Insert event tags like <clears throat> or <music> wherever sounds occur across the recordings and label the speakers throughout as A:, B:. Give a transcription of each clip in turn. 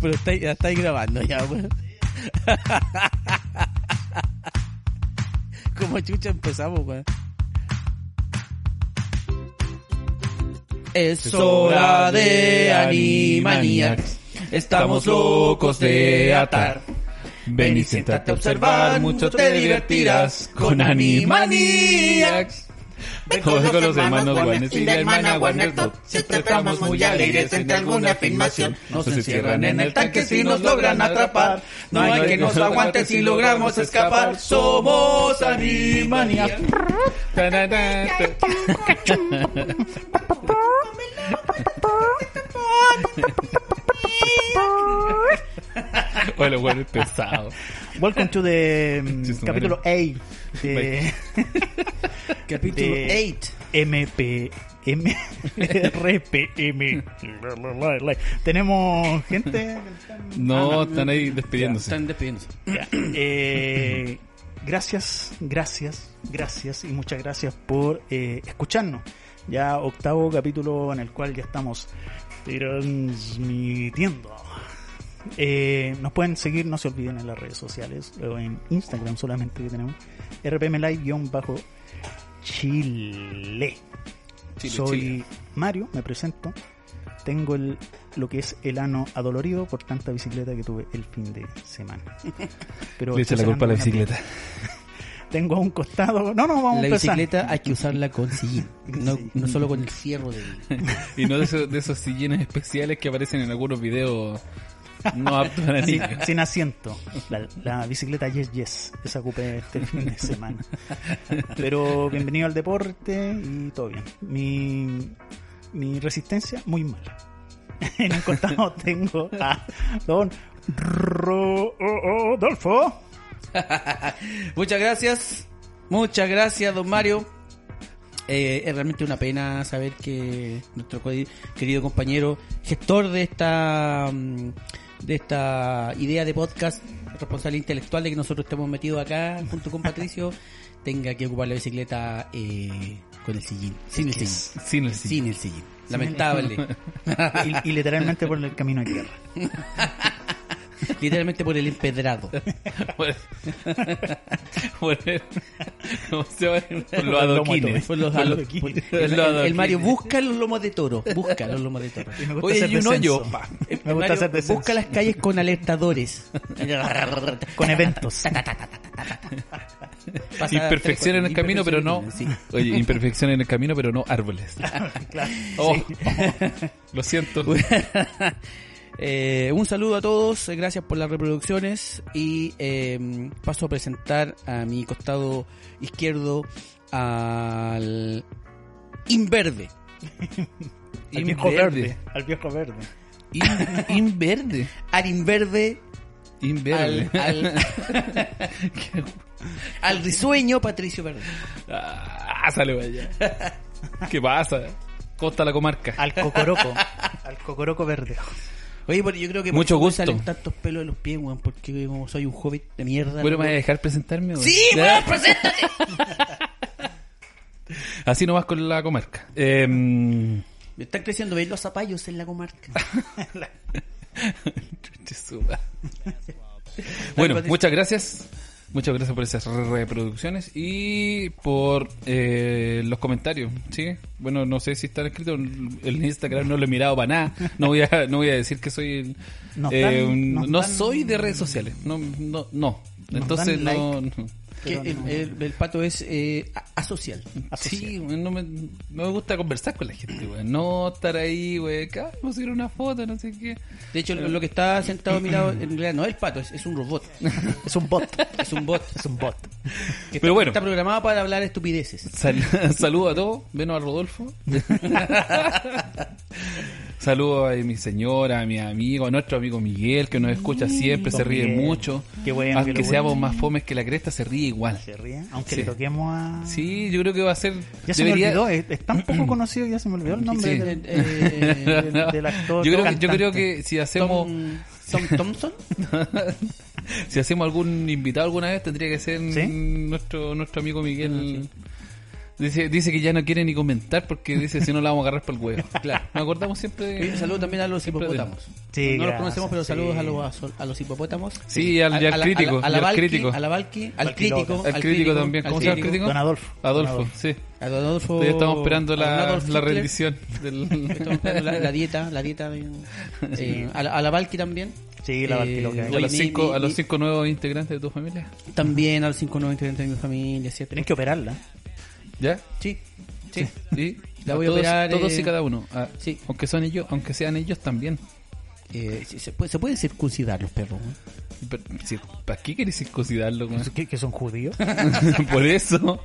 A: Pero estáis, ya estáis grabando ya, pues. <laughs> weón. Como chucha empezamos, weón. Es hora de Animaniacs. Estamos locos de atar. Ven y siéntate a observar, mucho te divertirás con Animaniacs.
B: Ven
C: Todos con los hermanos Warner y la hermana Warner
B: Top.
C: Dot. Siempre estamos muy alegres entre alguna filmación.
A: Nos
C: Nos
A: encierran
C: encierran en el tanque si nos logran atrapar. No hay que nos aguante si logramos escapar. Somos Animaniacs. <laughs>
B: Bueno, bueno, pesado.
D: Welcome to the mm,
B: Chis,
D: capítulo 8 de
A: Capítulo
D: De-
A: 8.
D: MP M <laughs> RPM. Tenemos gente
C: Ah,
B: No, están ahí despidiéndose.
A: Están despidiéndose.
D: eh, gracias, gracias, gracias y muchas gracias por eh, escucharnos. Ya octavo capítulo en el cual ya estamos transmitiendo. Eh, nos pueden seguir, no se olviden en las redes sociales o en Instagram solamente que tenemos rpmlive-chile.
A: Chile,
D: Soy
A: Chile.
D: Mario, me presento. Tengo el, lo que es el ano adolorido por tanta bicicleta que tuve el fin de
B: <laughs>
D: semana. Pero
B: Le echa
D: estoy
B: la culpa a la
D: sacando una
B: bicicleta.
D: pi- Tengo a un costado. No, no, vamos a
A: La
D: empezar.
A: bicicleta hay que usarla con sillín. No, no solo con el cierre de
B: Y no de esos, de esos sillines especiales que aparecen en algunos videos no aptos para
D: Sin,
B: niños.
D: sin asiento. La, la bicicleta Yes Yes. Esa ocupé este fin de semana. Pero bienvenido al deporte y todo bien. Mi, mi resistencia, muy mala. <laughs> En el costado tengo a don Rodolfo.
A: Muchas gracias. Muchas gracias, don Mario. Eh, es realmente una pena saber que nuestro co- querido compañero, gestor de esta mm, de esta idea de podcast, responsable intelectual de que nosotros estemos metidos acá junto con Patricio, tenga que ocupar la bicicleta eh, con el sillín, sin el sillín,
B: Sin el sillín.
A: sin el sillín. Lamentable.
D: <laughs> Y, y literalmente por el camino de guerra.
A: <laughs> Literalmente por el empedrado.
B: <laughs> Por, por el- ¿cómo se llama? Por los adoquines.
A: Por los
B: Por los-
A: adoquines.
B: por los
A: El, el- el
B: adoquines.
A: Mario busca los lomos de toro. Busca los lomos de toro.
D: Y me gusta
B: Oye,
D: hacer
B: y un
D: descenso.
B: hoyo, pa.
D: Me gusta
A: Mario,
D: hacer descenso.
A: busca las calles con alertadores. <laughs>
B: <laughs>
D: Con eventos.
A: Pasa
B: Imperfección en el
A: tres,
B: camino, pero no.
A: Sí.
B: Oye, imperfección en el camino, pero no
A: <laughs>
B: árboles. Oh, oh, lo siento.
A: Eh, un saludo a todos, eh, gracias por las reproducciones y eh, paso a presentar a mi costado izquierdo al Inverde.
D: Al viejo
B: Inverde.
D: verde. Al viejo verde.
B: In- <laughs> Inverde.
A: Al Inverde,
B: Inverde.
A: al,
B: <laughs>
A: al, al risueño Patricio Verde.
B: Ah, sale vaya. ¿Qué pasa? Costa la comarca.
D: Al cocoroco. Al cocoroco verde.
A: Oye, pero yo creo que por
B: Mucho
A: eso me
B: gusto.
A: salen tantos pelos de los pies, weón, porque como soy un hobbit de mierda.
B: Bueno,
A: loco.
B: ¿me vas a dejar presentarme? o-
A: Sí,
B: Ya.
A: weón, preséntate.
B: Así nomás con la comarca. Eh,
A: Me están creciendo, veis los zapallos en la comarca.
B: este bueno,
A: Patricio.
B: muchas gracias. Muchas gracias por esas re- reproducciones y por eh, los comentarios, ¿sí? Bueno, no sé si están escritos, el Instagram no lo he mirado para nada, no voy a, <laughs> no voy a decir que soy el-
D: Nos
B: eh,
D: dan-
B: un-
D: nos
B: no
D: dan-
B: soy de redes sociales, no, no, no. entonces
D: dan
B: no, no.
A: Que
D: Pero
A: el,
D: no.
A: el- el pato es eh, a- asocial.
B: Sí, güey, no me, no me gusta conversar con la gente, güey. No estar ahí, güey. Acá, vamos a subir una foto, no sé qué.
A: De hecho, lo que está sentado a mi lado en realidad no es el pato, es, es un robot.
D: Es un bot.
A: Es un bot.
D: Es un bot.
A: Que está,
B: Pero bueno.
A: está programado para hablar estupideces.
B: Sal- <laughs> saludo a todos, menos a Rodolfo. saludo a mi señora, a mi amigo, a nuestro amigo Miguel, que nos escucha siempre, se
D: Don
B: ríe
D: Miguel.
B: mucho.
D: Qué bueno,
B: Aunque
D: qué bueno.
B: seamos más fomes que la cresta, se ríe igual.
D: Se ríe. Aunque
B: Sí.
D: le toquemos a.
B: Sí, yo creo que va a ser...
D: Ya se
B: debería-
D: me
B: <laughs>
D: olvidó. Es, es tan poco conocido ya se me olvidó el nombre
B: Sí.
D: del,
A: Eh,
D: del- del
B: yo, creo
D: actor.
B: que, yo
D: cantante.
B: creo que si hacemos...
A: Tom, Tom Thompson.
B: si hacemos algún invitado alguna vez, tendría que ser
D: ¿Sí? Ah,
B: nuestro nuestro amigo Miguel. Dice, dice que ya no quiere ni comentar porque dice si no la vamos a agarrar para el huevo. Claro, nos acordamos siempre
A: Y
B: de.
A: un saludo también a los
B: Siempre
A: hipopótamos.
D: Sí,
A: no los
D: gracias,
A: conocemos, pero
D: sí.
A: saludos a los, a los hipopótamos.
B: Sí, y al, y al
A: A- a la-
B: crítico.
A: A la, a
B: y
A: la
B: al
A: Valky,
B: crítico.
A: a la Valky, al
D: Al
A: crítico.
B: Al crítico también. ¿Cómo se llama el crítico?
D: Don Adolfo.
B: Adolfo,
D: Don Adolfo.
B: sí.
A: A don Adolfo.
B: Todavía estamos esperando
A: a
B: la,
A: don Adolf
B: la
A: Hitler.
B: rendición
A: <laughs> Estamos
B: del.
A: esperando la, la dieta, la
B: <laughs>
A: dieta. de- eh, a, la, a la Valky también. Eh,
D: Sí, la Valky loca.
B: Y a los
A: mi-
B: cinco,
A: mi-
B: a los
A: mi-
B: cinco nuevos integrantes de tu familia.
A: También al 590 de mi familia, ¿cierto?
D: Tenés que operarla.
B: ¿Ya?
A: Sí, sí.
B: Y
A: La voy a
B: todos,
A: operar,
B: todos
A: eh,
B: y cada uno. Ah,
A: sí.
B: Aunque son ellos, aunque sean ellos también.
A: Eh, sí, se, puede, se pueden circuncidar los perros. ¿no?
B: Pero, si- ¿Para qué querés
A: <laughs>
B: circuncidarlo? güey?
D: ¿Que, que son judíos.
B: <laughs> Por eso.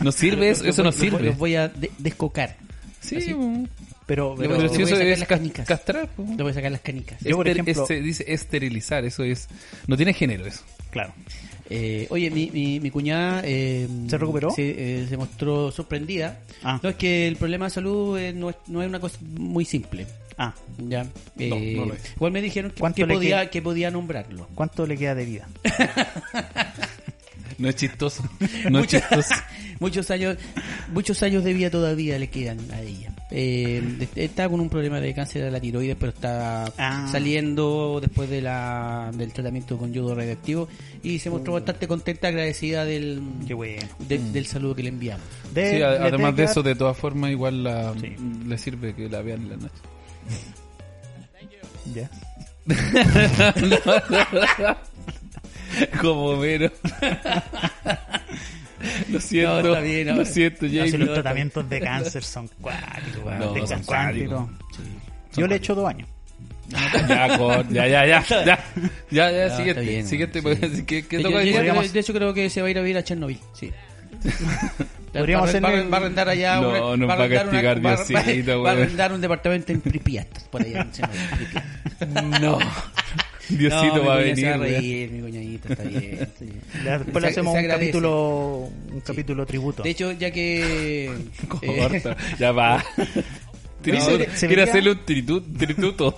B: No sirve eso,
A: Los
B: eso
A: voy-
B: no
A: los voy-
B: sirve.
A: Los voy a de- descocar.
B: Sí, güey. <laughs>
D: Pero,
A: Le
D: pero-
B: pero
A: voy-
B: si
A: le voy a
B: eso
A: sacar
B: es
A: las
B: ca-
A: canicas.
B: castrar, pues.
A: Les voy a sacar las canicas.
D: Yo, por
B: Ester-
D: ejemplo-
B: este- dice esterilizar, eso es. No tiene género eso.
D: claro.
A: Eh, oye, mi, mi, mi cuñada eh,
D: ¿Se recuperó?
A: Se, eh, se mostró sorprendida.
D: Ah.
A: No es que el problema de salud eh, no, es, no es una cosa muy simple.
D: Ah,
A: Ya. Eh,
B: no lo es.
A: Igual me dijeron que,
D: ¿Cuánto
A: que
D: le
A: podía,
D: queda?
A: que podía nombrarlo.
D: ¿cuánto le queda de vida?
B: No
A: <laughs>
B: es chistoso. No es
A: Muchos-
B: chistoso.
A: muchos años muchos años de vida todavía le quedan a ella. Eh, de- está con un problema de cáncer de la tiroides, pero está
D: Ah.
A: saliendo después de la, del tratamiento con yodo radioactivo y se mostró bastante contenta, agradecida del,
D: Oh. Qué bueno. Mm.
A: de- del saludo que le enviamos.
D: De-
B: Sí, a-
D: le
B: además
D: tenés que
B: de
D: dar-
B: eso, de todas formas, igual la-
D: Sí.
B: le sirve que la vean en la noche.
D: Ya.
B: <laughs> Como <laughs> Homero. lo siento.
A: No, está bien,
B: lo
A: ahora.
B: siento,
D: No, si
B: Jamie. <laughs>
D: los tratamientos de cáncer son cuáticos, weón.
B: No, son
D: Descansantes y todo. Yo le echo dos años.
B: ya, con- ya, ya, ya, ya, ya, ya,
A: No,
B: Ah, siguiente,
A: está bien,
B: siguiente,
A: sí.
B: <laughs> pues, ¿qué, qué
A: Yo-
B: toca
A: yo- yo-
B: después?
A: de hecho creo que se va a ir a vivir a Chernobyl,
D: <laughs>
A: sí.
D: Podríamos
A: va, a-
D: hacerle-
A: va a- va a rentar allá
B: No,
A: una-
B: nos
A: va a
B: va a
A: rentar una- <laughs>
B: castigar
A: va a-
B: Diosito,
A: va a
B: weón.
A: rentar un departamento en Pripyat por allá en Chernobyl, Pripyat. <laughs>
B: No, Diosito
A: No, mi
B: va a
A: cuñada
B: venir.
A: Se va a
B: weón.
A: reír, mi cuñadita, está bien. está bien.
D: <laughs> Ya Después le
A: Se-
D: hacemos
A: se
D: un
A: agradece.
D: capítulo, un capítulo tributo.
A: De hecho, ya que. eh,
B: <laughs> <laughs> Corta, ya <laughs> va. Tritu-
D: se- se
B: quiere
D: vería-
B: hacerle un tritu- trituto.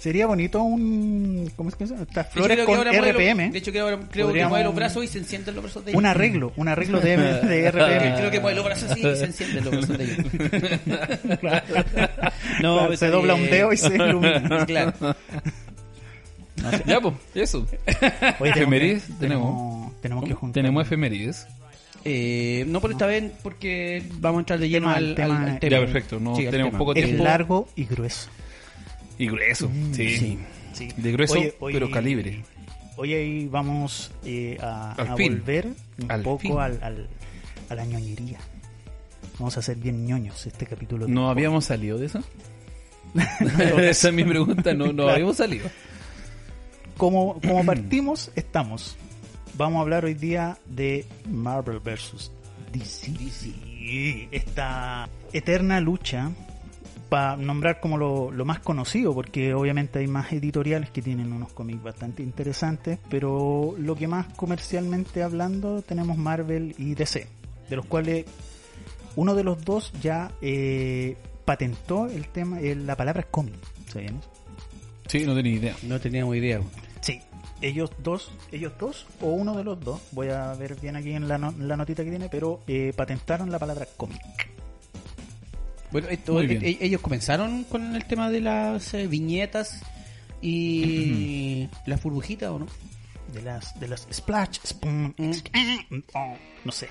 D: Sería bonito un. ¿Cómo es que se llama? Estas
A: de hecho, creo que
D: flores con
A: ahora mueve los-
D: RPM.
A: de hecho, creo, ahora- creo que
D: ¿eh? Podríamos-
A: mueve los brazos y se encienden los brazos de ella.
D: un arreglo, un arreglo de,
A: <laughs>
D: de
A: Creo que-
D: RPM.
A: creo que mueve los brazos así y se encienden los brazos de ella.
D: Claro,
A: está
D: se dobla un
A: bien.
D: dedo y se ilumina.
A: Claro.
B: <laughs> ya, pues, eso.
D: Oye, que-
B: Efemérides tenemos.
D: tenemos, tenemos que juntar.
B: Tenemos efemérides.
A: Eh, no por esta vez, porque vamos a entrar de lleno
D: Tema,
A: al,
D: tema.
A: al- al
B: Ya, perfecto,
A: al
B: no, tenemos
A: tema.
B: poco
A: El-
D: Es
B: tiempo.
D: largo y grueso.
B: Y grueso, Mm, sí.
A: sí.
D: Sí.
B: De grueso,
D: Oye, hoy-
B: pero calibre.
D: Hoy ahí vamos eh, a,
B: Al
D: a
B: fin.
D: volver un
B: Al fin.
D: poco al, al- a la ñoñería. Vamos a ser bien ñoños este capítulo.
B: ¿No habíamos salido de eso? <laughs> Esa es mi pregunta, <laughs> no, no
D: Claro.
B: habíamos salido.
D: Como, como partimos, estamos. Vamos a hablar hoy día de Marvel vs. DC. Esta eterna lucha, para nombrar como lo, lo más conocido, porque obviamente hay más editoriales que tienen unos cómics bastante interesantes, pero lo que más comercialmente hablando tenemos Marvel y DC, de los cuales uno de los dos ya eh, patentó el tema, eh, la palabra cómic. ¿Sabían eso?
B: Sí, no tenía idea.
A: No teníamos idea.
D: Sí, ellos dos, ellos dos o uno de los dos, voy a ver bien aquí en la, no- la notita que tiene, pero eh, patentaron la palabra cómic.
A: Bueno, esto-
B: Muy bien.
A: e- ellos comenzaron con el tema de las eh, viñetas y las burbujitas, ¿o no?
D: De las, de las splash, spoon,
A: Mm.
D: spoon, oh, no sé.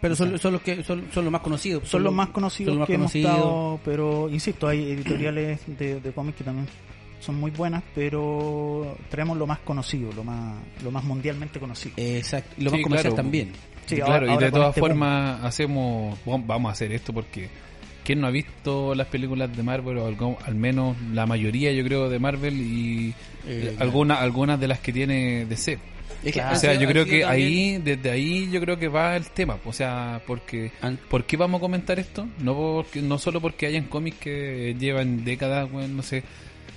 A: Pero son, son los que son, son los más conocidos.
D: Son los más conocidos
A: son los más
D: que
A: conocidos.
D: hemos estado, pero insisto, hay editoriales de, de cómics que también son muy buenas, pero traemos lo más conocido, lo más, lo más mundialmente conocido.
A: Eh, Exacto. Y lo
B: Sí,
A: más comercial
B: claro.
A: también.
D: Sí, ahora-
B: claro, y
D: ahora
B: de
D: con
B: todas
D: este boom.
B: formas hacemos, bom, vamos a hacer esto porque ¿quién no ha visto las películas de Marvel o algo- al menos la mayoría yo creo de Marvel y
A: Eh,
B: eh, algunas algunas de las que tiene DC?
A: Es que
D: Claro.
A: han
B: O sea,
A: sido-
B: yo
A: Ah. han
B: creo
A: sido
B: que
A: también-
B: ahí, desde ahí yo creo que va el tema, o sea, porque
A: han-
B: ¿Por qué vamos a comentar esto? No porque, no solo porque hayan cómics que llevan décadas, bueno, no sé,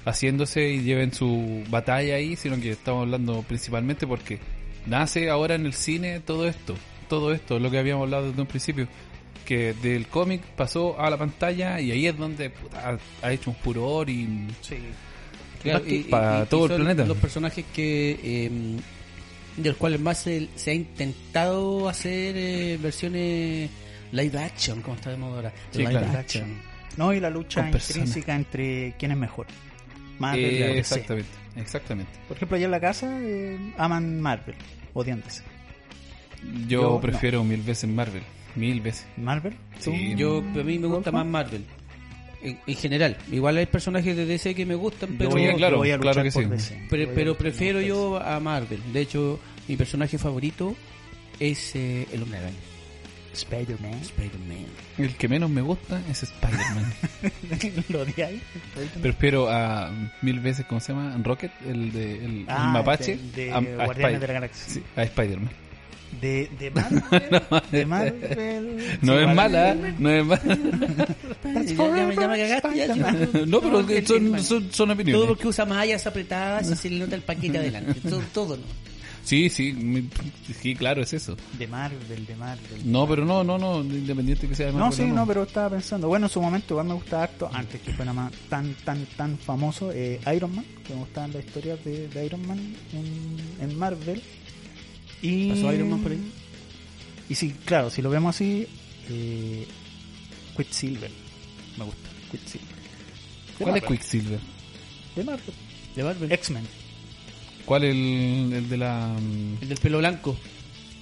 B: haciéndose y lleven su batalla ahí, sino que estamos hablando principalmente porque nace ahora en el cine todo esto, todo esto, lo que habíamos hablado desde un principio, que del cómic pasó a la pantalla y ahí es donde puta, ha, ha hecho un furor y
D: Sí.
A: claro, y- y-
B: para
A: y- y
B: todo el
A: son
B: planeta.
A: Los personajes que eh, de los cuales más se, se ha intentado hacer eh, versiones live action, como está de moda ahora.
B: Sí,
A: live
B: claro.
A: action.
D: No, y la lucha
A: Con personas.
D: intrínseca entre quién es mejor. Marvel y
B: Eh,
D: DC.
B: exactamente, exactamente.
D: Por ejemplo, allá en la casa eh, aman Marvel, odian DC.
B: Yo,
D: Yo no.
B: prefiero mil veces Marvel, mil veces.
D: Marvel, ¿tú?
B: Sí.
A: Yo, a mí me gusta más Marvel. En, en general. Igual hay personajes de DC que me gustan, pero...
D: Yo voy a-
B: claro,
D: yo voy a luchar
B: claro que
D: por
B: sí.
D: DC.
A: Pre-
D: Voy a
A: pero
D: luchar
A: prefiero
D: por
A: yo a Marvel. De hecho, mi personaje favorito es eh, el Hombre Araña.
D: DC. Spider-Man. <laughs>
A: Spider-Man.
B: El que menos me gusta es Spider-Man.
D: ¿Lo odiáis?
B: Prefiero a mil veces, ¿cómo se llama? Rocket, el de el, el
D: Ah,
B: mapache,
D: de- de
B: a, a
D: Guardianes de la
B: Spider-
D: Galaxia.
B: Sí, a Spider-Man.
D: De,
B: <laughs>
D: de Marvel. de Marvel.
B: No
D: Sí,
B: es
D: Marvel.
B: mala, no es mala.
D: <laughs>
B: <laughs>
A: Ya, ya me- ya me cagaste, ya.
B: no, pero
A: Rocket,
B: son,
A: Spider-Man.
B: son, son
A: Todo
B: opiniones.
A: porque usa mallas apretadas y se le nota el paquete adelante. Todo, todo no.
B: Sí, sí, mi- sí, claro, es eso.
D: De Marvel, de Marvel.
B: No, pero no, no, no, independiente que sea de
D: No,
B: Marvel
D: sí,
B: o
D: no, pero estaba pensando. Bueno, en su momento igual me gustaba harto, antes que fuera más tan, tan, tan famoso, eh, Iron Man, que me gustaban las historias de, de Iron Man en, en Marvel. Y,
A: ¿Pasó Iron Man por ahí?
D: Y sí, claro, si lo vemos así, eh, Quicksilver. Me gusta, Quicksilver. De
B: ¿Cuál es
D: Marvel,
B: Quicksilver?
D: De Marvel.
A: De Marvel.
D: X-Men.
B: ¿Cuál el, el de la... mm,
A: El del pelo blanco.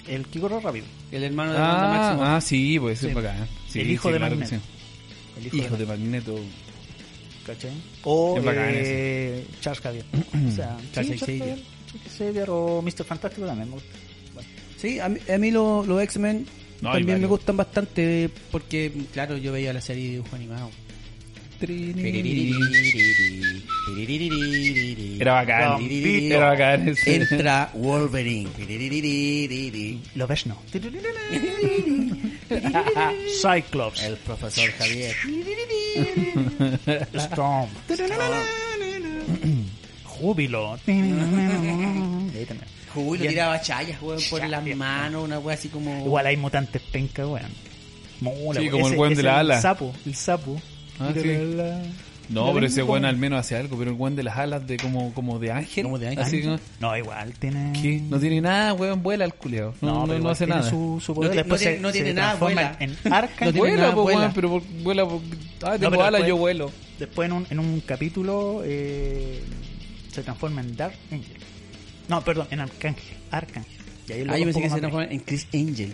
D: El que corre rápido.
A: El hermano de Wanda Máximo.
B: Ah, ah, sí, pues es
D: Sí.
B: bacán. Sí,
D: El hijo
B: sí,
D: de
B: claro que
D: Magneto. El
B: sí. Hijo de Magneto.
D: ¿Cachai? O
B: Es bacán
D: eh, Charles Xavier. o sea, sí,
A: Charles
D: Charles
A: Xavier.
D: Xavier. Charles Xavier o Mr. Fantástico también me gusta. Bueno,
A: Sí, a mí, a mí lo- los X-Men
B: No, hay
A: también me
B: varios.
A: gustan bastante porque, claro, yo veía la serie de dibujo animado.
B: Era bacán. Era bacán. ese.
A: Entra Wolverine.
D: Lo ves, no. Cyclops.
A: El profesor Javier.
D: Storm. Júbilo. Y ahí también.
A: Uy, lo
D: Bien.
A: tiraba chayas, weón, por
D: Chayas,
A: las
D: weón.
A: manos, una wea así como.
D: Igual hay mutantes penca, weón. Mola,
B: Sí,
D: weón.
B: como el
D: Ese-
B: weón de
D: ese
B: la
D: es
B: ala.
D: El sapo, el sapo.
B: Ah,
D: De
B: sí.
D: la-
B: No,
D: de
B: pero
D: la-
B: ese buen al menos hace algo, pero el buen de las alas de como, como de ángel.
A: Como de ángel.
B: Así Ah, que-
D: No, igual tiene.
B: ¿qué? No tiene nada, weón, vuela el culiao. No, no,
D: pero
B: no
D: igual
B: hace
D: tiene
B: nada.
D: Su, su
A: No
D: poder.
A: tiene-
D: Después
A: no tiene-
D: se-
A: no
D: se
A: tiene nada,
D: transforma
A: vuela.
D: En arca.
A: No tiene
B: vuela,
A: nada,
B: po,
A: vuela.
B: pues, weón, pero por- vuela. por- Ah, tengo
D: pero
B: alas,
D: después-
B: yo vuelo.
D: Después en un, en un capítulo eh, se transforma en Dark Angel. No, perdón, en Arcángel. Arcángel. Y ahí
A: Ah, yo pensé que se
D: transforma
A: transformaba en Chris Angel.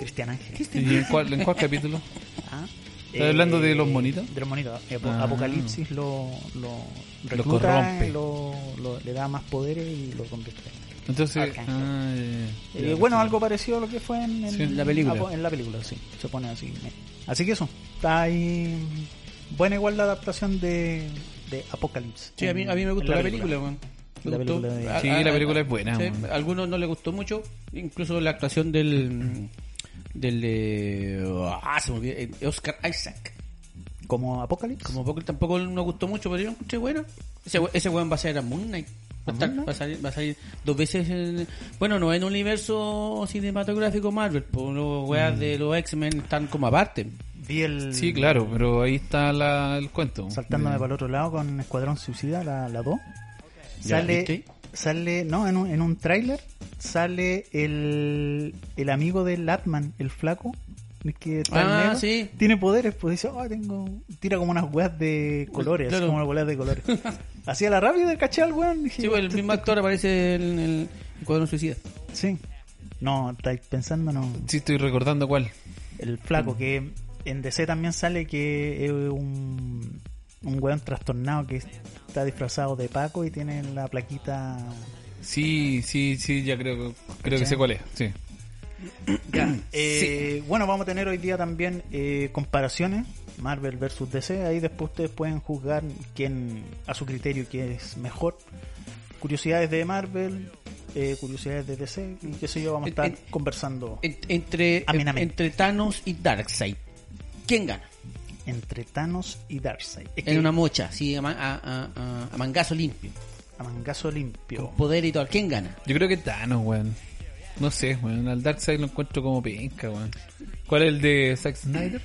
D: Cristian Ángel.
B: ¿Y en cuál, en cuál capítulo?
D: Ah,
B: ¿Estás hablando de los monitos?
D: De los monitos. Apo-
B: Ah.
D: Apocalipsis lo, lo
B: corrompe.
D: lo- lo- le da más poderes y lo convierte.
B: Entonces.
D: Arcángel.
B: ah, ya,
D: Eh,
B: ya,
D: bueno,
B: ya.
D: algo parecido a lo que fue en, en
B: Sí, en
A: la película.
D: Apo- En la película, sí. Se pone así. Así que eso. Está ahí. mm, Buena igual la adaptación de, de Apocalipsis.
A: Sí, a mí,
D: en-
A: a mí me
D: en
A: gustó la película, weón. Me
D: La
A: gustó.
D: película de-
A: A-
B: Sí,
A: a-
B: la película es buena,
A: sí,
B: weón.
A: a algunos no les gustó mucho, incluso la actuación del. del de. Ah, se me olvidó, eh, Oscar Isaac.
D: Como Apocalipsis.
A: Como poco, tampoco no gustó mucho, pero yo lo encontré bueno. Ese, we- ese weón va a ser a Moon Knight. Va a, estar- va a salir, va a salir dos veces en- Bueno, no en el universo cinematográfico Marvel, por los weas de los X-Men están como aparte.
D: Vi el.
B: Sí, claro, pero ahí está la- el cuento. Eh,
D: Saltándome para el otro lado con Escuadrón Suicida, la, la 2.
A: ¿Ya la
D: Sale.
A: viste?
D: Sale. No, en un, en un tráiler sale el, el amigo del Atman, el flaco. el Que está en
A: Ah,
D: negro.
A: sí.
D: Tiene poderes, pues dice, oh, tengo. Tira como unas weas de colores,
A: Claro.
D: como unas weas
A: <laughs>
D: de colores. Hacía la rápida, caché al weón. dije,
A: Sí, pues, el
D: "Este-
A: mismo actor aparece en el cuadro suicida.
D: sí. No, estáis pensando, no.
B: Sí, estoy recordando cuál.
D: El
A: Mm.
D: flaco, que en DC también sale que es un, un weón trastornado que está disfrazado de Paco y tiene la plaquita.
B: Sí, sí, sí, ya creo, creo que
D: ¿Cachai?
B: sé cuál es. Sí.
D: Eh, Bueno, vamos a tener hoy día también eh, comparaciones. Marvel versus DC, ahí después ustedes pueden juzgar quién a su criterio quién es mejor. Curiosidades de Marvel, eh, curiosidades de DC, y qué sé yo, vamos a estar
A: En- en-
D: conversando
A: En- entre,
D: Amenamente.
A: entre Thanos y Darkseid. ¿Quién gana?
D: entre Thanos y Darkseid. Es que
A: En una mocha, sí, a, ma- a- a- a- a mangazo limpio.
D: a mangazo limpio.
A: Con poder y todo. ¿Quién gana?
B: Yo creo que Thanos, weón. No sé, weón. Al Darkseid lo encuentro como penca, weón. ¿Cuál es el de Zack Snyder?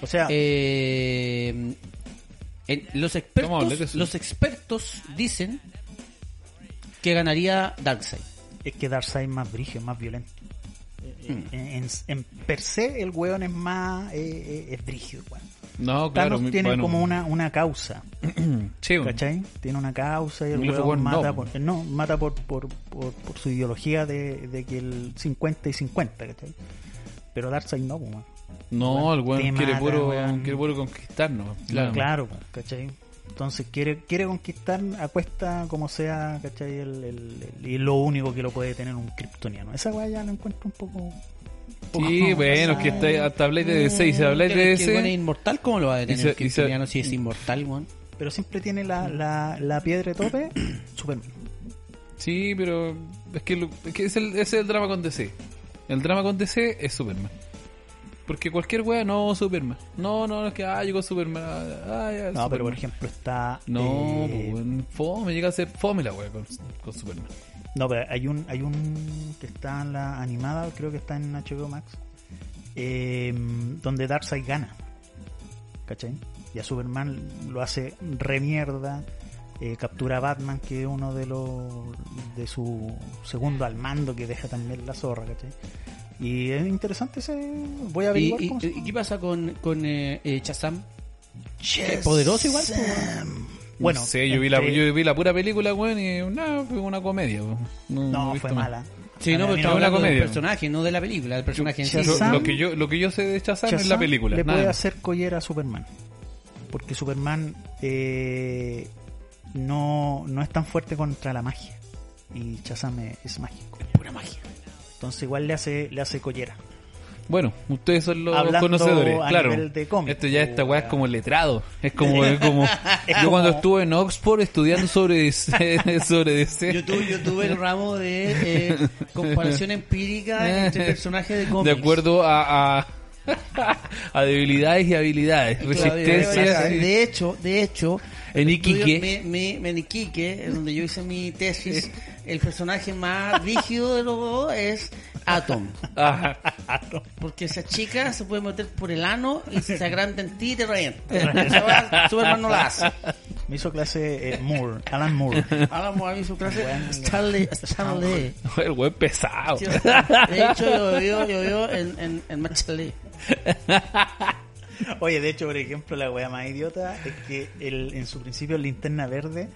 D: O sea,
A: Eh, en- los
B: Vamos a hablar de
A: expertos
B: eso.
A: los expertos dicen
C: que ganaría Darkseid.
D: Es que Darkseid es más brígido, más violento.
B: Hmm.
D: En, en- en per se, el weón es más. eh, eh, es brígido, weón.
B: No,
D: Thanos
B: claro. mi-
D: tiene
B: bueno, mm,
D: como una, una causa,
B: sí, bueno.
D: ¿cachai? Tiene una causa y el
B: Y el otro
D: weón
B: weón
D: mata,
B: no.
D: Por, no, mata por, por, por, por su ideología de, de que el 50 y 50, ¿cachai? Pero Darkseid no, weón.
B: No, el weón
D: Te
B: quiere,
D: mata,
B: puro,
D: weón.
B: quiere puro conquistarnos. Claro.
D: Claro, po, ¿cachai? Entonces quiere, quiere conquistar a cuesta como sea, ¿cachai? El, el- el- y lo único que lo puede tener un kryptoniano. Esa weá ya la encuentro un poco. un poco
B: Sí, bueno, que está, Este, hasta habláis de DC y si habláis de
C: Pero es que el weón es
B: DC.
C: inmortal, ¿cómo lo va a detener?
B: Y se-
C: el
B: y se-
C: kryptoniano si es inmortal, weón?
D: Pero siempre tiene la, la, la piedra de
B: <coughs>
D: tope, Superman.
B: Sí, pero es que, lo- es, que es el, ese es el drama con DC. El drama con DC es Superman. Porque cualquier wea no Superman. No, no, es que ah, llegó Superman. Ah, ya,
D: No, pero
B: Superman.
D: por ejemplo está.
B: No,
D: eh,
B: pues, weón, fome, llega a ser fome la wea con, con Superman.
D: no, pero hay un, hay un que está en la animada, creo que está en HBO Max, eh, donde Darkseid gana. ¿Cachai? Y a Superman lo hace remierda. eh, captura a Batman, que es uno de los. de su segundo al mando que deja también la zorra, ¿cachai? Y es interesante ese. Voy a
C: ¿Y,
D: averiguar
C: y-
D: cómo se
C: y
D: llama.
C: qué pasa con, con eh, eh, Shazam?
D: Yes,
C: poderoso igual, pues, po,
D: Sam.
B: Bueno, este
D: Bueno,
B: no sé, yo, vi la,
D: entre-
B: yo vi la pura película, weón, y nada, fue una comedia. weón. No, he
D: No,
B: visto
D: fue
B: más.
D: mala.
C: Sí, no,
D: A
C: pero
D: mí
B: no
C: estamos
B: me
C: hablando del
B: comedia.
C: personaje, no de la película, del personaje en sí.
B: Yo-
D: Shazam-
B: lo, que yo, lo que yo sé de Shazam, es la
D: Shazam
B: película.
D: Le
B: nada
D: puede
B: más.
D: hacer collera a Superman. Porque Superman eh, no, no es tan fuerte contra la magia. Y Shazam es, es mágico. pura magia. Entonces igual le hace, le hace collera.
B: Bueno, ustedes son los
D: Hablando
B: conocedores,
D: a
B: claro.
D: nivel de cómic.
B: Esto ya esta weá es
D: Puta.
B: como letrado. Es como, es como yo
D: como-
B: cuando estuve en Oxford estudiando sobre DC, sobre DC.
C: Yo tuve, yo tuve el ramo de
B: <laughs>
C: eh, comparación empírica entre personajes de cómics.
B: Eh. de acuerdo a, <laughs> a, a debilidades y habilidades,
C: Y todavía-
B: resistencias. y-
C: De hecho, de hecho,
B: En
C: el estudio-
B: Iquique.
C: me- me- me en Iquique, en donde yo hice
B: <laughs>
C: mi tesis, el personaje más rígido de los dos es Atom.
B: Ajá. <laughs>
C: Porque esa chica se puede meter por el ano y se agranda en ti y te revienta. Esa weá Superman no
B: <laughs>
C: la hace.
D: Me hizo clase eh, Moore, Alan Moore.
C: Hablamos a mí su clase.
D: Bueno.
C: Stanley, Stanley.
B: El weón pesado.
C: Sí, De hecho, yo veo, yo veo en, en, en Machalé.
D: Oye, de hecho, por ejemplo, la wea más idiota es que el, en su principio linterna verde,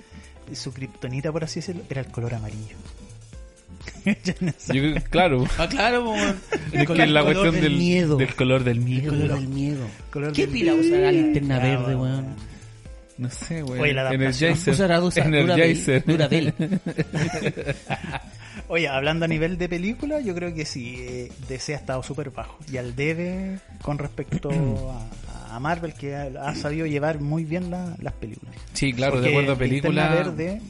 D: su kriptonita, por así decirlo, era el color amarillo. <laughs> Ya no sé.
B: Yo, claro,
C: Ah, claro, po, weón.
B: es
C: Con
B: que
C: el
B: la
C: color
B: cuestión del,
C: miedo.
B: del color del
C: El
B: miedo.
C: color del miedo.
D: Color
C: ¿Qué
D: del-
C: pila usará linterna
D: Ah,
C: verde,
D: bueno.
C: weón?
B: No sé, weón.
D: Oye, la adaptación.
B: Energizer.
C: Usará dura,
B: Energizer.
C: Durabel.
B: <laughs>
C: Durabel.
D: Oye, hablando a nivel de película, yo creo que sí, eh, DC ha estado súper bajo. Y al debe
B: <clears throat>
D: con respecto a, a Marvel, que ha, ha sabido llevar muy bien la- las películas.
B: Sí, claro,
D: Porque
B: de acuerdo a película.
D: Linterna verde,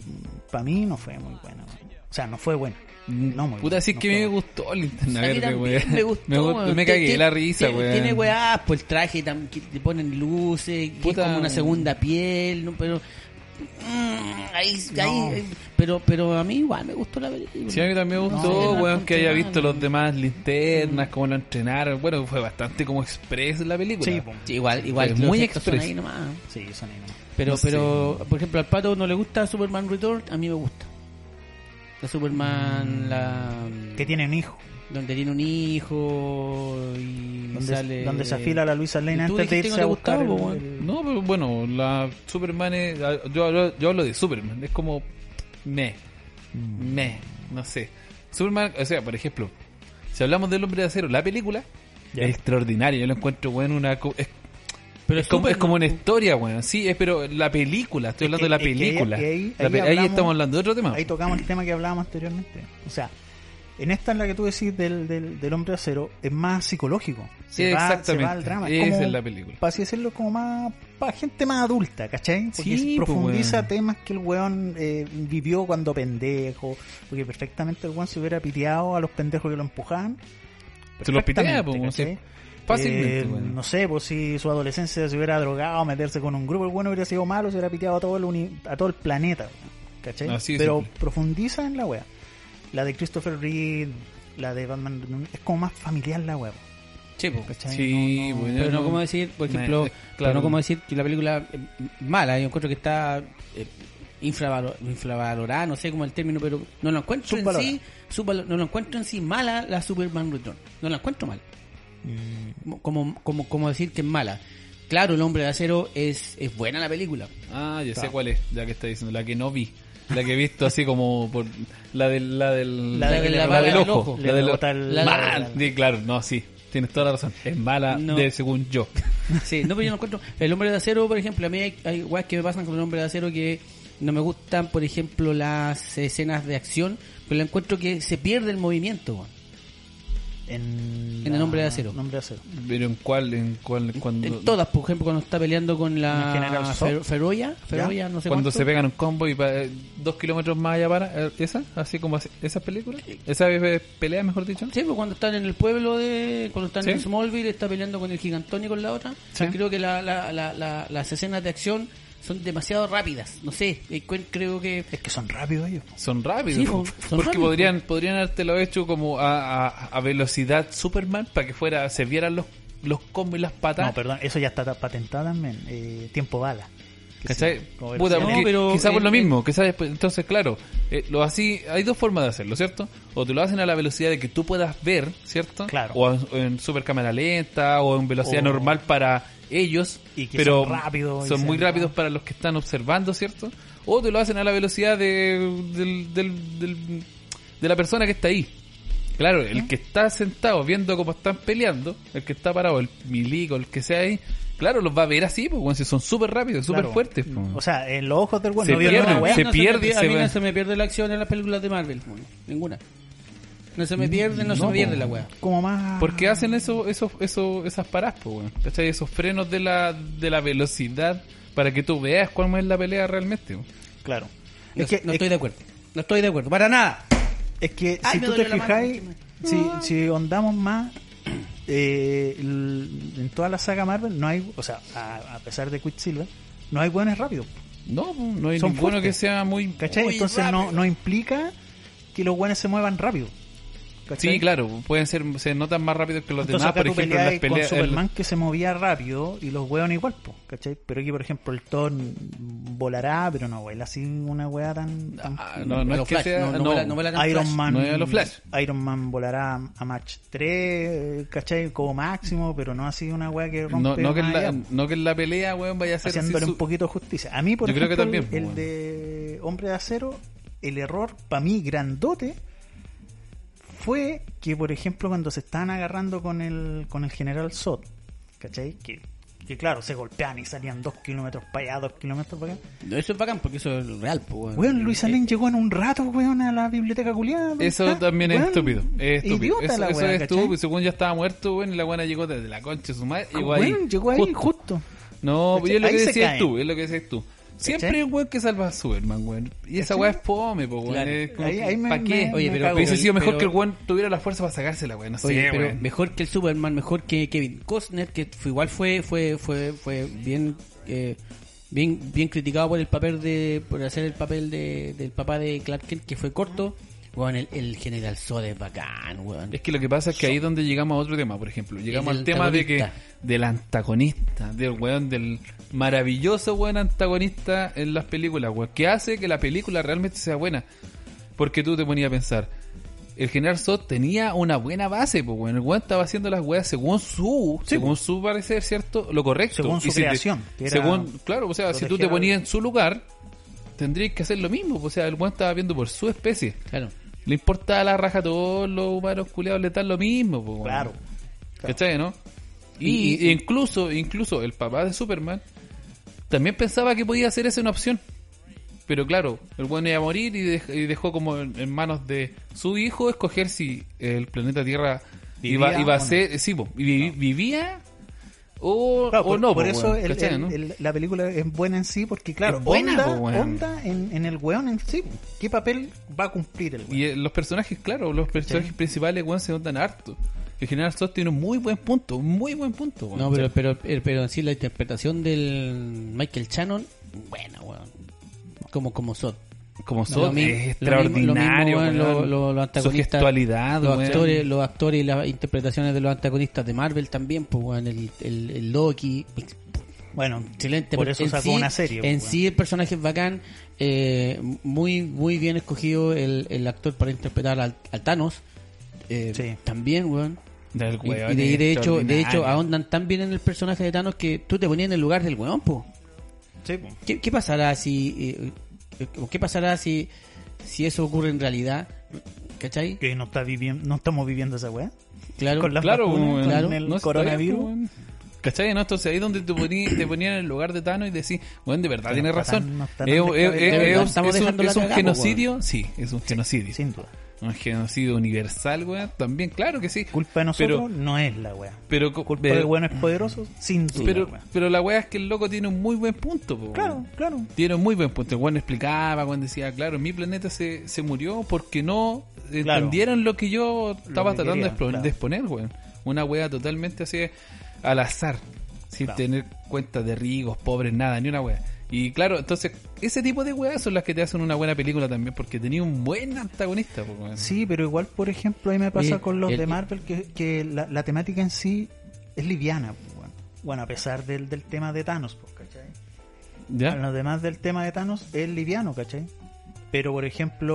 D: para mí, no fue muy buena. weón. O sea, no fue buena. No, muy
B: Puta,
D: buena,
B: sí
D: no
B: que
D: fue
B: me
D: buena.
B: gustó el Linterna
C: A mí
B: Verde,
C: también
B: weón.
C: me gustó,
B: Me, gu-
C: weón.
B: me cagué
C: Tiene-
B: la risa,
C: tiene-
B: weón.
C: Tiene weá, pues el traje tam- que le ponen luces, que
B: Puta.
C: es como una segunda piel, ¿no? pero. mm, ahí,
D: No.
C: ahí- pero, pero a mí igual me gustó la película.
B: Sí, a mí también me
C: No,
B: gustó,
C: no la
B: weón, que haya
C: encontré
B: visto
C: mala.
B: los demás linternas, cómo lo entrenaron. Bueno, fue bastante como express la película.
D: Sí, po.
C: Sí, igual, igual.
B: Pero
C: los
B: muy
C: efectos son
B: express.
C: ahí nomás.
D: Sí, son ahí nomás.
C: Pero,
B: No sé.
C: pero por ejemplo, al pato no le gusta Superman Return, a mí me gusta. La Superman, la.
D: Que Mm. tiene un hijo.
C: Donde tiene un hijo y
D: Donde,
C: sale.
D: donde se afila la Luisa Lane
C: ¿Tú
D: antes de
C: dijiste que no
D: irse a
C: te
D: buscar.
C: gustaba, po,
D: el- el-
B: No, pero bueno, la Superman es, yo, hablo- yo hablo de Superman, es como me,
D: Mm.
B: me, no sé. Superman, o sea, por ejemplo, si hablamos del Hombre de Acero, la película
D: Ya.
B: es extraordinaria, yo lo encuentro, weón, una co- es,
C: Pero
B: es como, es
C: Superman-
B: como una historia, weón. Sí, es pero la película, estoy
D: Es
B: hablando
D: que-
B: de la
D: es que ahí-
B: película.
D: que ahí-
B: La
D: ahí
B: pe- ahí
D: hablamos-
B: estamos hablando de otro tema.
D: Ahí tocamos el tema que hablábamos anteriormente. O sea, en esta en la que tú decís del, del, del hombre acero, es más psicológico. Se va-
B: Exactamente.
D: se va al drama.
B: Esa
D: como,
B: es la película.
D: Para así decirlo, como más. Para gente más adulta, ¿cachai? Porque
B: Sí, pues,
D: profundiza
B: weón.
D: temas que el weón eh, vivió cuando pendejo. Porque perfectamente el weón se hubiera piteado a los pendejos que lo empujaban.
B: Se los pitea,
D: Perfectamente,
B: pues, sí.
D: ¿cachai?
B: Fácilmente,
D: Eh,
B: weón.
D: No sé, pues si su adolescencia se hubiera drogado, meterse con un grupo, el bueno hubiera sido malo, se hubiera piteado a todo el, uni- a todo el planeta. weón. ¿Cachai?
B: Así de
D: Pero
B: simple.
D: profundiza en la wea. La de Christopher Reed, la de Batman, es como más familiar la wea.
C: Sí, po.
D: ¿Cachai?
B: Sí,
D: No, no.
B: weón,
C: Pero no
B: no-
C: como decir, por
B: Me-
C: ejemplo,
B: claro.
C: pero no como decir que la película es mala, yo encuentro que está eh, infravalo- infravalorada, no sé cómo es el término, pero no lo encuentro
D: Subvalorada.
C: en sí, subvalo- no lo encuentro en sí mala la Superman Return. No la encuentro mal. Como- Como, como, como decir que es mala. Claro, el hombre de acero es, es buena la película.
B: Ah, ya sé cuál es, ya que está diciendo, la que no vi. La que he visto así como por la del la del
C: La de que le
B: la del
C: apaga el
B: ojo,
C: ojo.
B: la
D: Le
B: del
D: rebota el-
C: la-
B: Mal. Sí, claro, no, sí. Tienes toda la razón. Es mala
C: No.
B: de según yo.
C: Sí, no, pero yo no encuentro. El hombre de acero, por ejemplo, a mí hay, hay weas que me pasan con el hombre de acero que no me gustan, por ejemplo, las escenas de acción, pero encuentro que se pierde el movimiento. weón.
D: En,
C: En el Hombre de Acero.
D: Nombre de acero.
B: Pero en cuál en cuál cuando
C: En todas, por ejemplo, cuando está peleando con la
D: En General Zod.
C: Fer- Feroya, Feroya, no sé
B: cuando
C: cuánto.
B: se pegan un combo y va, eh, dos kilómetros más allá para eh, esa, así como así- esa película, esa eh, pelea, mejor dicho.
C: Sí, pues cuando están en el pueblo de. Cuando están
B: Sí.
C: en Smallville, está peleando con el gigantón y con la otra.
B: Sí.
C: Yo creo que la- la- la- la- las escenas de acción son demasiado rápidas. No sé, eh, cu- creo que.
D: Es que son rápidos ellos.
B: Son rápidos.
C: Sí, po, son
B: porque
C: rápidos,
B: podrían podrían habértelo hecho como a, a- a velocidad Superman para que fuera se vieran los los combos y las patadas.
D: No, perdón, eso ya está ta- patentado también. Eh, tiempo bala. Que
B: ¿Cachai?
D: sí, como
B: Puta,
D: velocidad.
C: No,
B: porque
C: pero,
B: quizá por
C: eh,
B: lo
C: eh,
B: mismo, quizá después- entonces claro, eh, lo así, hay dos formas de hacerlo, ¿cierto? O te lo hacen a la velocidad de que tú puedas ver, ¿cierto?
D: Claro.
B: O en, en super cámara lenta, o en velocidad
D: O-
B: normal para ellos,
D: Y que
B: pero
D: son rápidos y
B: son
D: se-
B: muy rápidos para los que están observando, ¿cierto? O te lo hacen a la velocidad de, del- del- del- de la persona que está ahí. Claro, el que está sentado viendo cómo están peleando, el que está parado, el milico, el que sea ahí, claro, los va a ver así, pues, weón, si son súper rápidos, súper
D: Claro.
B: fuertes. pues.
D: O sea, en los ojos del bueno
B: Se
D: no vieron
B: pierden,
D: una
C: A mí
D: weá.
B: se
C: no
B: pierde,
C: me, pi- a
B: se
C: mí
B: va.
C: no se me pierde la acción en las películas de Marvel, weón. ninguna. No se me pierde, no, se
B: No,
C: me pierde
B: po.
C: la weá.
D: Como más.
B: Porque hacen eso, eso, eso, esas paras, po, weón? ¿Cachai? Esos frenos de la, de la velocidad para que tú veas cuál es la pelea realmente. weón.
D: Claro.
C: No,
D: es que,
C: no
D: es-
C: estoy de acuerdo. No estoy de acuerdo. Para nada.
D: Es que
C: Ay,
D: si
C: me
D: tú te
C: dolió la mano.
D: fijáis, si, si ondamos más, eh, el- en toda la saga Marvel no hay, o sea, a, a pesar de Quicksilver, no hay buenos rápidos.
B: No, po, no hay
D: Son
B: ninguno
D: fuertes.
B: que sea muy...
D: ¿Cachai?
C: Muy
D: Entonces no,
C: rápido.
D: no implica que los buenos se muevan rápido. ¿cachai?
B: Sí, claro, pueden ser, se notan más rápidos que los
D: Entonces
B: demás,
D: acá
B: por
D: tú
B: ejemplo, en las
D: peleabas con
B: peleas... en
D: Superman que se movía rápido y los hueones igual, po, ¿cachai? Pero aquí, por ejemplo, el Thor volará, pero no vuela así una hueá tan... tan-
B: Ah, no, no
C: A
B: es
C: los
B: que
C: Flash,
B: sea...
C: no, no
B: no.
C: me la- no me la-
D: Iron
C: Flash.
D: Man
B: No es a los Flash.
D: Iron Man volará a match 3, ¿cachai? Como máximo, pero no así una weá que rompe
B: No- no que en
D: más
B: la,
D: allá,
B: no que en la pelea, weón, vaya a ser... así
D: haciéndole
B: su-
D: un poquito de justicia. A mí, por
B: Yo creo
D: ejemplo,
B: que también,
D: el
B: pues,
D: de Hombre de Acero, el error para mí grandote fue que, por ejemplo, cuando se estaban agarrando con el, con el general Zod, ¿cachai? Que, que claro, se golpeaban y salían dos kilómetros para allá, dos kilómetros para acá.
C: Eso es bacán porque eso es real, po, weón.
D: Weón, Luis Alén llegó en un rato, weón, a la biblioteca culiada.
B: Eh, Eso también es estúpido. Es estúpido.
D: Idiota
B: eso
D: la
B: eso
D: weá,
B: es
D: ¿cachai?
B: estúpido. Según ya estaba muerto, weón, y la buena llegó desde la concha de su madre. Llegó ahí.
D: Weón, llegó ahí,
B: Justo.
D: justo.
B: No,
D: ¿Cachai?
B: yo es lo
D: Ahí
B: que
D: se
B: decías
D: caen.
B: tú, es lo que decías tú. Siempre
D: ¿Cachai?
B: hay un weón que salva a Superman, weón. Y esa weá es fome, po, weón.
C: Claro.
B: Es como
D: Ahí-
B: que,
D: ahí me-
B: ¿pa' qué?
D: me-
C: Oye,
D: me
C: pero-
D: cago.
B: Hubiese sido mejor
C: pero-
B: que el weón tuviera la fuerza para sacársela, weón. No sé,
C: Oye, pero
B: weón.
C: mejor que el Superman, mejor que Kevin Costner, que fue- igual fue fue fue fue bien eh, bien bien criticado por el papel de por hacer el papel de, del papá de Clark Kent que fue corto. Weón, el, el General Zod es bacán, weón.
B: Es que lo que pasa es que ahí es donde llegamos a otro tema, por ejemplo. Llegamos
C: El
B: al tema de que
C: antagonista.
B: del antagonista, del weón, del maravilloso buen antagonista en las películas, weón, que hace que la película realmente sea buena. Porque tú te ponías a pensar, el general Zod tenía una buena base, pues weón, el weón estaba haciendo las weas según su, según su parecer, ¿cierto? Lo correcto.
D: pues. Según su
B: si te-
D: creación, que era
B: según, claro, o sea, si tú te
D: proteger al-
B: ponías en su lugar, tendrías que hacer lo mismo, pues, o sea, el weón estaba viendo por su especie.
C: Claro.
B: Le importa la raja a todos los humanos culiados, le dan lo mismo, po, weón.
D: Claro.
B: ¿Cachai, no? Y, y incluso, incluso el papá de Superman también pensaba que podía hacer esa una opción. Pero claro, el bueno iba a morir y, dej- y dejó como en, en manos de su hijo escoger si el planeta Tierra
D: Vivía
B: iba, iba
D: o
B: a
D: no.
B: ser, sí, po, y vi- vivía o,
D: Claro,
B: Ah, o
D: por,
B: no.
D: por
B: po,
D: eso
B: weón,
D: el-
B: ¿cachai,
D: el-
B: no?
D: el- la película es buena en sí, porque claro,
B: Es buena,
D: onda,
B: po, weón.
D: onda en, en el weón en sí. po. ¿Qué papel va a cumplir el weón?
B: Y eh, los personajes, claro, los personajes principales, weón, se notan harto. El general Zod tiene un muy buen punto, un muy buen punto, weón.
C: No, pero pero eh, pero en sí la interpretación del Michael Shannon, buena, weón. Como como Zod.
B: como
C: No,
B: Zod
C: lo mi-
B: es
C: lo mismo-
B: extraordinario
C: lo mismo, weón, lo-
B: weón.
C: lo- los
B: su
C: antagonistas,
B: gestualidad
C: los
B: weón.
C: actores, los actores y las interpretaciones de los antagonistas de Marvel también, pues weón, el, el, el Loki, Bueno, excelente.
D: por
C: pero
D: eso
C: en
D: sacó
C: sí-
D: una serie,
C: En
D: pues,
C: sí el personaje es bacán, eh, muy muy bien escogido el, el actor para interpretar al, al Thanos. eh,
D: Sí.
C: También, weón.
B: Del
C: Y,
B: weón
C: y de, y de hecho, de hecho
B: extraordinario.
C: ahondan tan bien en el personaje de Thanos que tú te ponías en el lugar del weón, po.
D: Sí, pues. po.
C: ¿Qué, qué pasará si eh, eh, qué pasará si si eso ocurre en realidad? ¿Cachai?
D: que no, está viviendo, no estamos viviendo esa weá.
C: Claro.
D: Con las
B: Claro,
D: vacunas,
B: weón.
D: con
C: claro.
D: el
B: No está
D: coronavirus.
B: bien, pues, weón. ¿Cachai? No? Entonces ahí es donde te ponían te ponía en el lugar de Thanos y decís, bueno, de verdad
D: Pero
B: tiene
D: no está tan-
B: razón.
D: no está tan
B: Eh, eh,
D: descabellado.
B: eh,
C: De
B: eh,
C: verdad,
B: es-
C: estamos
B: es un,
C: dejando la
B: es un
C: cagada, po,
B: genocidio, sí, es un genocidio.
D: sin duda.
B: Un genocidio universal, weón. También, claro que sí.
D: Culpa de nosotros
B: Pero,
D: no es la weá.
B: pero, co-
D: Culpa
B: pero-
D: del bueno es poderoso, sin duda.
B: pero,
D: weá.
B: pero la weá es que el loco tiene un muy buen punto, po, weón.
D: claro, claro.
B: Tiene un muy buen punto. El weón explicaba, cuando decía, claro, mi planeta se, se murió porque no
D: Claro.
B: entendieron lo que yo estaba
D: que
B: tratando de,
D: quería,
B: explo-
D: claro.
B: de exponer, weón. Una wea totalmente así al azar, sin
D: Claro.
B: tener cuenta de rigos, pobres, nada, ni una wea. Y claro, entonces, ese tipo de weas son las que te hacen una buena película también, porque tenía un buen antagonista, po, weón.
D: Sí, pero igual, por ejemplo, ahí me pasa
C: Oye,
D: con los
C: el-
D: de Marvel que, que la, la temática en sí es liviana. pues, Bueno, Bueno, a pesar del, del tema de Thanos, pues, ¿cachai?
B: ¿Ya?
D: Los demás del tema de Thanos es liviano, ¿cachai? Pero, por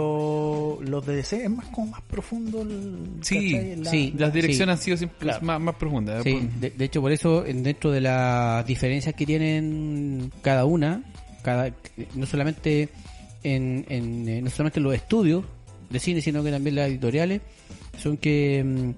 D: ejemplo, los de DC es más como más profundo el...
B: Sí,
D: ¿cachai? La-
C: sí,
B: Las direcciones han sido siempre
D: Claro.
B: más, más profundas. ¿eh?
C: Sí,
B: por-
C: de, de hecho, por eso, en- dentro de las diferencias que tienen cada una, cada no solamente en, en, eh, no solamente en los estudios de cine, sino que también las editoriales, son que mm,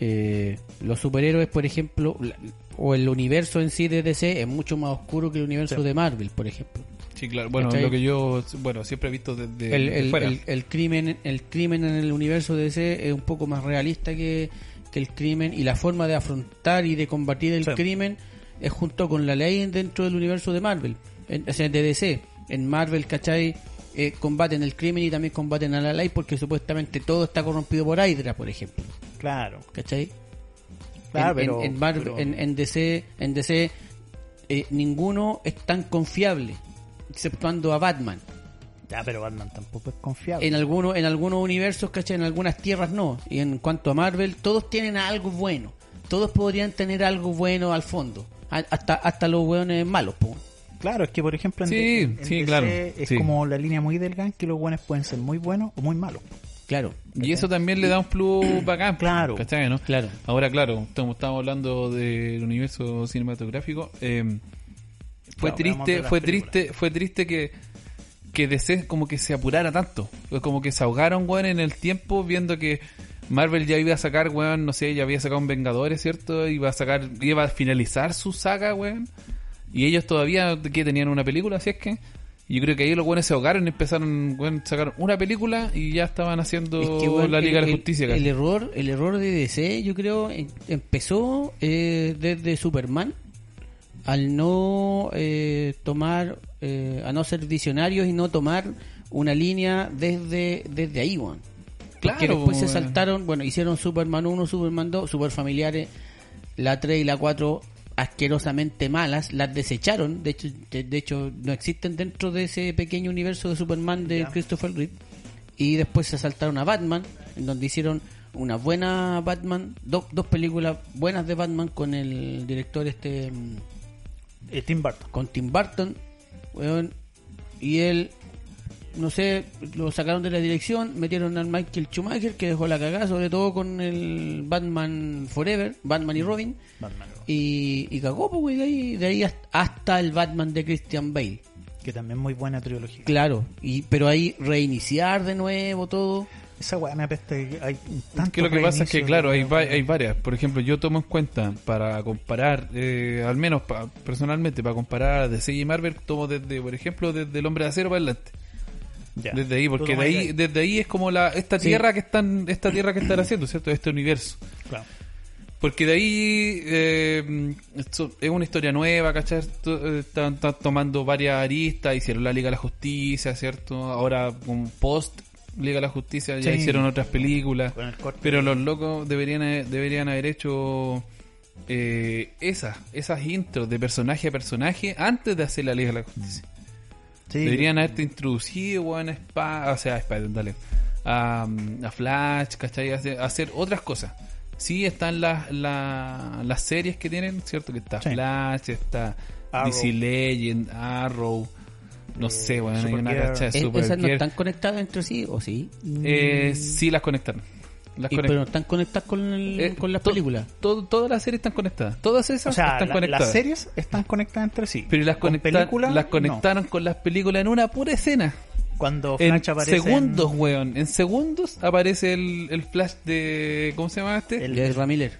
C: eh, los superhéroes, por ejemplo, la- o el universo en sí de DC es mucho más oscuro que el universo
D: Sí.
C: de Marvel, por ejemplo.
B: Sí, claro. Bueno,
C: ¿Cachai?
B: lo que yo bueno siempre he visto desde
C: el,
B: de
C: el-
B: fuera.
C: el- el crimen el crimen en el universo de DC es un poco más realista que, que el crimen y la forma de afrontar y de combatir el
D: Sí.
C: crimen es junto con la ley dentro del universo de Marvel en, o sea, de DC en Marvel ¿cachai? Eh, combaten el crimen y también combaten a la ley porque supuestamente todo está corrompido por Hydra por ejemplo
D: Claro,
C: ¿cachai?
D: claro,
C: en,
D: Ah, pero...
C: en- en Marvel-
D: pero-
C: en- en DC, en DC eh, ninguno es tan confiable exceptuando a Batman
D: Ya, pero Batman tampoco es confiable.
C: en algunos en algunos universos, ¿cachai? En algunas tierras no. Y en cuanto a Marvel, todos tienen algo bueno. Todos podrían tener algo bueno al fondo. A- Hasta, hasta los hueones malos, po.
D: Claro, es que, por ejemplo, en,
B: Sí,
D: D- en- en
B: sí,
D: DC
B: claro,
D: es
B: sí.
D: como la línea muy delgada en que los buenos pueden ser muy buenos o muy malos.
C: Claro,
B: Y eso también le da un
D: <clears throat>
B: plus bacán.
D: Claro.
B: ¿cachai, no?
C: Claro.
B: Ahora, claro, como estamos hablando del universo cinematográfico, eh, fue
D: Claro, hablamos de
B: triste,
D: las
B: fue
D: películas.
B: triste, fue triste que que DC como que se apurara tanto, Fue como que se ahogaron, weón, en el tiempo viendo que Marvel ya iba a sacar, weón, no sé, ya había sacado un Vengadores, ¿cierto? Iba a sacar, iba a finalizar su saga, weón. Y ellos todavía que tenían una película, así es que yo creo que ahí los buenos se ahogaron, empezaron, weón, sacaron una película y ya estaban haciendo
C: Es que, bueno,
B: la Liga
C: el,
B: de la
C: el-
B: Justicia.
C: El,
B: casi.
C: error, el error de DC, yo creo, em- empezó eh, desde Superman al no eh, tomar, eh, a no ser visionarios y no tomar una línea desde, desde ahí, weón.
B: Claro,
C: Que después se
B: weón.
C: saltaron, bueno, hicieron Superman 1, Superman 2, Super Familiares, la 3 y la 4 asquerosamente malas, las desecharon, de hecho, de, de hecho no existen dentro de ese pequeño universo de Superman de Christopher Reeve y después se saltaron a Batman, en donde hicieron una buena Batman, do- dos películas buenas de Batman con el director este mm,
D: Eh, Tim Burton.
C: con Tim Burton, weón, y él, no sé, lo sacaron de la dirección, metieron al Michael Schumacher, que dejó la cagada, sobre todo con el Batman Forever, Batman y Robin,
D: Batman.
C: y, y cagó, pues, güey, de ahí, de ahí hasta- hasta el Batman de Christian Bale.
D: Que también muy buena trilogía.
C: Claro, y pero ahí reiniciar de nuevo todo.
D: Esa weá me apesta que hay tanto
B: que lo que pasa es que, claro, hay, va- hay varias. Por ejemplo, yo tomo en cuenta para comparar, eh, al menos pa- personalmente, para comparar a DC y Marvel, tomo desde, por ejemplo, desde El Hombre de Acero para adelante. Desde ahí, porque de ahí, desde ahí es como la esta
C: Sí.
B: tierra que están esta tierra que están haciendo, ¿cierto? Este universo.
D: Claro.
B: Porque de ahí eh, esto es una historia nueva, ¿cachai? To- eh, Están, están tomando varias aristas, hicieron la Liga de la Justicia, ¿cierto? Ahora con post Liga de la Justicia ya
D: Sí.
B: hicieron otras películas.
D: Con el corte.
B: Pero los locos deberían, haber- deberían haber hecho eh, esas, esas intros de personaje a personaje antes de hacer la Liga de la Justicia.
D: Sí,
B: Deberían haberte introducido, weón, a mm, Spa- o sea, a Spider, dale. A, a Flash, ¿cachai? Hace- Hacer, otras cosas. Sí, están las, la- las series que tienen, ¿cierto? Que está
D: Sí.
B: Flash, está
D: Arrow.
B: DC Legend, Arrow. No
D: Eh,
B: sé, bueno, hay una
D: Supergirl.
B: cacha de
C: ¿Es- E-, eh, ¿Esas no
B: Supergirl.
C: están conectadas entre sí o sí?
B: Eh, sí, las conectan. Las
C: Y-
B: conectan.
C: pero no están conectadas con, el-
B: Eh,
C: con las
B: to-
C: películas.
B: todo- todas las series están conectadas. Todas esas
D: O sea,
B: están
D: la-
B: conectadas.
D: las series están conectadas entre sí.
B: pero las,
D: Con
B: conecta-
D: película,
B: las
D: no.
B: conectaron con las películas en una pura escena.
D: Cuando
B: En
D: Flash aparece. en-
B: segundos, weón. En segundos aparece el, el flash de. ¿Cómo se llama este?
D: el-
C: De Ezra Miller.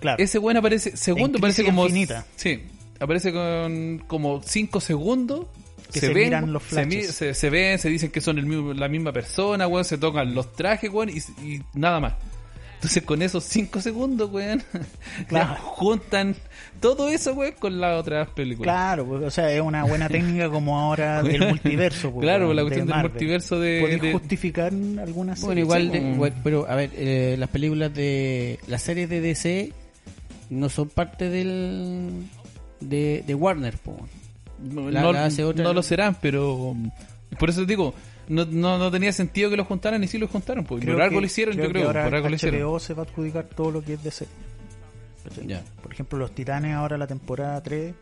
D: claro.
B: Ese weón aparece. Segundo
D: En
B: aparece
D: Crisis
B: como.
D: Infinita.
B: Sí. Aparece con como 5 segundos.
D: Que se miran los
B: se, mi-
D: flashes.
B: se, se ven, se dicen que son el mismo- la misma persona, weón. Se tocan los trajes, weón. Y, y nada más. Entonces con esos 5 segundos, weón. <laughs>
D: Claro.
B: ya juntan todo eso, weón, con las otras películas.
D: Claro, pues, o sea, es una
B: <laughs>
D: buena técnica como ahora del multiverso. pues,
B: Claro,
D: bueno,
B: la
D: de
B: cuestión del
D: Marvel.
B: multiverso de-
D: Poder
B: de-
D: justificar algunas
C: Bueno,
D: series,
C: igual,
D: sí,
C: de-
D: pues.
C: igual- pero a ver, eh, las películas de. Las series de DC no son parte del. de, de Warner, po. La-
B: no,
C: la hace otra-
B: no lo serán, pero. mm, Por eso te digo. No, no, no tenía sentido que los juntaran y sí los juntaron. Pues.
D: Creo
B: Por algo
D: que-
B: lo hicieron,
D: creo
B: yo
D: que
B: creo.
D: ahora
B: Por algo lo hicieron.
D: HBO se va a adjudicar todo lo que es DC. ¿Cachai?
C: Ya.
D: Por ejemplo, Los Titanes, ahora la temporada 3,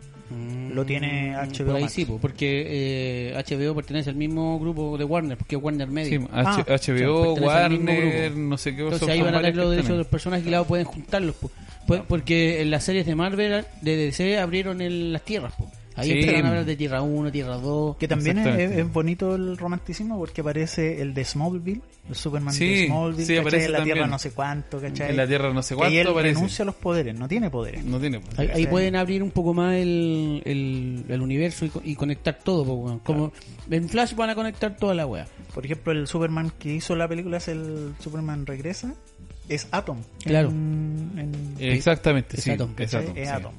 D: lo
B: Mm,
D: tiene HBO.
C: Mm, Por ahí
D: Max.
C: sí, po, porque eh, HBO pertenece al mismo grupo de Warner, porque es Warner Media.
B: Sí, H- HBO,
D: Ah,
C: o sea, pertenece al mismo
B: Warner,
C: grupo.
B: no sé qué.
C: Entonces
B: son
C: ahí van a
B: varias
C: tener los
B: que
C: derechos de
B: están
C: los personajes y la pueden juntarlos, po. Pu- porque en las series de Marvel, de DC, abrieron el- las tierras, po. Ahí
B: Sí.
C: empezaron a hablar de Tierra 1, Tierra 2.
D: Que también es,
B: Exactamente.
D: es bonito el romanticismo porque aparece el de Smallville, el Superman
B: Sí,
D: de Smallville,
B: sí,
D: ¿cachai?
B: aparece
D: en la
B: también.
D: Tierra no sé cuánto, ¿cachai?
B: En la Tierra no sé
D: Que ahí
B: cuánto
D: él
B: aparece.
D: renuncia a los poderes, no tiene poderes.
B: No tiene. pues.
C: Ahí, ahí
D: Sí.
C: pueden abrir un poco más el, el, el universo y, co- y conectar todo. po, weón. Como en Flash van a conectar toda la wea.
D: Por ejemplo, el Superman que hizo la película es el Superman Regresa, es Atom.
C: Claro.
D: En- en-
B: Eh, Exactamente, sí.
C: Atom,
B: es
D: ¿cachai?
B: Atom,
D: es
B: sí.
D: Atom.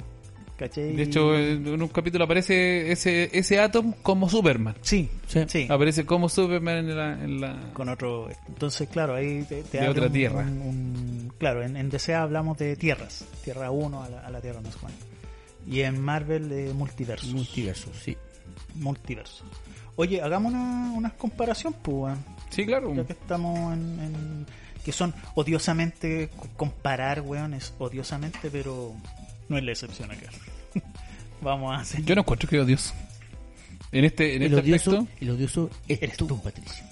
D: ¿Cachai?
B: De hecho, en en un capítulo aparece ese, ese Atom como Superman.
D: sí,
C: Sí.
D: sí.
B: eh, Aparece como Superman en la. en la-
D: Con otro. Entonces, claro, ahí te,
B: De
D: te abre
B: otra
D: un-
B: tierra.
D: un- un- claro, en, en DC hablamos de tierras. Tierra 1 a la, a la tierra no sé cuánto. Y en Marvel, eh, multiversos.
C: Multiverso, sí.
D: multiverso. Oye, hagamos una, una comparación, pues, weón.
B: Sí, claro.
D: ya que estamos en, en- que son odiosamente co- comparar, weón, es odiosamente, pero no es la excepción acá. <laughs> Vamos a hacer.
B: Yo no encuentro que odioso. En este, en
C: El
B: este
C: odioso,
B: aspecto.
C: el odioso eres tú, Patricio.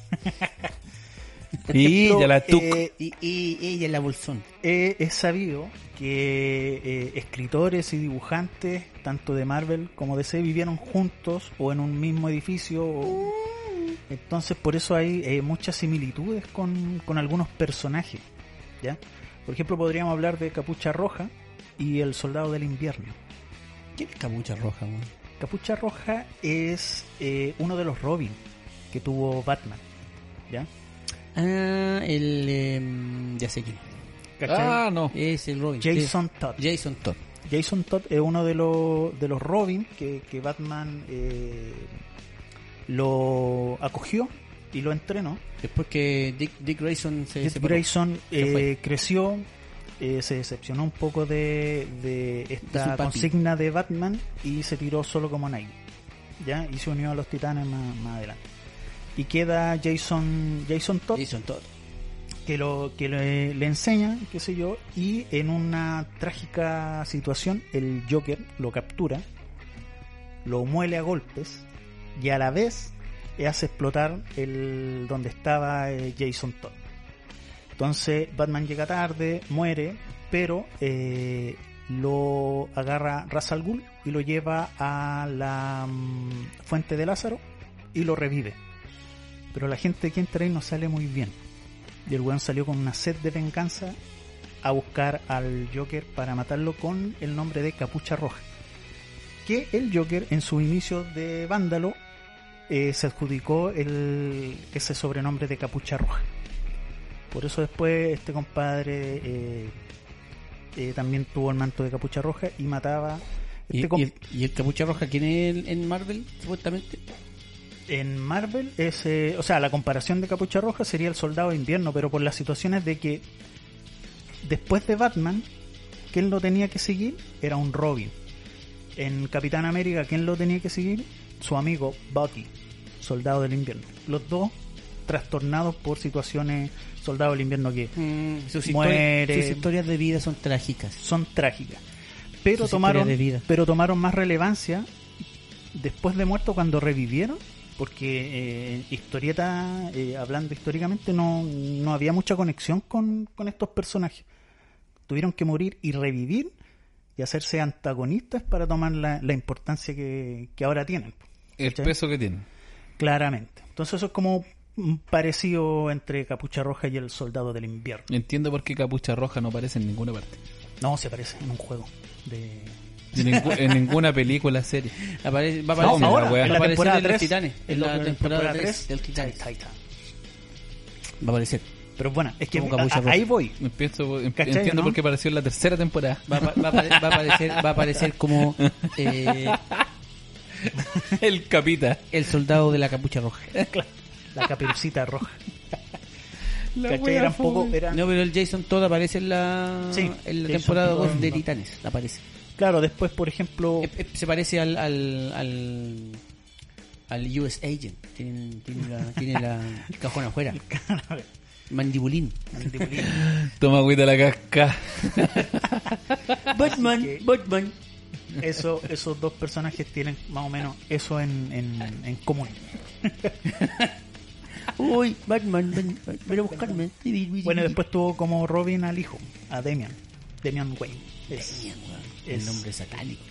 D: Por
B: Y
D: ejemplo,
B: ya la tuc.
D: eh,
C: Y, y ella es la bolsón.
D: eh, es sabido que eh, escritores y dibujantes, tanto de Marvel como DC, vivieron juntos o en un mismo edificio. o- Entonces, por eso hay eh, muchas similitudes con, con algunos personajes. ¿ya? Por ejemplo, podríamos hablar de Capucha Roja y El Soldado del Invierno.
C: ¿Quién es Capucha Roja, weón?
D: Capucha Roja es eh, uno de los Robin que tuvo Batman. ¿ya?
C: Ah, el. em, ya sé quién.
D: ¿Cachai?
B: Ah, no.
C: Es el Robin.
D: Jason Todd.
C: Sí. Oh. Jason Todd.
D: Jason Todd es uno de los de los Robin que, que Batman eh, lo acogió y lo entrenó.
C: Después que Dick, Dick Grayson se
D: Dick
C: separó.
D: Grayson
C: Se fue.
D: eh, creció, eh, se decepcionó un poco de,
C: De
D: de
C: su
D: esta
C: papi.
D: consigna de Batman y se tiró solo como Nike. ¿ya? Y se unió a los Titanes más, más adelante. Y queda Jason Jason Todd
C: Jason Todd.
D: que lo que le, le enseña, qué sé yo, y en una trágica situación el Joker lo captura, lo muele a golpes y a la vez hace explotar el donde estaba eh, Jason Todd. Entonces Batman llega tarde, muere, pero eh, lo agarra Ra's al Ghul y lo lleva a la mm, fuente de Lázaro y lo revive. Pero la gente que entra ahí no sale muy bien. Y el weón salió con una sed de venganza a buscar al Joker para matarlo con el nombre de Capucha Roja. Que el Joker en su inicio de vándalo eh, se adjudicó el, ese sobrenombre de Capucha Roja. Por eso después este compadre eh, eh, también tuvo el manto de Capucha Roja y mataba...
C: Y,
D: este com-
C: y el, y el Capucha Roja, ¿quién es el- en Marvel? Supuestamente.
D: En Marvel, es, eh, o sea, la comparación de Capucha Roja sería el soldado de invierno, pero por las situaciones de que después de Batman, quien lo tenía que seguir era un Robin. En Capitán América, quien lo tenía que seguir? Su amigo Bucky, soldado del invierno. Los dos trastornados por situaciones soldados del invierno que
C: Mm, sus,
D: Muere.
C: historias, sus historias de vida son trágicas.
D: son trágicas. Pero
C: Sus
D: tomaron,
C: historias de vida.
D: pero tomaron más relevancia después de muerto cuando revivieron, porque eh, historieta, eh, hablando históricamente, no, no había mucha conexión con, con estos personajes. Tuvieron que morir y revivir y hacerse antagonistas para tomar la, la importancia que, que ahora tienen,
B: El
D: ¿Cachai?
B: peso que tiene.
D: claramente. Entonces eso es como un parecido entre Capucha Roja y el Soldado del Invierno.
B: Entiendo por qué Capucha Roja no aparece en ninguna parte.
D: No, se parece en un juego de...
B: En, ningú- en ninguna película, serie.
C: Aparece, va a
B: No,
C: aparecer,
B: ahora,
C: va a
B: en la
C: aparecer
D: temporada
C: en los
D: tres,
C: Titanes.
D: en
C: En
D: la
C: la
D: temporada
C: temporada 3
D: tres,
C: del Titanic.
D: Titan.
C: Va a aparecer.
D: Pero bueno, es que
C: Como capucha
D: a- a- ahí
C: roja. <laughs>
D: voy.
B: Empiezo- em-
D: ¿Cachai,
B: entiendo
D: no?
B: por qué apareció en la tercera temporada. <laughs>
C: Va, a- va a apare- va a aparecer, va a aparecer como eh,
B: El Capita.
C: el soldado de la capucha roja.
D: La
C: <laughs>
D: caperucita roja. ¿Cachai? Era un poco. era-
C: No, pero el Jason Todd aparece en la,
D: Sí,
C: en la
D: Jason
C: temporada
D: Todd. Oh.
C: 2 de Titanes. Aparece.
D: Claro, después, por ejemplo. <laughs>
C: Eh, eh, Se parece al, al, al, al US Agent. Tiene, tiene, la, tiene la- el cajón afuera. Mandibulín.
B: Toma agüita la
C: <laughs>
B: casca.
C: Batman,
D: que-
C: Batman.
D: Eso, esos dos personajes tienen más o menos eso en, en, en común.
C: Uy, Batman, ven, ven a buscarme.
D: Bueno, después tuvo como Robin al hijo, a Damian. Damian Wayne. Es
C: El
D: es
C: nombre satánico.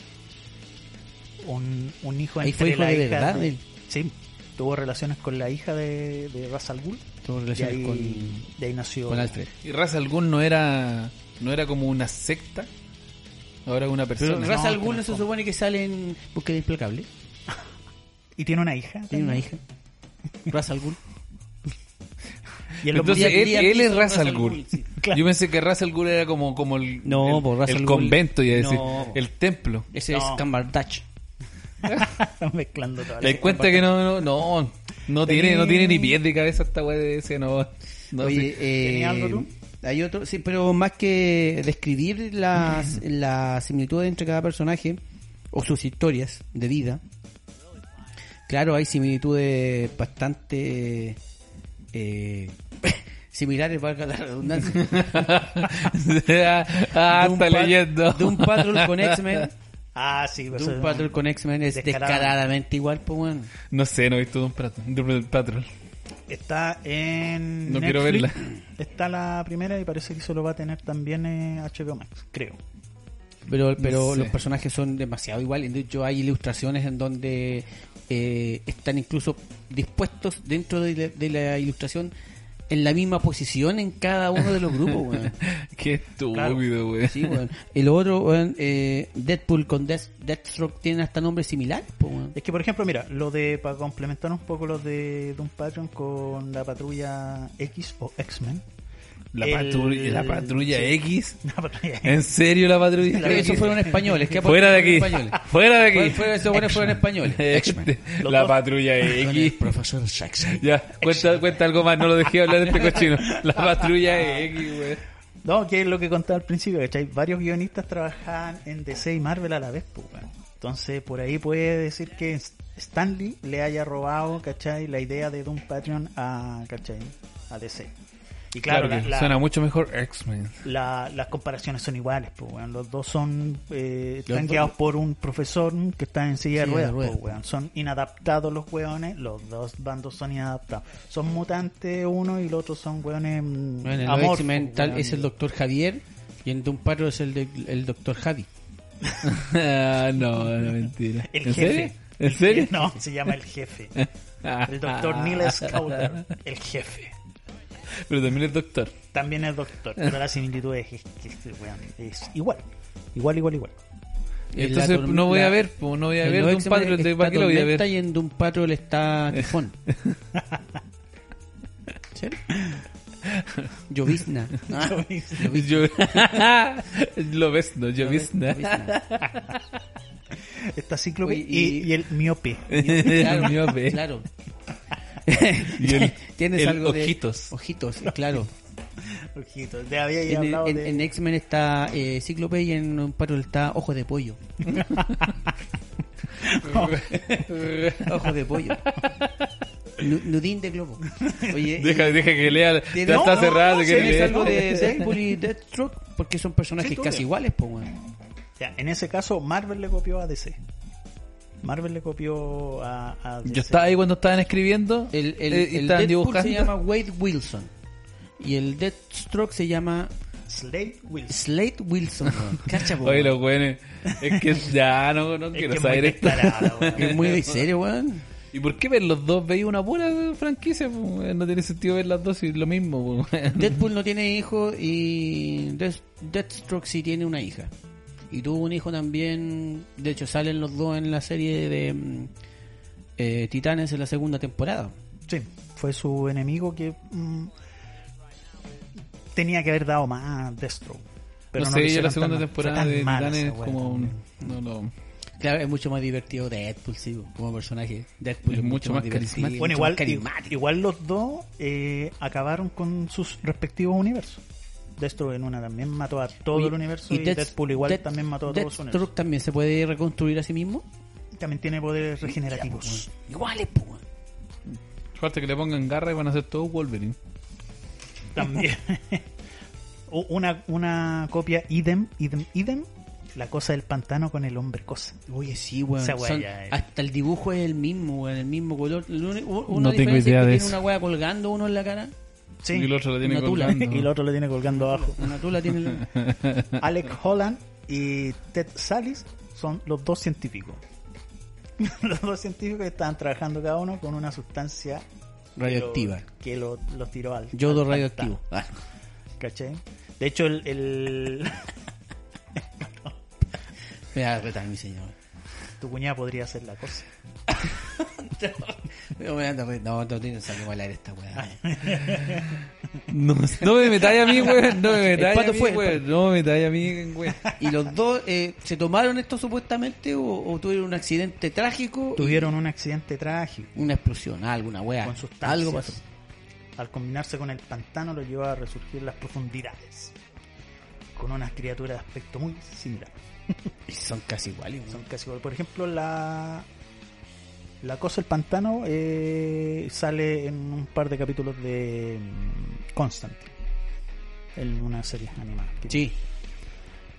D: un, un hijo
C: Ahí
D: entre
C: fue hijo
D: la
C: de
D: hija
C: verdad, él.
D: Sí, tuvo relaciones con la hija de, de Ra's al Ghul.
C: Tuvo
D: Y
C: relaciones
D: ahí,
C: con,
D: de ahí nació.
C: con Alfred.
B: ¿Y Raza Algún no era, no era como una secta? Ahora es una persona.
C: Pero Raza
D: no,
C: alguna
D: no,
C: se
D: no.
C: supone que sale en Búsqueda Implacable.
D: Y tiene una hija.
C: Tiene una
D: también.
C: hija. Raza alguna.
D: Y en los
B: Entonces,
D: mundiales-
B: él- él es Ra's al Ghul.
C: sí.
D: claro.
B: Yo pensé que Raza Algún era como, como el,
C: No,
B: el,
C: po, Ra's
B: el
C: al Ghul-
B: convento, ya
C: no,
B: decir,
C: po.
B: el templo.
C: Ese
D: No.
C: es Cambardach.
D: <laughs> Estamos mezclando todas
B: ¿Te das cuenta que no, no, no, no tiene, no tiene ni pies de cabeza esta weá de ese, no. no
C: Oye,
B: sí.
C: eh,
D: ¿Tenía algo tú?
C: Hay otro, sí, pero más que describir las, las similitudes entre cada personaje o sus historias de vida, claro, hay similitudes bastante eh, <laughs> similares, valga la
B: <laughs>
C: redundancia.
B: ah, ah,
C: De un
B: está
C: pa-
B: leyendo.
C: De un
B: <laughs>
C: patrol con X-Men.
D: Ah, sí, pues,
C: Doom
D: eh,
C: Patrol con X-Men es
D: Descaradamente.
C: descaradamente igual, pues weón.
B: No sé, no he visto Doom Patrol. Doom Patrol.
D: Está en.
B: No quiero
D: Netflix. Está la primera y parece que solo va a tener también eh, HBO Max, creo.
C: Pero, pero
B: sé.
C: los personajes son demasiado iguales. De hecho, hay ilustraciones en donde eh, están incluso dispuestos dentro de la, de la ilustración en la misma posición en cada uno de los
B: <laughs>
C: grupos, weón.
B: Qué estúpido, weón.
C: Sí, weón. El otro, weón, eh, Deadpool con Death, Deathstroke tienen hasta nombres similares, pues, weón.
D: Es que, por ejemplo, mira, lo de. Para complementar un poco los de Doom Patrol con la patrulla X o X-Men. <laughs>
B: La,
D: El-
B: patrulla, la patrulla
D: sí.
B: X.
D: La patrulla X.
B: ¿En serio la patrulla
C: Pero
B: X?
C: esos fueron
B: <laughs>
C: españoles. ¿qué
B: Fuera de aquí.
C: Fueron españoles.
B: Fuera de
C: Fue-
B: aquí.
C: fue- esos buenos fueron españoles.
B: Este,
D: Los
B: la
D: dos.
B: patrulla
C: Con
B: X.
C: el profesor Jackson.
B: Ya, cuenta, cuenta algo más, no lo dejé hablar
C: <laughs>
B: este cochino. La patrulla X, weón.
D: No, que es lo que contaba al principio, ¿cachai? Varios guionistas trabajaban en DC y Marvel a la vez, pues, weón. Entonces, por ahí puede decir que Stanley le haya robado, ¿cachai? La idea de Doom Patreon a, ¿cachai? A DC. Y claro,
B: Claro que
D: la- la-
B: suena mucho mejor X-Men.
D: la- las comparaciones son iguales, pues, weón. Los dos son, eh, están
C: dos-
D: guiados por un profesor que está en silla
C: Silla
D: de
C: de
D: ruedas,
C: ruedas,
D: pues, weón. Son inadaptados los weones, los dos bandos son inadaptados. Son mutantes uno y el otro son weones mm,
C: Bueno, en los
D: amorfos,
C: X-Men tal-
D: weón.
C: es el doctor Javier y en Doom Patrol es el, de- el doctor Javi.
B: <laughs> Ah, no, no, mentira.
D: El
B: ¿En
D: jefe.
B: serio? ¿En serio?
D: <laughs> No, se llama el jefe. El
B: <laughs>
D: doctor Neil Scouter, el jefe.
B: Pero también es doctor.
D: También es doctor, pero la similitud es, es que este weón es igual. Igual, igual, igual.
C: En
B: Entonces
C: la tormenta-
B: no voy a ver, po, no voy a
C: en
B: ver
C: los
B: Doom
C: X-Men
B: Patrol. ¿De
C: está
B: para qué lo voy a
C: Tormenta
B: ver?
C: Y en Doom Patrol está
B: <laughs>
C: Tifón. ¿Sí? Llovizna. Ah,
B: Yo... lo ves, no, yo ves, no.
C: llovizna.
D: Está cíclope
C: Oye,
D: y,
C: y-
D: y el miope.
C: Claro,
B: Miope.
C: claro.
B: Y el-
C: <laughs> Tienes
B: el
C: algo de-
B: ojitos.
C: Ojitos, claro.
D: Ojito, de había ya
C: En,
D: hablado
C: en-
D: de-
C: en X-Men está eh, Cíclope y en Doom Patrol está Ojo
B: <laughs>
C: de Pollo. Ojo de Pollo. Nu- Nudín de globo. Oye, y-
B: Deja, deja que lea.
C: Tiene-
B: Ya está
C: no,
B: cerrada.
D: no,
B: si
D: se
B: quiere
C: ¿Tienes
B: leer.
C: algo
B: <laughs>
C: de Deadpool y Deathstroke? Porque son personajes
D: Sí, tú,
C: casi
D: ya.
C: iguales, po, weón.
D: Ya, en ese caso, Marvel le copió a DC. Marvel le copió a, a DC.
B: Yo estaba ahí cuando estaban escribiendo.
C: El, el,
B: eh, y
C: el
B: estaban
C: Deadpool
B: dibujando.
C: se llama Wade Wilson. Y el Deathstroke se llama
D: Slade Wilson.
C: Slade
B: <laughs>
C: Wilson, weón. Cacha, po,
B: Oye,
C: weón.
B: los güeyes. Es
D: <laughs>
B: que ya no, no quiero
D: que es muy
B: saber esto.
D: descarado, weón.
C: Es
B: <laughs>
C: muy de serio, weón.
B: ¿Y por qué ver los dos? Veis una pura franquicia. po, weón. No tiene sentido ver las dos y lo mismo. po, <laughs> weón.
C: Deadpool no tiene hijo y Death- Deathstroke sí tiene una hija. Y tuvo un hijo también. De hecho, salen los dos en la serie de mm, eh, Titanes en la segunda temporada.
D: Sí, fue su enemigo que mm, tenía que haber dado más Deathstroke. Pero
B: no,
D: lo
B: sé, yo la
D: hicieron
B: segunda
D: tan mal. Fue
B: temporada
D: tan
B: de
D: mala
B: Titanes
D: esa weá
B: como.
D: también.
B: un- No, no.
C: Claro, es mucho más divertido Deadpool, sí, como personaje. Deadpool
B: Es mucho más
C: divertido,
B: carismático.
C: mucho
D: Bueno, igual,
C: más carismático.
D: igual los dos eh, acabaron con sus respectivos universos. Deathstroke en una también mató a todo
C: Oye,
D: el universo
C: y
D: y,
C: Death-
D: Deadpool igual
C: Death-
D: también mató a todo su universo.
C: Deathstroke también se puede reconstruir a sí mismo.
D: También tiene poderes regenerativos.
C: Iguales, po, pues, weón.
B: Suerte que le pongan garra y van a ser todos Wolverine.
D: También. <laughs> U- una, una copia idem, idem, idem. La cosa del pantano con el hombre cosa.
C: Oye, sí, weón.
D: Esa weá
C: Son-
D: ya es-
C: hasta el dibujo es el mismo, weón, el mismo color. Lo uni- u-
B: No
C: Una
B: tengo
C: diferencia
B: idea
C: es que
B: de
C: tiene
B: eso.
C: una weá colgando uno en la cara.
D: Sí.
B: Y el otro lo tiene
C: Una tula.
B: colgando.
D: Y el otro lo tiene colgando abajo.
C: Una tula
B: <laughs>
C: tiene. la-
D: Alec Holland y Ted Sallis son los dos científicos. <laughs> los dos científicos que estaban trabajando cada uno con una sustancia
C: radioactiva.
D: que lo- los tiró al.
C: Yodo
D: al
C: radioactivo. Ah. <laughs>
D: pantano, ¿Cachai? De hecho, el. el- <laughs>
C: Me va a retar mi señor.
D: tu cuñada podría hacer la cosa.
C: <laughs> No, me anda re- no, no tiene salido al aire esta weá.
B: No, no me metáis a mí, weón. No me metáis a
C: pato
B: mí,
C: fue, el
B: weón. No me metáis a mí, weón.
C: ¿Y los dos eh, se tomaron esto supuestamente o, o tuvieron un accidente trágico?
D: Tuvieron un accidente trágico
C: Una explosión, alguna weá.
D: con sustancias.
C: Ah, Algo pasó.
D: Al combinarse con el pantano, lo llevó a resurgir en las profundidades. Con unas criaturas de aspecto muy similar.
C: Y son casi iguales. weón.
D: Son casi igual. Por ejemplo, la la cosa del pantano eh, sale en un par de capítulos de mm, Constantine. En una serie animada. que-
C: Sí.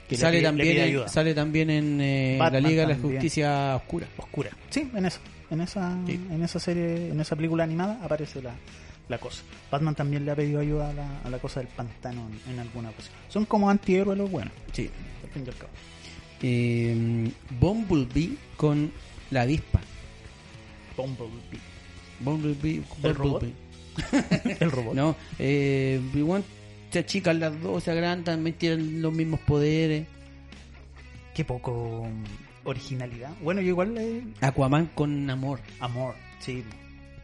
D: que le
C: sale,
D: pide- le
C: también
D: pide
C: en,
D: ayuda.
C: sale también en eh, la
D: Batman
C: Liga de la
D: también.
C: Justicia Oscura.
D: Oscura. Sí, en esa. En esa,
C: Sí.
D: en esa serie, en esa película animada aparece la, la cosa. Batman también le ha pedido ayuda a la, a la cosa del pantano en, en alguna ocasión. Son como antihéroes los buenos,
C: Sí.
D: al fin y al cabo.
C: Eh, Bumblebee con la avispa.
D: Bumblebee.
C: Bumblebee.
D: ¿El robot?
C: Bumblebee.
D: <laughs> El robot.
C: No, eh, igual se achican las dos, se agrandan, me tienen los mismos poderes.
D: Qué poco mm, originalidad. Bueno, yo igual eh,
C: Aquaman con amor,
D: Amor, sí.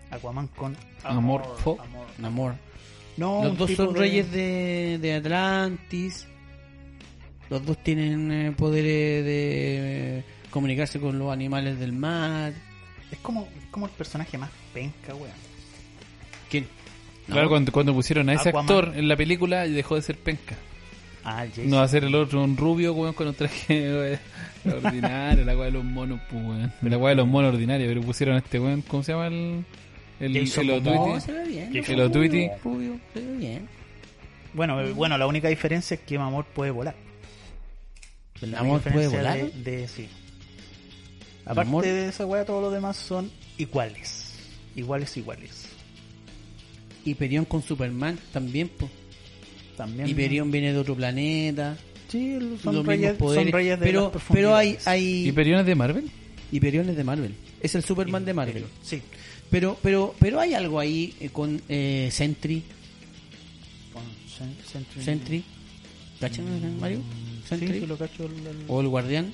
D: Aquaman con
B: Amor, fo.
D: amor.
C: amor.
D: No, Oh, un
C: los dos
D: tipo
C: son
D: de-
C: reyes de, de Atlantis. Los dos tienen eh, poderes de eh, comunicarse con los animales del mar.
D: Es como, es como el personaje más penca, weón.
C: ¿Quién? No.
B: Claro, cuando, cuando pusieron a ese
D: Aquaman.
B: actor en la película, dejó de ser penca.
D: Ah, el Jason.
B: No va a ser el otro un rubio, weón, con un traje weón, ordinario, la weá de los monos, pues, weón. La weá de los monos ordinaria, pero pusieron a este weón, ¿cómo se llama el. El,
D: Jason
B: el
D: Momoa.
B: Otuiti?
C: No, se ve bien.
B: Que
C: no,
B: se lo
C: Fubio,
B: tuite.
C: Fubio, se ve bien.
D: Bueno, eh, bueno, la única diferencia es que Amor puede volar. La
C: Namor
D: única
C: puede
D: diferencia
C: volar.
D: De, de- sí. Aparte
C: Namor.
D: de esa weá, todos los demás son iguales. Iguales, iguales.
C: Y Perión con Superman también. po.
D: También.
C: Y Perión viene de otro planeta.
D: Sí, son,
C: los
D: reyes,
C: mismos poderes.
D: son reyes de
C: pero,
D: las
C: pero hay,
D: profundidades.
C: hay
B: ¿Hiperión es de Marvel?
C: Hiperión es de Marvel. Es el Superman de Marvel.
D: Sí.
C: Pero, pero, pero hay algo ahí eh, con eh, Sentry.
D: Con Cent- Sentry.
C: Sentry. ¿Cachan, Mario?
D: Mm, Sí,
C: Sentry.
D: sí, lo cacho el- el-
C: O el Guardián.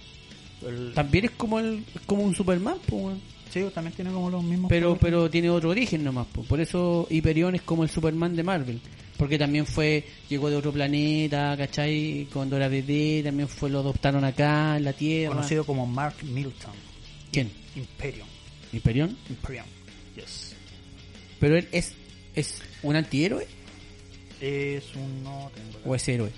D: el-
C: También es como el, es como un Superman, po, weón.
D: Sí, también tiene como los mismos.
C: pero,
D: poderes.
C: pero tiene otro origen nomás. po. Por eso Hiperión es como el Superman de Marvel. Porque también fue, llegó de otro planeta, ¿cachai? Cuando era bebé, también fue, lo adoptaron acá, en la Tierra.
D: conocido como Mark Milton.
C: ¿Quién?
D: Imperium.
C: ¿Hiperión?
D: Imperium. Yes.
C: Pero él es, es un antihéroe.
D: Es un no tengo la-
C: o es héroe.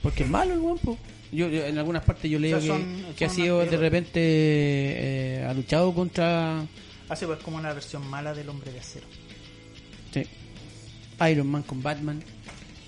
C: Porque es malo el guampo. Yo, yo en algunas partes yo leo
D: O sea,
C: que-
D: son-
C: que,
D: son
C: ha sido de
D: antihéroes.
C: repente eh, ha luchado contra
D: Hace pues como la versión mala del hombre de acero.
C: Sí. Iron Man con Batman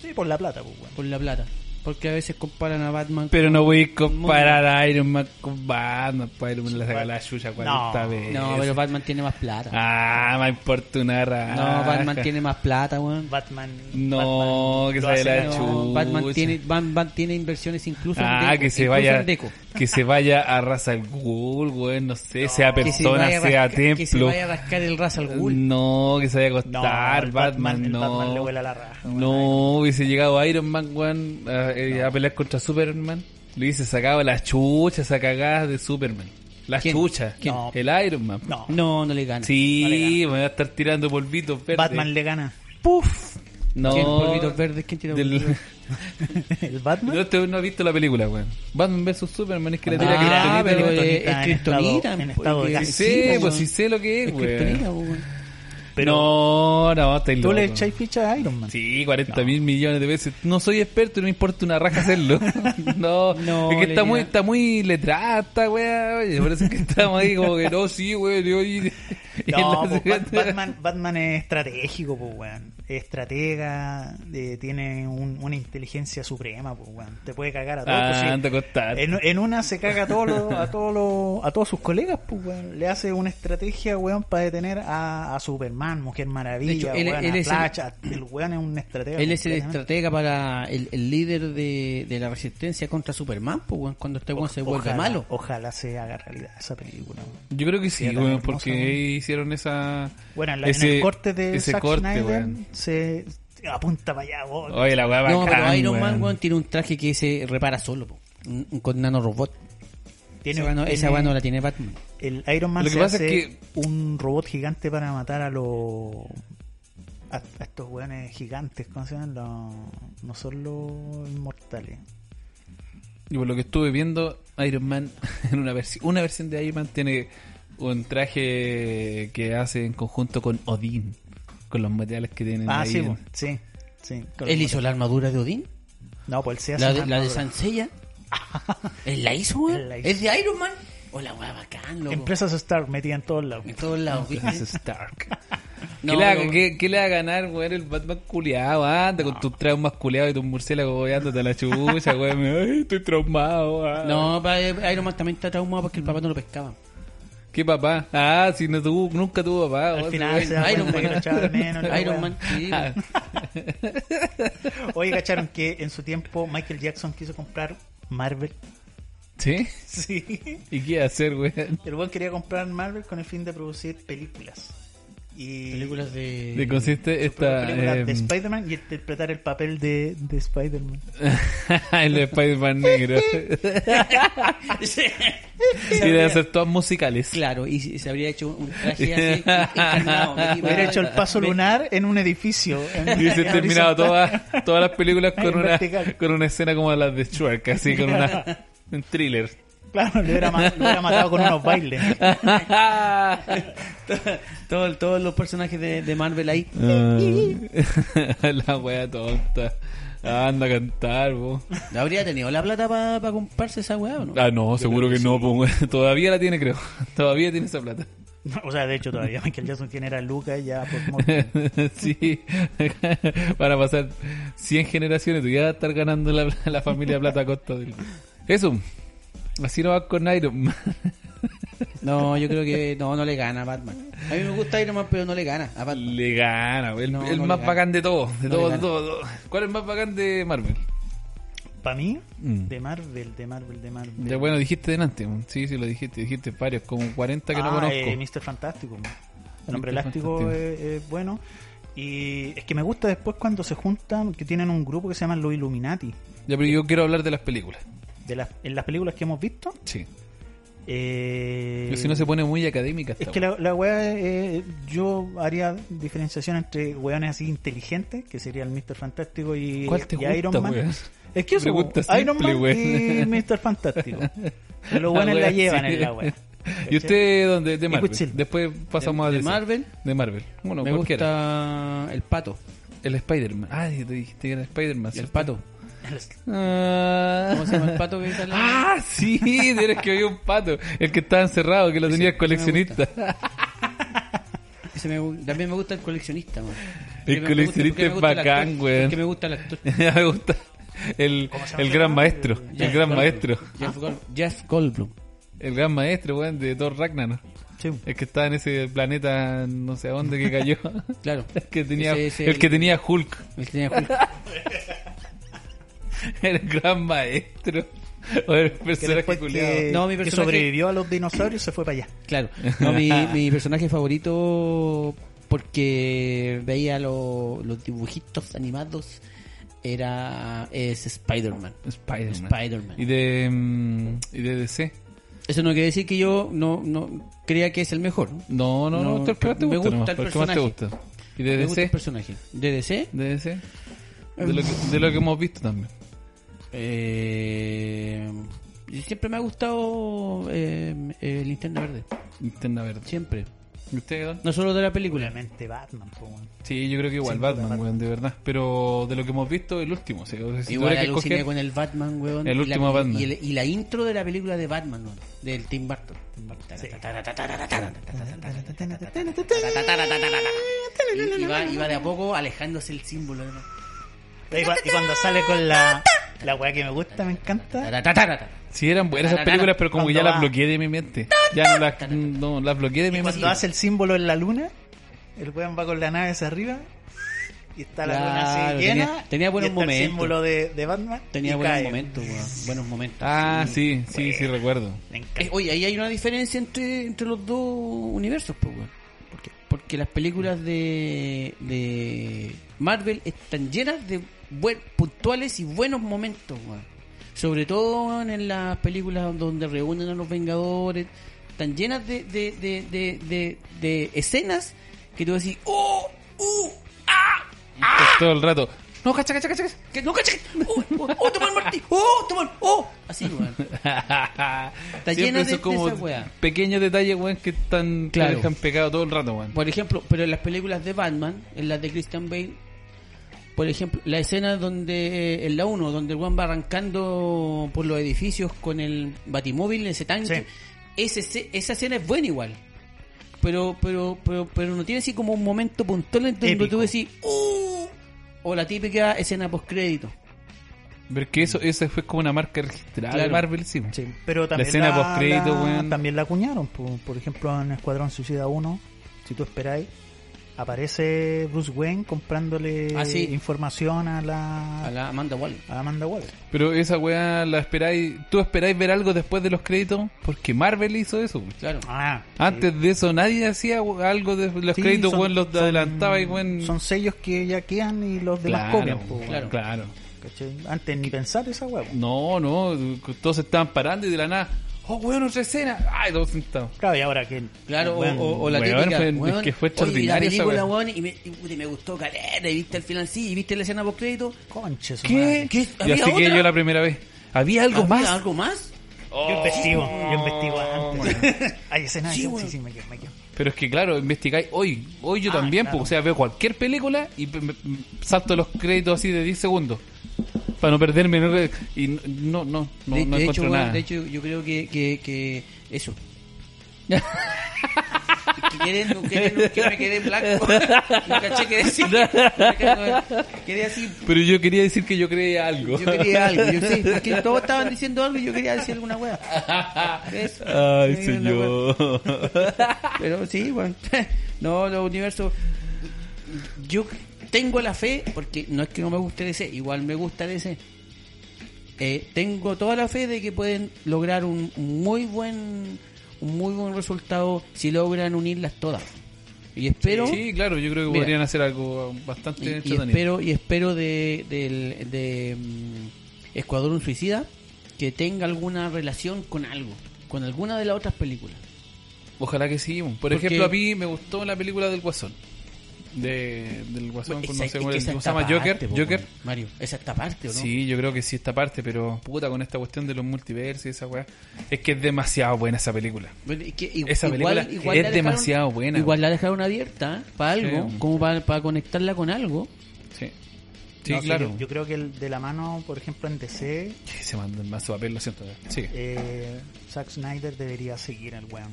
D: Sí, por la plata, pues, bueno.
C: por la plata. Porque a veces comparan a Batman
B: Pero no voy a comparar a Iron Man con Batman. Pues Iron Man le saca la chucha 40
D: No.
B: veces.
C: No, pero Batman tiene más plata.
B: Ah, me importa una raja.
C: No, Batman tiene más plata, weón.
D: Batman.
B: No,
D: Batman
B: que
D: lo
B: se
D: hace
B: la
D: la-
B: chu-
C: No, Batman
B: Chucha.
C: tiene, Batman tiene inversiones incluso en
B: Ah,
C: Deco,
B: que se
C: incluso
B: vaya,
C: en Deco.
B: que se vaya a raza al Ghul, weón, no sé, sea
C: Que se
B: persona,
C: vaya a
B: sea
C: rascar- Que se
B: templo.
C: vaya a rascar el Ra's al Ghul.
B: No, que se vaya a
D: No,
B: acostar,
D: el
B: Batman,
D: el
B: no.
D: Batman le vuela la raja.
B: No, hubiese llegado Iron Man, weón, a, eh, a pelear contra Superman. Le hubiese sacado las chuchas, a cagadas de Superman. Las
C: ¿Quién?
B: chuchas.
C: ¿Quién?
D: No.
B: El Iron Man.
D: No,
C: No, no le gana.
B: Sí, me voy a estar tirando polvitos verdes.
D: Batman le gana. <laughs>
B: Puff. No.
C: ¿Quién polvitos verdes? ¿Quién tiene
B: Del-
C: polvitos verdes?
D: el
B: <laughs>
D: Batman.
B: No, este no ha visto la película, weón. Batman vs Superman es que le tira
C: Ah,
B: criptonita,
C: pero
B: weón.
C: es- es
D: Kryptonita en
C: Kryptonita.
D: estado- en estado de
C: porque-
D: gas.
B: pues. Sí,
C: sí,
B: pues,
C: weón.
B: sí sé lo que es,
C: Es
B: weón.
C: Kryptonita, weón.
D: Pero
B: No, no, estáis
D: tú le
B: loco.
D: echáis ficha a Iron Man.
B: Sí, 40 mil millones de veces. No soy experto y no me importa una raja hacerlo. <laughs> no,
C: No,
B: es que
C: Lelia.
B: está muy, está muy letrada esta weá. Oye, por eso es que estamos ahí como que no, sí, weón. y
D: <laughs>
B: hoy- <laughs> y
D: No,
B: en la
D: pues, Bat-
B: segunda-
D: Batman, Batman es estratégico, pues, weón. Es estratega, eh, tiene un- una inteligencia suprema, pues, weón. Te puede cagar a todos. pues, sí.
B: Ah, anda a costar.
D: En, en una se caga a todos, los- a, todos los- a todos sus colegas, pues, weón. Le hace una estrategia, weón, para detener a, a Superman, Mujer Maravilla,
C: De hecho, él-
D: weón,
C: él es
D: a
C: el-
D: Flash, a- el... weón es un estratega.
C: Él es el
D: completamente.
C: estratega para el, el líder de, de la resistencia contra Superman, pues, weón, cuando este weón se
D: Ojalá-
C: vuelve malo.
D: Ojalá se haga realidad esa película, weón.
B: Yo creo que sí,
D: Sí, era
B: weón,
D: hermoso,
B: porque
D: weón.
B: hicieron esa.
D: Bueno, en, la- en el corte de Zack Snyder
B: weón.
D: se apunta para allá, weón.
B: Oye, la weá
C: No,
B: bacán,
C: pero Iron Man,
B: weón.
C: weón, tiene un traje que se repara solo, po. Un- un- con nanorobot.
D: Tiene-
C: Esa weá no- esa
D: tiene-
C: weá no la tiene Batman.
D: El Iron Man
B: Lo que
D: se
B: pasa
D: hace
B: es que-
D: un robot gigante para matar a los. a, a estos weones gigantes, ¿cómo se llaman? Los- no son los inmortales.
B: Y por lo que estuve viendo, Iron Man, <laughs> en una versión, una versión de Iron Man tiene un traje que hace en conjunto con Odín, con los materiales que tienen
D: Ah,
B: ahí.
D: sí,
B: en-
D: po, sí, sí. con
C: Él
D: los
C: hizo la armadura de Odín,
D: motores. No, pues él se hace.
C: la
D: una
C: de, la de
D: armadura. <laughs>
C: Sansella. Él la hizo, weón.
D: Él la hizo.
C: Es de Iron Man. O la weá bacán, loco.
D: Empresas Star metida en todos lados.
C: En todos lados, ¿viste?
D: <laughs>
B: Gracias, Stark.
C: No,
B: ¿Qué, le va,
C: pero-
B: qué- qué le va a ganar, weón, el Batman culeado? Anda con tus traumas culeados y tus murciélagos weón, andate a la chucha,
D: <laughs>
B: weón. Ay, estoy traumado. ah.
C: No, pa- eh, Iron Man también está traumado porque el papá no lo pescaba.
B: ¿Qué papá? Ah, si no tuvo, nunca tuvo papá.
D: Al
B: weón,
D: final
B: weón.
D: se da
C: Iron
D: cuenta que
C: Man.
D: lo echaba de menos.
C: <laughs>
D: la
C: Iron
D: wea.
C: Man,
B: <laughs>
C: sí.
B: Ah,
D: Oye, ¿cacharon que en su tiempo Michael Jackson quiso comprar Marvel?
B: <laughs>
D: <laughs>
B: ¿Sí?
D: Sí.
B: ¿Y qué hacer, weón?
D: El weón quería comprar Marvel con el fin de producir películas. Y
C: Películas de...
B: ¿De consiste esta...
D: películas de
B: em,
D: Spider-Man y interpretar el papel de, de Spider-Man.
B: <laughs> el Spider-Man negro. y de hacer todas musicales.
C: Claro, y se se habría hecho un <laughs> traje así, encarnado.
D: Hubiera hecho el paso
C: Ve-
D: lunar en un edificio. en-
B: Y se
D: en
B: han terminado
D: horizontal.
B: todas, todas las películas con
D: En
B: una,
D: vertical.
B: con una escena como las de Shrek, así con una, un thriller.
D: Claro, lo hubiera, ma- lo hubiera matado con
B: <laughs>
D: unos bailes.
C: <laughs> Todo- todos los personajes de, de Marvel ahí.
B: Ah. <laughs> la wea tonta. Anda a cantar, po.
C: ¿Habría tenido la plata para comprarse esa weá o no?
B: Ah, no, seguro que no, po, weón. <laughs> Todavía la tiene, creo. Todavía tiene esa plata.
D: O sea, de hecho, todavía Michael Jackson tiene era Lucas ya
B: <laughs>
D: por morte.
B: sí, van a pasar 100 generaciones y ya va a estar ganando la, la familia plata a costa del... Eso, así no va con Iron Man.
C: No, yo creo que no, no le gana a Batman. A mí me gusta Iron Man, pero no le gana a
B: <laughs>
C: Batman.
B: Le gana, el,
C: No,
B: el
C: no le
B: más
C: gana.
B: bacán de todos, de
C: No
B: todos, de
C: le gana.
B: todos. de todos. ¿Cuál es el más bacán de Marvel?
D: Para mí,
B: Mm.
D: de Marvel, de Marvel, de Marvel.
B: Ya bueno, dijiste delante, sí, sí, lo dijiste, dijiste varios, como 40 que no
D: Ah,
B: conozco.
D: eh, Mr. Fantástico. El hombre
B: Mr.
D: elástico
B: Fantástico.
D: es, es bueno. Y es que me gusta después cuando se juntan, que tienen un grupo que se llama Los Illuminati.
B: Ya, pero yo quiero hablar de las películas.
D: De las, en las películas que hemos visto.
B: Sí.
D: eh,
B: si no se pone muy académica. esta
D: Es que
B: wea.
D: la, la weá, eh, yo haría diferenciación entre weones así inteligentes, que sería el Mr. Fantástico y,
B: ¿Cuál te
D: y Iron
B: gusta,
D: Man.
B: weón?
D: Es que eso,
B: Pregunta
D: Iron
B: simple,
D: Man y
B: weón.
D: Mr. Fantástico.
B: La
D: Los weones la
B: wea,
D: llevan
B: sí.
D: en la weá.
B: ¿Y usted dónde? De Marvel.
D: Quicksilver.
B: Después pasamos
C: de
B: a DC.
C: Marvel.
B: De Marvel. Bueno,
C: me
B: cualquiera.
C: gusta el pato.
B: El Spider-Man. Ah, tú dijiste que era Spider-Man.
C: El
B: ¿cierto?
C: pato.
B: Ah.
C: ¿Cómo se llama el pato que sale?
B: <laughs> Ah, sí, tienes que había un pato. El que estaba encerrado, que lo tenía el
C: sí me
B: coleccionista. <laughs>
C: Ese me gu- también me gusta el coleccionista. man.
B: El
C: Porque me gusta-
B: coleccionista
C: porque
B: es
C: me gusta el actor,
B: bacán, güey.
C: porque me gusta
B: <laughs>
C: el actor.
B: me gusta. El,
D: ¿Cómo se llama
B: el
D: ese
B: gran
D: weón?
B: maestro. El
C: Jeff
B: gran
C: Goldblum.
B: maestro.
C: Jeff, Gold- Jeff Goldblum.
B: El gran maestro, weón, de Thor Ragnarok.
D: Sí.
B: El que estaba en ese planeta, no sé a dónde, que cayó. <laughs>
C: Claro.
B: El que tenía,
C: Ese es
B: el que tenía Hulk. <laughs>
C: el que tenía Hulk.
B: El gran maestro. O el
D: Que
B: personaje
D: después
B: culiado.
D: que,
C: No, mi
D: que
C: personaje-
D: sobrevivió a los dinosaurios se fue para allá.
C: Claro. No, mi, mi personaje favorito, porque veía lo- los dibujitos animados, era es Spider-Man.
B: Spider-Man.
C: Spider-Man.
B: y, de, mm, y de DC.
C: Eso no quiere decir que yo no, no crea que es el mejor.
B: No, no, no,
C: No,
B: tú el que más te
C: me
B: gusta.
C: gusta
B: nomás,
C: el
B: el que más te
C: personaje.
B: gusta. Y de
C: Me gusta el
B: DC.
C: personaje. ¿De DC?
B: De DC. De lo, que, de lo que hemos visto también.
C: Eh, y siempre me ha gustado eh, eh, Linterna Verde.
B: Linterna verde.
C: Siempre.
B: ¿Y usted, Don?
C: No solo de la película.
D: Obviamente Batman, po, weón.
B: Sí, yo creo que igual
D: Sin duda,
B: Batman,
D: Batman.
B: weón, de verdad. Pero de lo que hemos visto, el último. o sea, si tuviera
C: Igual
B: que
C: aluciné
B: escoger-
C: con el Batman, weón.
B: El
C: y
B: último
C: la,
B: Batman.
C: Y, el- y la intro de la película de Batman, weón, Del Tim Burton.
D: Sí.
C: Y, y va, y va de a poco alejándose el símbolo. ¿no?
D: Y, cua- y cuando sale con la, la weá que me gusta, me encanta.
B: Sí, eran buenas esas películas, pero como que ya las bloqueé de mi mente. Ya no las, no, las bloqueé de mi
D: Y
B: mente.
D: cuando hace el símbolo en la luna, el weón va con la nave hacia arriba y está la luna
C: Claro,
D: así
C: tenía-
D: llena.
C: tenía buenos
D: y está
C: momentos.
D: El símbolo de, de Batman. y
C: Tenía buenos
D: cae.
C: momentos, weón, Buenos momentos.
B: Ah, sí, sí, sí, recuerdo.
D: Me encanta.
C: Eh, oye, ahí hay una diferencia entre, entre los dos universos, pues, weón. ¿Por qué? Porque las películas de, de Marvel están llenas de buen, puntuales y buenos momentos, weón. Sobre todo weón, en las películas donde reúnen a los Vengadores, están llenas de, de, de, de, de- de escenas que tú decís, ¡Oh! ¡Uh! ¡Ah!
B: Pues todo el rato. <laughs>
C: No, cacha, cacha, cacha, cacha, que no, cacha, cacha. oh, oh, oh, toma el martillo, oh, toma el, oh, así, weón.
B: Está
C: llena de- de esa weá.
B: pequeños detalles, weón, que están
C: Claro.
B: que dejan pegado todo el rato, weón.
C: Por ejemplo, pero en las películas de Batman, en las de Christian Bale, por ejemplo, la escena donde eh, en la 1, donde el weón va arrancando por los edificios con el batimóvil, ese tanque, ese, se- esa escena es buena igual. Pero, pero, pero, pero no tiene así como un momento puntual en donde
D: Épico.
C: tú decís, "Uh", o la típica escena postcrédito.
B: Ver que eso, eso fue como una marca registrada de
C: Claro.
B: Marvel, sí. weón.
D: Pero también
B: escena postcrédito,
D: la-
B: weón.
D: También la acuñaron. po. Por, ejemplo, en Escuadrón Suicida 1, si tú esperáis, aparece Bruce Wayne comprándole
C: Ah, sí.
D: información a la,
C: A la Amanda Waller.
D: a Amanda Waller.
B: Pero esa weá la esperáis. ¿Tú esperáis ver algo después de los créditos? Porque Marvel hizo eso, weón.
C: Claro.
D: Ah,
B: Antes de eso nadie hacía weón, algo de los
D: Sí,
B: créditos,
D: son-
B: weón, los
D: son-
B: adelantaba y weón.
D: Son sellos que ya quedan y los demás
B: claro,
D: copian. po, weón.
B: claro, claro.
D: ¿Cachai? Antes ni pensar esa hueá. po.
B: No, no, todos se estaban parando y de la nada, oh, weón, otra escena. Ay, todos sentados.
D: Claro, y ahora que.
C: Claro,
D: weón,
C: o, o- o la
B: weón,
C: típica,
B: fue-
C: weón,
B: que fue
C: oye, y
B: extraordinario esa
C: la película, weón, y me, y, puta, y me gustó caleta, y viste el final sí, y viste la escena post crédito.
D: Conche, su
B: ¿Qué?
D: madre.
C: ¿Qué?
B: Y
C: ¿Había
B: así que
C: otra?
B: yo la primera vez. ¿Había algo más?
C: ¿Algo más?
D: Yo investigo,
C: Oh.
D: yo investigo
C: <laughs>
D: antes. Hay escenas sí, sí, sí, me quedo, me quedo.
B: Pero es que claro, investigáis hoy. Hoy yo
D: Ah,
B: también,
D: claro.
B: pues, o sea, veo cualquier película y pe- me- me- salto los créditos así de 10 segundos. Para no perderme. ¿no? Y no, no, no,
C: de,
B: no
C: de hecho,
B: encuentro
C: weón,
B: nada.
C: de hecho, yo creo que, que, que
B: <laughs>
C: eso. Que quieren, no quieren, que me quedé
B: <laughs>
C: en blanco. No caché qué decir. Quedé así.
B: Pero yo quería decir que yo creía algo.
C: Yo quería algo. Yo sí, porque todos estaban diciendo algo y yo quería decir alguna wea.
B: <laughs>
C: Eso.
B: <laughs> Ay,
C: Sí, la wea.
B: señor.
C: Pero sí, bueno. <laughs> No, los universos. Yo tengo la fe, porque no es que no me guste DC, igual me gusta DC. Eh, tengo toda la fe de que pueden lograr un muy buen un muy buen resultado si logran unirlas todas. Y espero
B: Sí, claro, yo creo que
C: Mira.
B: podrían hacer algo bastante
C: y, y
B: entretenido.
C: espero y espero de, del de, mm, Escuadrón Suicida que tenga alguna relación con algo, con alguna de las otras películas.
B: Ojalá que sí. Por
C: Porque-
B: ejemplo, a mí me gustó la película del Guasón. De, del Guasón,
C: Bueno,
B: con, Pues
C: esa-
B: no
C: es
B: sé
C: que
B: cómo cómo
C: esa
B: se
C: está
B: llama,
C: aparte,
B: Joker.
C: po,
B: Joker.
C: weón. Mario, esa está aparte, ¿o ¿no?
B: Sí, yo creo que sí esta parte, pero puta con esta cuestión de los multiversos y esa weá. Es que es demasiado buena esa película.
C: Bueno, es que i-
B: Esa película es
C: la
B: demasiado buena,
C: Igual la dejaron abierta para algo,
B: Sí.
C: como para, para conectarla con algo.
B: Sí. Sí,
D: No,
B: claro.
D: Yo, yo creo que el de la mano, por ejemplo, en DC,
B: Que Se manda el mazo de papel, lo siento. weón. Sí.
D: eh, Zack Snyder debería seguir el weón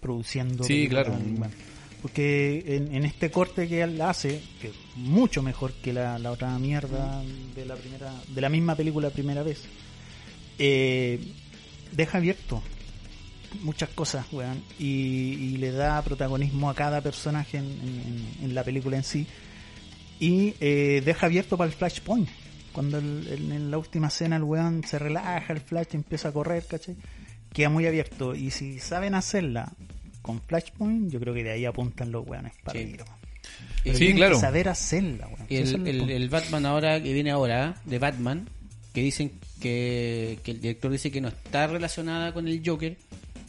D: produciendo.
B: Sí,
D: películas,
B: claro.
D: weón. Porque en, en este corte que él hace, que es mucho mejor que la, la otra mierda de la primera de la misma película primera vez, eh, deja abierto muchas cosas, weón, y, y le da protagonismo a cada personaje en, en- en- en la película en sí. Y eh, deja abierto para el flashpoint. Cuando el- en, en la última escena el weón se relaja, el flash empieza a correr, ¿cachai? Queda muy abierto. Y si saben hacerla con flashpoint, yo creo que de ahí apuntan los weones para
C: Sí.
D: arriba.
C: Y-
B: Sí,
D: Tienen que
B: claro.
D: Saber hacerla, weón.
C: Y
D: Ese es
C: el, el-
D: punto.
C: el Batman ahora que viene ahora, de Batman, que dicen que, que el director dice que no está relacionada con el Joker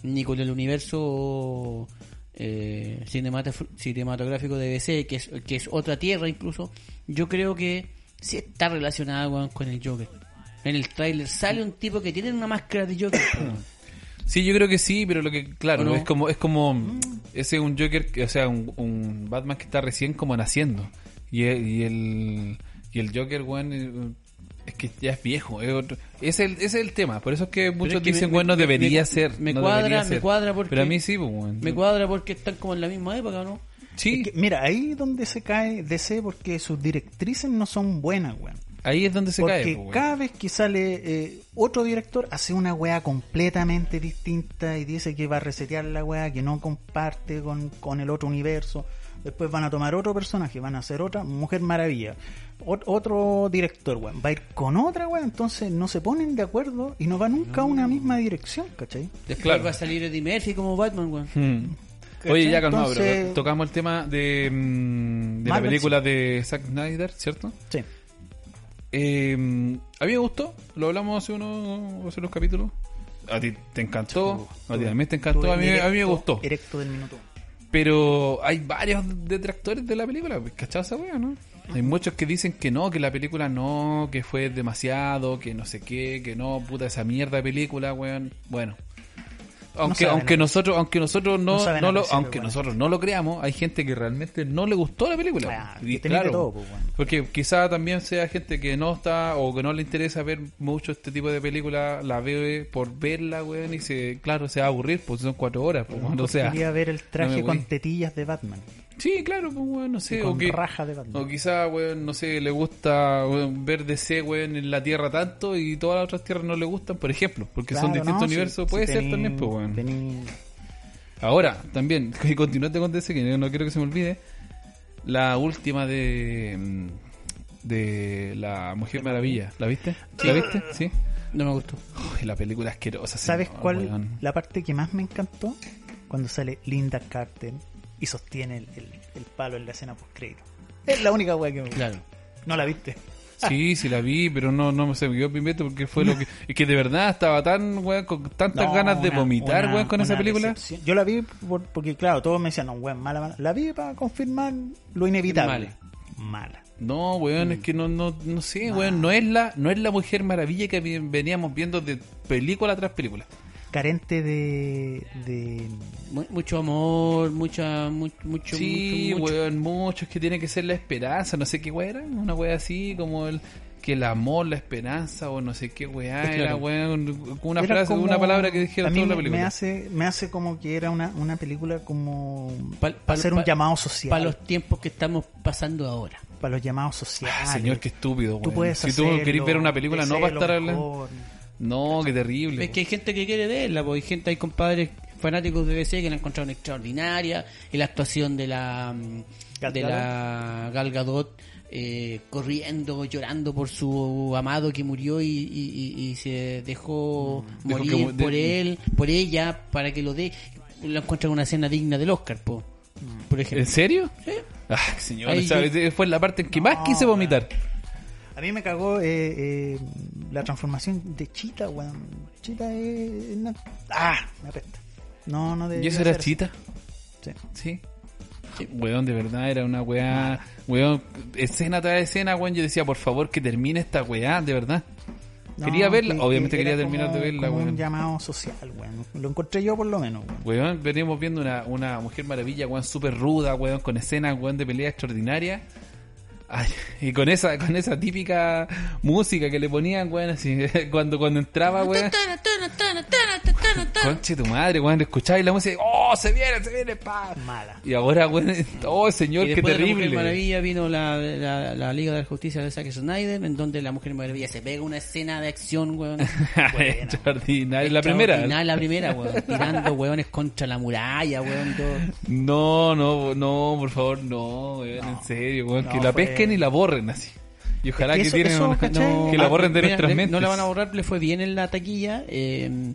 C: ni con el universo eh, cinemataf- cinematográfico de DC, que es, que es otra tierra incluso. Yo creo que sí está relacionada weón, con el Joker. En el tráiler sale un tipo que tiene una máscara de Joker. weón. <coughs>
B: Sí, yo creo que sí, pero lo que, claro,
C: ¿O no?
B: es como, es como, ese es un Joker, que- o sea, un, un Batman que está recién como naciendo. Y, e- y el, y el Joker, weón, eh, es que ya es viejo. es otro- ese es el, ese es el tema, por eso es que muchos
C: es que
B: dicen,
C: me-
B: bueno, no
C: me-
B: debería
C: me-
B: ser.
C: me
B: no
C: cuadra,
B: debería
C: me
B: ser".
C: cuadra porque-
B: Pero a mí sí, pues, weón.
C: Me cuadra porque están como en la misma época, ¿no?
B: Sí,
D: Es que, mira, ahí es donde se cae DC porque sus directrices no son buenas, weón.
B: ahí es donde se
D: Porque
B: cae, pues, weón.
D: cada vez que sale eh, otro director, hace una weá completamente distinta y dice que va a resetear la weá, que no comparte con, con el otro universo. Después van a tomar otro personaje, van a hacer otra Mujer Maravilla. Ot- otro director, weón. Va a ir con otra weá, entonces no se ponen de acuerdo y no va nunca a una misma dirección, ¿cachai?
C: Después
B: Claro.
C: va a salir Eddie Murphy como Batman, weón.
B: Hmm.
D: ¿Cachai?
B: Oye, ya calmado, pero
D: Entonces-
B: tocamos el tema de, mm, de la
D: Marvel,
B: película de Zack Snyder, ¿cierto?
D: Sí.
B: Eh, a mí me gustó, lo hablamos hace unos, hace unos capítulos. A ti te encantó, a ti también te Oh, encantó, a mí, a mí me gustó.
D: Directo del minuto. uno.
B: Pero hay varios detractores de la película, pues, ¿cachai esa wea, no? Hay muchos que dicen que no, que la película no, que fue demasiado, que no sé qué, que no, puta esa mierda de película, weón. Bueno. Aunque,
D: saben.
B: aunque nosotros, aunque nosotros no,
D: No saben
B: no lo-
D: apreciar,
B: aunque
D: bueno.
B: nosotros no lo creamos, hay gente que realmente no le gustó la película.
D: Ah,
B: Y
D: que tenés de
B: claro,
D: todo, pues, bueno.
B: porque quizá también sea gente que no está o que no le interesa ver mucho este tipo de película, la ve por verla, weón, y se, claro, se va a aburrir, pues son cuatro horas, pues, weón, o sea.
D: Quería ver el traje
B: no me
D: con
B: voy.
D: tetillas de Batman.
B: Sí, claro, pues, weón, no sé.
D: con
B: o que-
D: raja de Batman.
B: O quizá, weón, no sé, le gusta weón, ver DC, weón, en la Tierra tanto y todas las otras tierras no le gustan, por ejemplo, porque son
D: Claro,
B: distintos
D: no, si-
B: universos.
D: si
B: Puede ser
D: tení-
B: también, pues, weón.
D: tení-
B: Ahora, también, <laughs> y continuando con DC, que no quiero que se me olvide, la última de. mm, de la Mujer Maravilla. ¿La viste? ¿La viste? Sí.
C: No me gustó.
B: Uy, la película asquerosa.
D: ¿Sabes
B: señor,
D: cuál?
B: oh, weón.
D: La parte que más me encantó cuando sale Linda Carter y sostiene el, el- el palo en la escena post crédito. Es la única weá que me gusta.
C: Claro.
D: No la viste.
B: Sí, sí la vi, pero no, no me se me quedó pimiento porque fue lo que... Es que de verdad estaba tan, weón, con tantas
D: No,
B: ganas de
D: una-
B: vomitar,
D: una-
B: weón, con esa
D: una
B: película.
D: decepción. Yo la vi por- porque, claro, todos me decían, no, weón, mala, mala. La vi para confirmar lo inevitable. Mala.
B: No, weón, es que no, no, no sé, weón, no es, la, no es la Mujer Maravilla que vi- veníamos viendo de película tras película.
D: Carente de. de-
C: Mu- Mucho amor, mucha, mu- mucho,
B: sí,
C: mucho, mucho.
B: weón, muchos que tiene que ser la esperanza, no sé qué weá era, una weá así como el que el amor, la esperanza o no sé qué weá
C: Claro.
B: era, weón, una
D: era
B: frase,
D: como-
B: una palabra que
D: a
B: dijeron
D: mí
B: toda la
D: me-
B: película.
D: Me hace, me hace como que era una, una película como.
C: Pal-
D: para
C: pal-
D: hacer un
C: pal-
D: llamado social.
C: Para los tiempos que estamos pasando ahora.
D: para los llamados
B: Ah,
D: sociales.
B: señor, qué estúpido, weón.
D: Tú puedes
B: si tú querés
D: hacerlo,
B: ver una película, no va a
D: desealo
B: estar hablando.
D: mejor.
B: No, qué terrible.
C: Es que hay gente que quiere verla, porque hay gente, hay compadres fanáticos de DC que la encontraron extraordinaria, y la actuación de la mm,
D: Gal
C: de la Gal Gadot eh, corriendo, llorando por su amado que murió y, y- y- y se dejó
B: Dijo
C: morir
B: Mm. que mu- de-
C: por él, por ella, para que lo dé. La encuentran una escena digna del Oscar, po, por ejemplo.
B: ¿En serio? Ah, señor,
C: Ahí
B: esa- fue la parte en que más quise vomitar.
D: A mí me cagó eh, eh, la transformación de Chita, weón. Chita es. una- ¡Ah! Me apesta. No, no de.
B: ¿Y eso era chita?
D: Sí.
B: Sí. Weón, de verdad, era una weá. Weón, escena tras escena, weón. Yo decía, por favor, que termine esta weá, de verdad.
D: No,
B: quería verla,
D: que-
B: obviamente
D: que era
B: quería terminar
D: como-
B: de verla,
D: como
B: weón.
D: un llamado social, weón. Lo encontré yo por lo menos, weón.
B: Weón, venimos viendo una, una mujer maravilla, weón, súper ruda, weón, con escenas, weón, de pelea extraordinaria. Ay, y con esa, con esa típica música que le ponían, weón, así, <laughs>
C: <laughs>
B: cuando, cuando entraba, weón. Conche tu madre, weón, escucháis la música, ¡oh, oh, se viene, se viene, pa.
D: Mala.
B: Y ahora, güey, <laughs> oh, señor,
C: y
B: qué
C: después de la
B: <laughs>
C: Mujer
B: terrible.
C: Maravilla vino la, la, la Liga de la Justicia de Zack Snyder, en donde la Mujer Maravilla se pega una escena de
B: <laughs>
C: acción, weón.
B: Extraordinaria. La primera.
C: Extraordinaria, La primera, weón. Tirando weones contra la muralla, weón. y todo.
B: No, no, no, por favor, no, güey, en serio, güey,
D: No,
B: que la
D: fue-
B: pesquen y la borren así. Y ojalá
D: Es que
B: que
D: eso-
B: tienen
D: eso,
B: una-
D: ¿cachai?
B: que la
C: Ah,
B: borren de
C: mira,
B: nuestras
C: le-
B: mentes.
C: No la van a borrar, le fue bien en la taquilla. eh,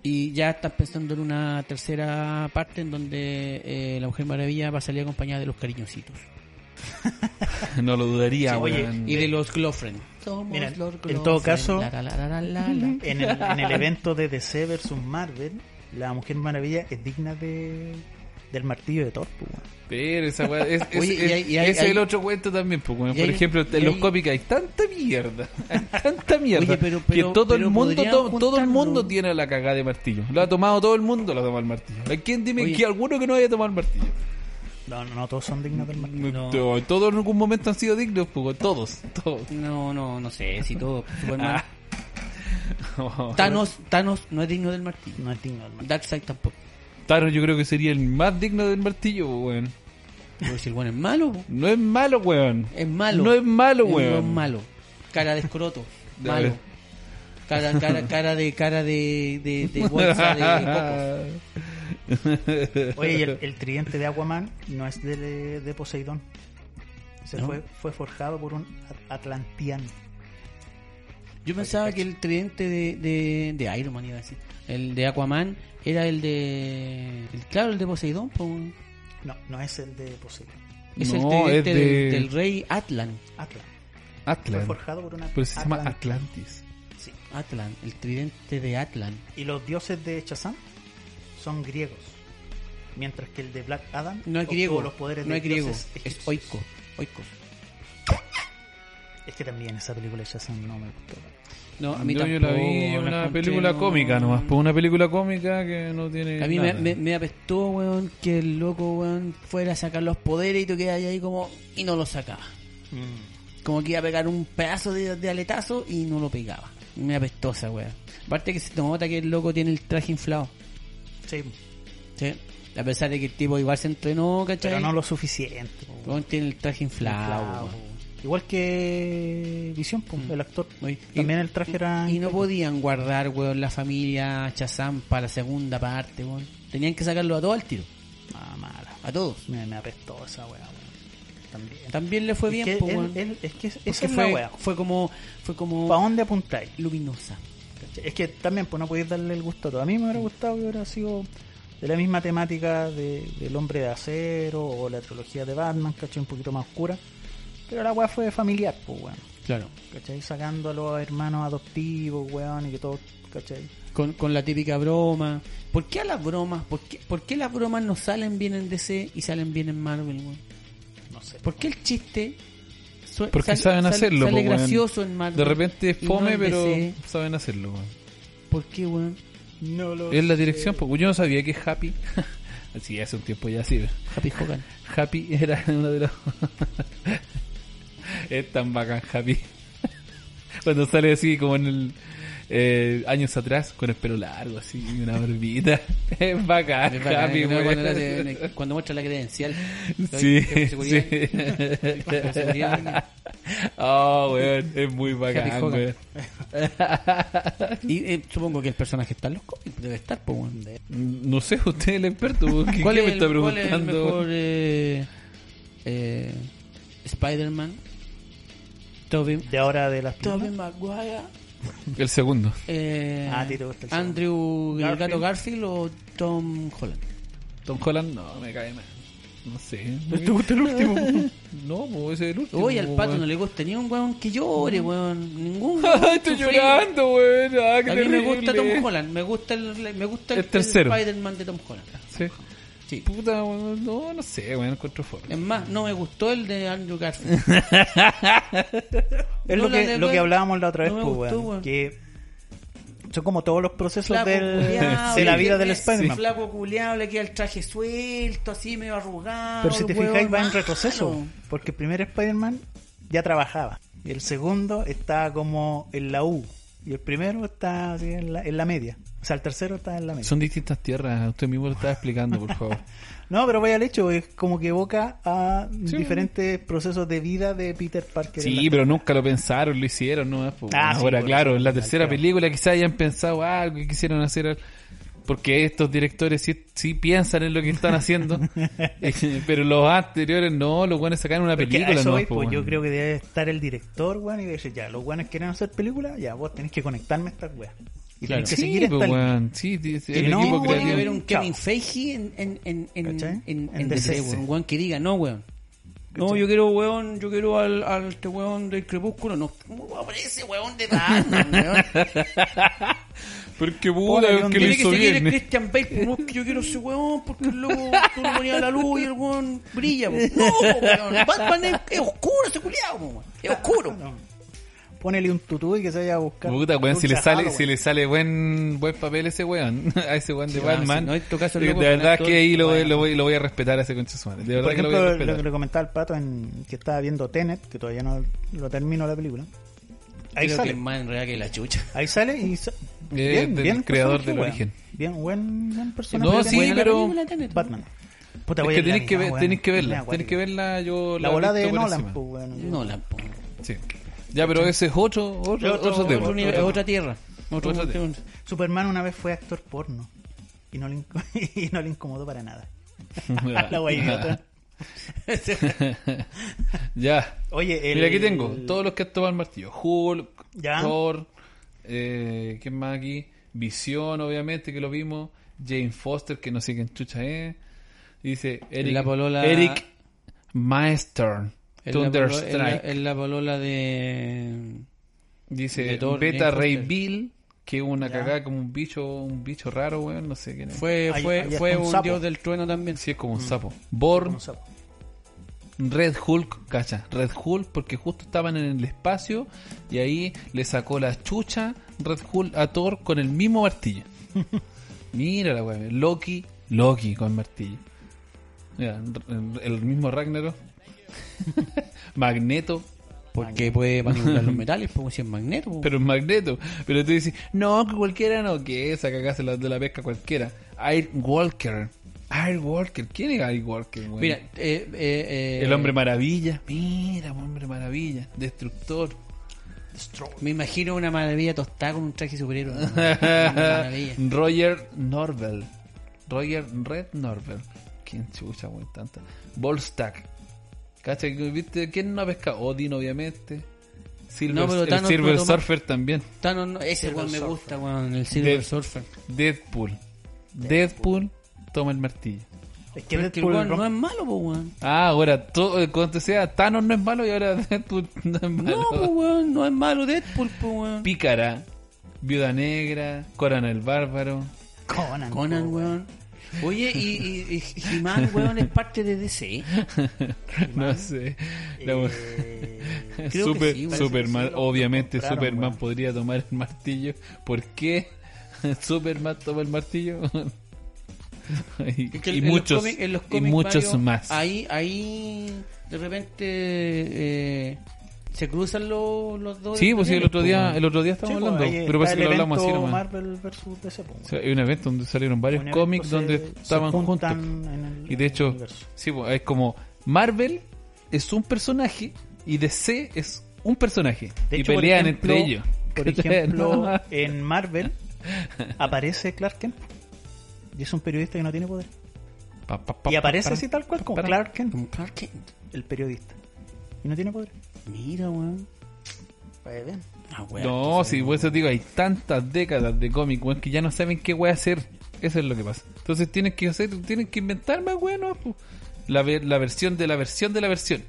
C: y ya están pensando en una tercera parte en donde eh, la Mujer Maravilla va a salir acompañada de los cariñositos.
B: <laughs> No lo dudaría,
D: Sí, oye,
B: weón.
C: Y de los Glofren.
D: Mira, en todo caso-
C: La, la, la, la, la, la.
B: <laughs>
D: En el, en el evento de DC versus Marvel, la Mujer Maravilla es digna de, del martillo de Thor. pues, weón.
B: Pero esa weá, es, es-
C: Oye, y
B: es-
C: hay- y hay-
B: ese es el
C: hay-
B: otro cuento también, pues, weón.
C: y
B: por
C: hay-
B: ejemplo, en
C: y
B: los
C: hay-
B: cómics hay tanta mierda, <laughs> hay tanta mierda,
C: Oye, pero- pero-
B: que todo
C: pero
B: el mundo,
C: podrían
B: todo, todo el
C: juntarlo.
B: mundo tiene la cagada de martillo. Lo ha tomado todo el mundo, lo ha tomado el martillo. ¿Hay quien dime
C: Oye.
B: que alguno que no haya tomado el martillo?
D: No, no, no todos son dignos del martillo.
B: To- Todos en algún momento han sido dignos, pues, weón, todos, <laughs> todos.
C: No, no, no sé,
B: <laughs>
C: si todo. Superman.
B: Ah.
C: Thanos, Thanos no es digno del martillo.
D: No es digno del martillo.
C: Darkseid tampoco.
B: Thanos yo creo que sería el más digno del martillo, pues, weón.
C: Pero si el bueno es malo, po.
B: No es malo, weón.
C: es malo.
B: No es malo, weón.
C: No es malo. Cara de
B: <laughs>
C: escroto,
B: De
C: malo.
B: ver-
C: Cara, cara, cara de cara de, de, de
B: <laughs>
C: bolsa de cocos.
D: Oye,
C: <laughs>
D: y el, el tridente de Aquaman no es de, de Poseidón. Se fue, fue forjado por un at- atlantiano.
C: Yo pensaba que el tridente de, de, de Iron Man iba a decir. El de Aquaman era el de. el- claro, el de Poseidón. po.
D: No, no es el de Poseidón.
C: Es
B: No,
C: el tridente
B: es
C: del-
B: de-
C: del, rey Atlan.
D: Atlan. Fue
B: Atlan.
D: forjado por un at-
B: Pero se llama
D: atlan-
B: Atlantis.
D: Sí.
C: Atlan, el tridente de Atlan.
D: Y los dioses de Shazam son griegos. Mientras que el de Black Adam
C: No es
D: obtuvo
C: griego.
D: los poderes
C: no
D: de
C: es griego.
D: dioses
C: Es
D: egipcios.
C: oico. Oikos.
D: Es que también esa película de Shazam no me gustó.
C: No, a mí
B: yo, yo
C: tampoco.
B: la vi en
C: la
B: una
C: encontré,
B: película
C: no.
B: cómica nomás, pues una película cómica que no tiene.
C: A mí me,
B: nada.
C: me- me apestó, weón, que el loco, weón, fuera a sacar los poderes y tú quedas ahí como... Y no lo sacaba.
D: Mm.
C: Como que iba a pegar un pedazo de, de aletazo y no lo pegaba. Me apestó esa, weón. Aparte que se te nota que el loco tiene el traje inflado.
D: Sí,
C: ¿sí? A pesar de que el tipo igual se entrenó, ¿cachai?
D: pero no lo suficiente. po.
C: Weón tiene el traje inflado,
D: Inflado,
C: weón.
D: po. Igual que Visión, po, el actor.
C: Oye,
D: también
C: y-
D: el traje era.
C: Y no podían guardar, weón, la familia Chazam para la segunda parte, weón. Tenían que sacarlo a todos al tiro.
D: Ah, mala.
C: A todos.
D: Me, me apestó esa weá, weón. También. pues,
C: También le fue
D: Es
C: bien,
D: que
C: po,
D: él-
C: weón.
D: él- es que
C: Porque
D: esa es la
C: fue,
D: weá.
C: fue como fue como
D: ¿Para dónde apuntáis?
C: luminosa.
D: ¿Cachai? Es que también pues no podéis darle el gusto a todo. A mí me hubiera gustado que hubiera sido de la misma temática de, del hombre de acero o la trilogía de Batman, ¿cachai? Un poquito más oscura. Pero la weá fue familiar, pues weón.
C: Claro.
D: ¿Cachai? Sacando a los hermanos adoptivos, weón, y que todo, ¿cachai?
C: Con, con la típica broma. ¿Por qué a las bromas? ¿Por qué, por qué las bromas no salen bien en DC y salen bien en Marvel, weón?
D: No sé.
C: ¿Por qué el chiste sue-
B: Porque
C: sale-
B: saben
C: sale-
B: hacerlo,
C: Sale
B: po, weón.
C: gracioso en Marvel.
B: De repente es
C: y no
B: fome,
C: en
B: pero
C: DC?
B: saben hacerlo, weón.
C: ¿Por qué, weón?
D: No lo
B: Es la dirección, porque yo no sabía que
C: <laughs>
B: Happy. Así hace un tiempo ya sí.
C: Happy
B: <laughs>
C: Hogan.
B: Happy era uno de los. <laughs> es tan bacán, Happy. Cuando sale así, como en el. eh, años atrás, con el pelo largo, así, y una barbita. <laughs> es bacán,
C: Es
B: Ah,
C: bacán,
B: Happy,
C: ¿no?
B: weón.
C: cuando, le hace- cuando muestra la credencial.
B: Sí,
C: Jefe de seguridad.
B: sí.
C: <laughs> Jefe de seguridad.
B: Oh, weón, es muy bacán,
C: Happy Hogan.
B: weón.
C: Y eh, supongo que el personaje está en los cómics. Debe estar, po, weón.
B: No sé, usted es el experto, weón. ¿qué,
C: ¿Cuál
B: qué
C: es
B: me
C: el-
B: está
C: cuál es el
B: preguntando?
C: mejor eh, eh, Spider-Man? Tobey
D: De ahora de las
C: Tobey
D: películas.
C: Maguire.
B: El segundo.
C: eh,
D: Ah, a ti te gusta el
C: Andrew el
D: Garfield.
C: Gato Garfield o Tom Holland.
B: Tom Holland, no, me cae mal. <laughs> No sé.
D: ¿Te gusta el último?
C: <laughs>
B: No, pues ese es el último.
C: Oye, al pato
B: weón.
C: no le gusta ni un weón que llore, weón. Ningún. weón
B: Ay, <laughs> Estoy
C: sufrido.
B: llorando, weón. Ah, qué
C: A mí me
B: terrible.
C: gusta Tom Holland, me gusta el, me gusta el,
B: El tercero.
C: Spider-Man de Tom Holland.
B: Sí.
C: Sí.
B: Puta, weón, no, no sé, weón, encuentro forma.
C: Es más, no me gustó el de Andrew Garfield.
D: Es
C: No,
D: lo
C: la
D: que,
C: neta,
D: lo que hablábamos la otra vez,
C: no me
D: pues,
C: gustó, weón.
D: weón, Que son como todos los procesos
C: Flaco
D: del-
C: culiao,
D: <laughs> de la
C: y
D: vida
C: tiene
D: del
C: ese
D: Spider-Man.
C: Flaco culiao, le queda el traje suelto, así medio arrugado.
D: Pero si te
C: hueón
D: fijáis, va en
C: malo.
D: retroceso. Porque el primer Spider-Man ya trabajaba. Y el segundo está como en la U. Y el primero está así en la, en la media. O sea, el tercero está en la media.
B: Son distintas tierras, usted mismo lo está explicando, por favor.
D: No, pero vaya al hecho, es como que evoca a diferentes procesos de vida de Peter Parker. en
B: <laughs> Sí,
D: la-
B: pero nunca lo pensaron, lo hicieron, ¿no? Pues,
D: Ah, sí,
B: ahora,
D: por
B: claro,
D: eso,
B: en la
D: al
B: tercera
D: peor.
B: película quizás hayan pensado algo que quisieron hacer. al- Porque estos directores sí, sí piensan en lo que están haciendo. <laughs> Eh, pero los anteriores no, los buenos sacaron una
D: Pero es que a
B: película,
D: eso
B: ¿no?
D: voy,
B: po,
D: pues, yo
B: weón.
D: creo que debe estar el director, weón, y decir, ya, los weones quieren hacer películas, ya, vos tenés que conectarme a estas weas. Y
B: Claro.
D: tenés que
B: Sí,
D: seguir esta
B: po,
D: línea.
B: weón, sí, sí, sí,
D: Que
B: el
D: no,
B: equipo
D: weón,
C: Tiene que
B: creativo.
C: haber un
D: Chao.
C: Kevin Feige en, en, en, en,
D: ¿Cachai?
C: en, en,
D: En
C: DC,
D: DC.
C: weón. Un weón que diga, no, weón. No,
D: ¿Cachai?
C: yo quiero, weón, yo quiero al, al este weón del crepúsculo. No, ¿cómo va a poner ese weón de Batman, weón?
B: Porque
D: <laughs> Hola,
B: puta,
D: León,
B: que lo
C: Tiene que
B: hizo
C: seguir
B: bien.
C: el Christian Bale, pero no, es que yo quiero ese weón, porque el loco tú lo ponías a la luz y el weón brilla, weón. No, weón, Batman es, es oscuro ese culiado, weón. Es oscuro.
D: No. Ponele un tutú y que se vaya a buscar. Ah,
B: Puta, weón, si le
D: dulce
B: sale,
D: ajado,
B: si
D: weón.
B: le sale buen, buen papel ese weón, <laughs> a ese weón de
C: Sí,
B: Batman.
C: sí, no, en tu caso,
B: de
C: loco, es un
B: verdad
C: actor
B: que ahí lo,
C: bueno.
B: lo voy, lo voy a respetar a ese concha de su madre. De verdad
D: Por
B: que lo voy a
D: ejemplo, lo que
B: respetar.
D: le comentaba el pato en que estaba viendo Tenet, que todavía no lo termino la película. Ahí
C: Creo
D: sale.
C: que es más enredada que la chucha.
D: Ahí sale y. sa-
B: Eh, del creador del origen.
D: Bien, buen, buen personaje.
B: No,
D: que
B: sí,
D: tiene.
B: pero-
D: Batman. Puta,
B: Es
D: voy
B: que
D: a
B: tenés
D: Irlanda,
B: que, ver-
D: ah, weón.
B: tenés que verla,
D: Mira,
B: tenés que verla yo
D: La
B: he
D: bola de
B: visto por
D: Nolan,
B: encima.
D: pues, weón.
C: No, la pongo.
B: Sí. Ya, pero ese es otro, otro, otro,
C: Otro
B: tema. <laughs>
C: nivel,
B: Otro-
C: otra tierra. Otro,
B: Otro tema.
D: Superman una vez fue actor porno y no le, inco- <laughs> y no le incomodó para nada. la wea idiota.
B: ya.
D: Oye, el-
B: Mira, aquí tengo todos los que han tomado el martillo. Hulk,
D: Ya.
B: Thor, eh, ¿quién más aquí? Visión, obviamente, que lo vimos. Jane Foster, que no sé quién chucha es. Dice Eric,
C: La polola-
B: Eric Maestern.
C: Es la polo- es la-
B: Thunderstrike.
C: Es la polola de.
B: Dice
C: de Thor,
B: Beta
C: Jane
B: Ray
C: Foster.
B: Bill, que es una
D: Ya.
B: cagada como un bicho, un bicho raro, weón, no sé quién es.
C: Fue,
D: Ahí-
C: fue,
D: ahí está
C: fue
D: un
C: un,
D: sapo.
C: dios del trueno también.
B: Sí, es como un sapo. Born,
D: Mm. Un sapo.
B: Red Hulk, cacha, Red Hulk, porque justo estaban en el espacio y ahí le sacó la chucha Red Hulk a Thor con el mismo martillo. Mira la weá, Loki, Loki con martillo. Mira, el, el mismo Ragnarok. <laughs> Magneto,
C: Porque puede manipular los metales,
B: pues,
C: como si es magneto. po.
B: pero es Magneto. Pero tú dices, no, que cualquiera no, que esa cagada se la, de la pesca cualquiera. Air Walker, Air Walker, ¿quién es Air Walker, weón?
C: Mira, eh, eh, eh,
B: el hombre maravilla, mira, hombre maravilla, destructor.
C: Me imagino una maravilla tostada con <laughs> un traje de superhéroe.
D: <laughs>
C: ¿no? Una maravilla.
B: Roger Norvell. Roger Red Norvell. ¿Quién chucha, weón? Tanta. Volstack. ¿Cacha? ¿Viste? ¿Quién no ha pescado? Odin, obviamente. Silver,
C: No, pero
B: el
C: Thanos
B: Silver
C: no toma-
B: Surfer también.
C: Tano, no, ese weón me
D: Silver
C: gusta, weón, el Silver
B: De-
C: Surfer.
B: Deadpool. Deadpool toma el martillo.
D: Es que
C: Pero es que el
D: Deadpool
C: weón
D: rompe-
C: no es malo, po, weón.
B: Ah, ahora, to- eh, cuando te sea Thanos no es malo y ahora <laughs> Deadpool no es malo.
C: No, pues, po, weón, no es malo Deadpool, po, weón.
B: Pícara, Viuda Negra, Coran el Bárbaro.
D: Conan.
C: Conan,
D: po,
C: weón. Oye, y, y, y He-Man, weón, es parte de
D: <laughs>
C: DC.
B: <laughs> no sé. La
D: weón.
B: we-
D: Eh,
C: Creo que
B: Super-
C: sí, weón.
B: Superman,
D: Parece que sí lo
B: obviamente
D: compraron,
B: Superman
D: weón.
B: podría tomar el martillo. ¿Por qué <laughs> Superman toma el martillo? <laughs> y,
C: Es que
B: y
C: en los
B: muchos,
C: cómics- en los
B: y
C: cómics
B: muchos
C: varios,
B: más.
C: Ahí, ahí de repente eh, se cruzan los, los dos.
B: Sí, pues sí, el otro día, el otro día
D: Sí,
B: estábamos
D: po,
B: hablando,
D: ahí está
B: pero parece
D: el
B: que lo hablamos así
D: evento
B: nomás.
D: Marvel versus DC, po, weón.
B: O sea, hay un evento donde salieron varios
D: Un evento
B: cómics
D: se-
B: donde
D: se
B: estaban juntos.
D: juntan en el-
B: Y de
D: en el
B: hecho,
D: universo.
B: sí, pues, es como Marvel es un personaje y DC es un personaje.
D: De
B: y
D: hecho, por
B: pelean
D: ejemplo-
B: entre ellos. <laughs>
D: Por
B: ¿Cachai?
D: ejemplo,
B: No. <laughs>
D: en Marvel aparece Clark Kent. Y es un periodista que no tiene poder.
B: Pa, pa, pa,
D: y aparece
B: pa,
D: así tal cual, como
B: pa, pa.
D: Clark Kent,
C: Como Clark Kent.
D: el periodista. Y no tiene poder.
C: Mira, weón.
D: Pues bien.
C: Ah, weón.
B: No, sí, por eso te digo, hay tantas décadas de cómic, weón, que ya no saben qué voy a hacer. Eso es lo que pasa. Entonces tienes que hacer, tienes que inventar más, weón. ¿no? Pu. La, ve- la versión de la versión de la versión.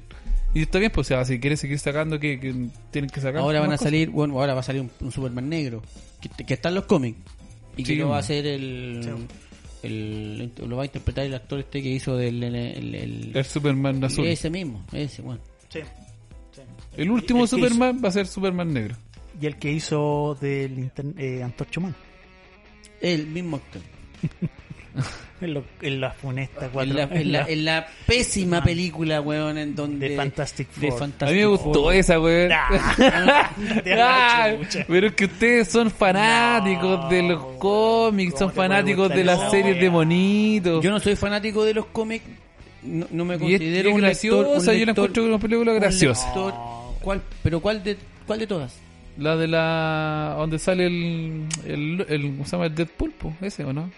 B: Y está bien, pues, o sea, si quieres seguir sacando, que, que tienen que sacar.
C: Ahora van a
B: más cosas.
C: salir, bueno, ahora va a salir un, un Superman negro que, que está en los cómics y
B: Sí,
C: que lo va a
B: man.
C: hacer el, el- lo va a interpretar el actor este que hizo del el, el- el-
B: El Superman azul.
C: ese mismo, ese, bueno.
D: Sí.
B: El último
D: el que hizo.
B: Superman va a ser Superman negro.
D: Y el que hizo del inter- eh, Antorcha Humana.
C: El mismo actor.
D: En, lo- en la funesta cuatro-
C: En la,
B: <laughs>
C: en la- en la pésima
D: Ah.
C: película, weón, en donde...
D: De Fantastic
C: de
D: Four.
C: Fantastic
B: A mí me gustó
C: Four.
B: esa, weón.
D: <laughs> Ah, oh.
B: <laughs>
D: te
B: Ah,
D: agacho, mucha.
B: pero es que ustedes son fanáticos
D: No,
B: de los
D: weón.
B: cómics, son
D: ¿Cómo te puede
B: fanáticos
D: gustar
B: de las
D: esa
B: series de
D: weá?
B: monitos.
C: Yo no soy fanático de los cómics. No, no me
B: y es, y es
C: considero un
B: graciosa,
C: lector, un
B: yo la
C: lector-
B: encuentro una película
C: un
B: graciosa.
C: lector- ¿Cuál, pero cuál de, cuál de todas?
B: La de la... donde sale el... el, el ¿Cómo se llama? El Deadpool, po, ese, ¿o no?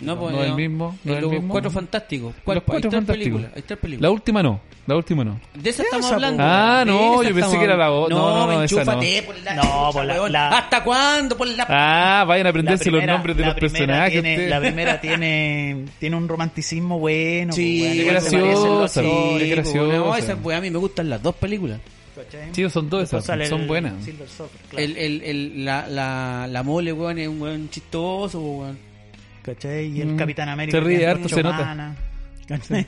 C: No,
B: no es el mismo, no
C: Eh,
B: es el
C: los
B: mismo.
C: cuatro fantásticos. ¿Cuál,
B: Los Cuatro
C: hay tres
B: Fantásticos.
C: películas. Hay tres películas.
B: La última no, la última no.
C: De esa estamos
D: Esa,
C: hablando.
D: po.
B: Ah, no,
C: De
B: yo
C: esa
B: pensé
C: estamos
B: que era la
C: hablando.
B: o- no, no, esa
C: enchúfate, por la
D: No,
C: chucha,
D: por la-
C: weón.
D: la-
C: ¿Hasta cuándo? Por la...
B: Ah, vayan a aprenderse
D: primera-
B: los nombres de
D: la
B: los
D: primera
B: personajes.
D: tiene-
B: ustedes.
D: la primera tiene, tiene un romanticismo bueno.
C: Sí,
D: pues,
C: qué
D: bueno, se parecen los
B: graciosa,
D: actores,
B: qué
C: po,
B: graciosa.
C: No, esa, weón, a mí me gustan las dos películas.
D: ¿cachai?
B: Sí, son dos
D: Después
B: esas,
D: sale
B: son
D: el
B: buenas. <laughs>
D: Silver Surfer, claro,
C: El, el, el, la, la, la mole, weón, es un weón chistoso, po, weón.
D: ¿cachai? Y el
B: Mm.
D: Capitán América.
B: Se ríe
D: que es
B: harto,
D: mucho
B: se nota. <laughs>
D: mana, ¿cachai?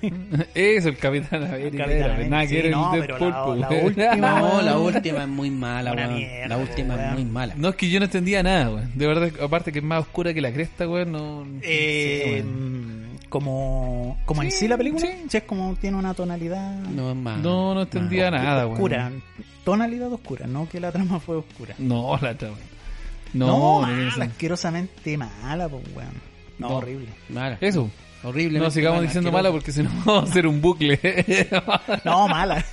B: Eso, el Capitán América.
D: Capitán
B: era,
D: América,
B: nada que
D: sí,
B: ver el
D: no, pero
B: Deadpool,
D: la-
B: po, <laughs>
D: la
B: weón.
D: última-
C: No, la última es muy mala,
D: Una
C: weón.
D: mierda,
C: La última es
D: weón.
C: muy mala.
B: <laughs> No, es que yo no entendía nada, güey. De verdad, aparte que es más oscura que la cresta, güey. No, no sé,
D: Eh,
B: güey.
D: mm, como como en
B: Sí,
D: sí la película,
B: sí.
D: sí, es como tiene una tonalidad
C: No es mala.
B: no, no entendía nada, güey.
D: oscura. Tonalidad oscura, no que la trama fue oscura.
B: No, la otra, güey.
D: No,
B: No, no tiene
D: mala,
B: sentido.
D: asquerosamente mala, pues, weón. No,
C: No.
D: horrible.
C: Mala.
B: Eso.
C: Horrible.
B: No sigamos diciendo mala porque si no <laughs> vamos a hacer un bucle. <laughs>
D: No, mala.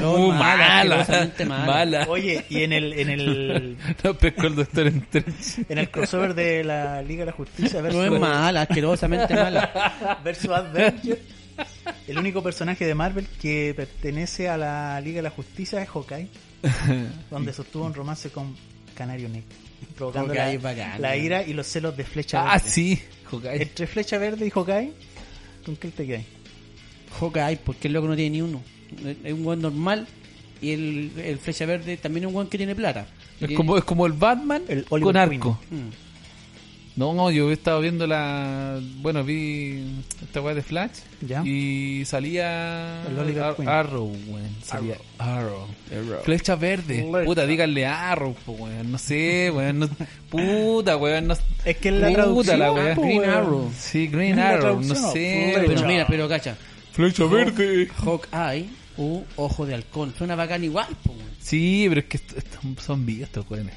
C: No,
B: Muy
C: mala,
B: mala.
C: asquerosamente mala.
B: Mala.
D: Oye, y en el, en el,
B: No pescó el doctor en tres.
D: en el crossover de la Liga de la Justicia
C: No
D: versus,
C: es mala, asquerosamente mala.
D: versus Avengers, el único personaje de Marvel que pertenece a la Liga de la Justicia es Hawkeye, donde sostuvo un romance con Canario Negro, provocando la,
C: Hawkeye es bacán,
D: la
C: ¿no?
D: ira y los celos de Flecha
B: Ah,
D: Verde.
B: sí. Hawkeye.
D: Entre Flecha Verde y Hawkeye, ¿con qué te quedas?
C: Hawkeye, porque el loco no tiene ni uno. Es un weón normal y el, el flecha verde también es un weón que tiene plata.
B: Es
C: Y-
B: como, es como el Batman
D: El Oliver
B: con
D: Queen.
B: arco.
C: Mm.
B: No, no, yo estaba viendo la. Bueno, vi esta weá de Flash.
D: Ya.
B: Y salía.
D: El Oliver
B: Ar-
D: Queen.
B: Arrow, weón. Salía Arrow. Flecha verde.
D: Flecha.
B: Puta, díganle Arrow, po, weón. No sé, weón. no- puta, weón. No...
D: Es que es la
B: Puta,
D: traducción,
B: la weá.
D: po,
B: Green
D: weón.
B: Arrow. Sí, Green
D: Es la
B: Arrow. No
D: traducción,
B: sé.
D: flecha.
C: Pero
B: pero-
C: mira, pero cacha.
B: Flecha verde.
C: Hawkeye u Ojo de Halcón. Suena bacán igual, po, weón.
B: Sí, pero es que est- est- son vivos estos weones.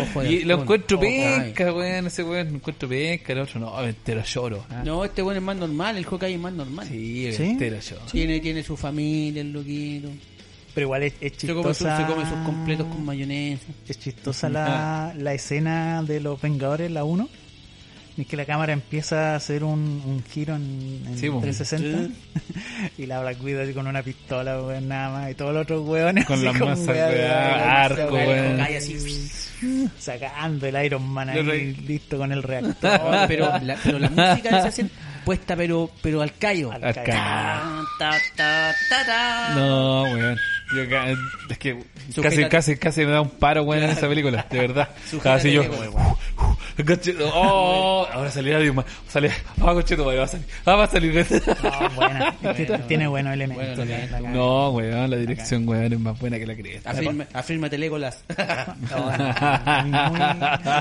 C: Ojo de
B: Y lo
C: Halcón,
B: encuentro
C: Hawkeye.
B: penca, weón. Ese weón lo encuentro penca. El otro no, entero lloro. ah.
C: No, este weón es más normal, el Hawkeye es más normal.
B: Sí,
D: ¿Sí?
B: entero lloro.
C: Tiene, tiene su familia, el loquito.
D: Pero igual es, es
C: Se come, su-
D: chistosa.
C: se come sus completos con mayonesa.
D: Es chistosa la, la escena de los Vengadores, la 1. Es que la cámara empieza a hacer un, un giro en, en
B: Sí, bo.
D: 360. <laughs> y la Black Widow así con una pistola, weón, nada más. Y todos los otros weones.
B: Con
D: así
B: la masa,
D: weá de-
B: weá,
D: de-
B: arco,
D: weá,
B: weón.
C: Hawkeye así.
D: Sacando el Iron Man
B: Lo
D: ahí,
B: re-
D: listo con el reactor.
C: No, pero, la, pero la música de esa escena puesta, pero, pero al callo.
D: Al
B: Acá.
C: Ta, ta, ta, ta, ta.
B: No, weón. Yo ca- es que
C: Sujeta-
B: casi, casi, casi me da un paro, weón, en esa película, de verdad.
C: Sujeta
B: Estaba así yo. "Uh,
C: de-
B: Coche- Oh, ahora salirá Dios mío. Sale. <laughs> Ah, cocheto, va a salir. Ah, va a salir.
D: No, buena. Es que Tiene buenos
C: Bueno,
D: elementos. la- la-
B: No, weón, la dirección, weón, es más buena que la cresta. <laughs>
C: Afirma, afírmate Legolas.
D: muy-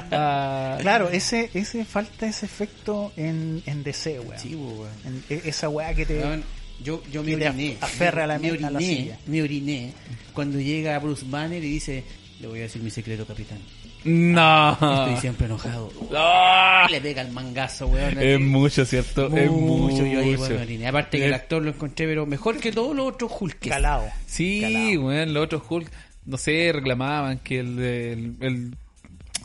D: <laughs> Claro, ese, ese falta ese efecto en, en DC,
C: <laughs>
D: weón.
C: Sí, weón.
D: En- e- esa weá que te.
C: Weón, Yo, yo me
D: Y te
C: oriné.
D: aferra a la
C: me
D: mierda a la
C: oriné,
D: silla.
C: me oriné. Cuando llega Bruce Banner y dice, le voy a decir mi secreto, capitán. Estoy
B: No.
C: siempre enojado.
B: Ah,
C: Le pega el mangazo, weón.
B: Es mucho, ¿cierto? es mucho. Eh,
C: yo ahí, weón, me oriné. Aparte que el actor lo encontré, pero mejor que todos los otros Hulk.
D: Calao.
B: Sí,
D: Calao.
B: weón, los otros Hulk, no sé, reclamaban que el, el, el-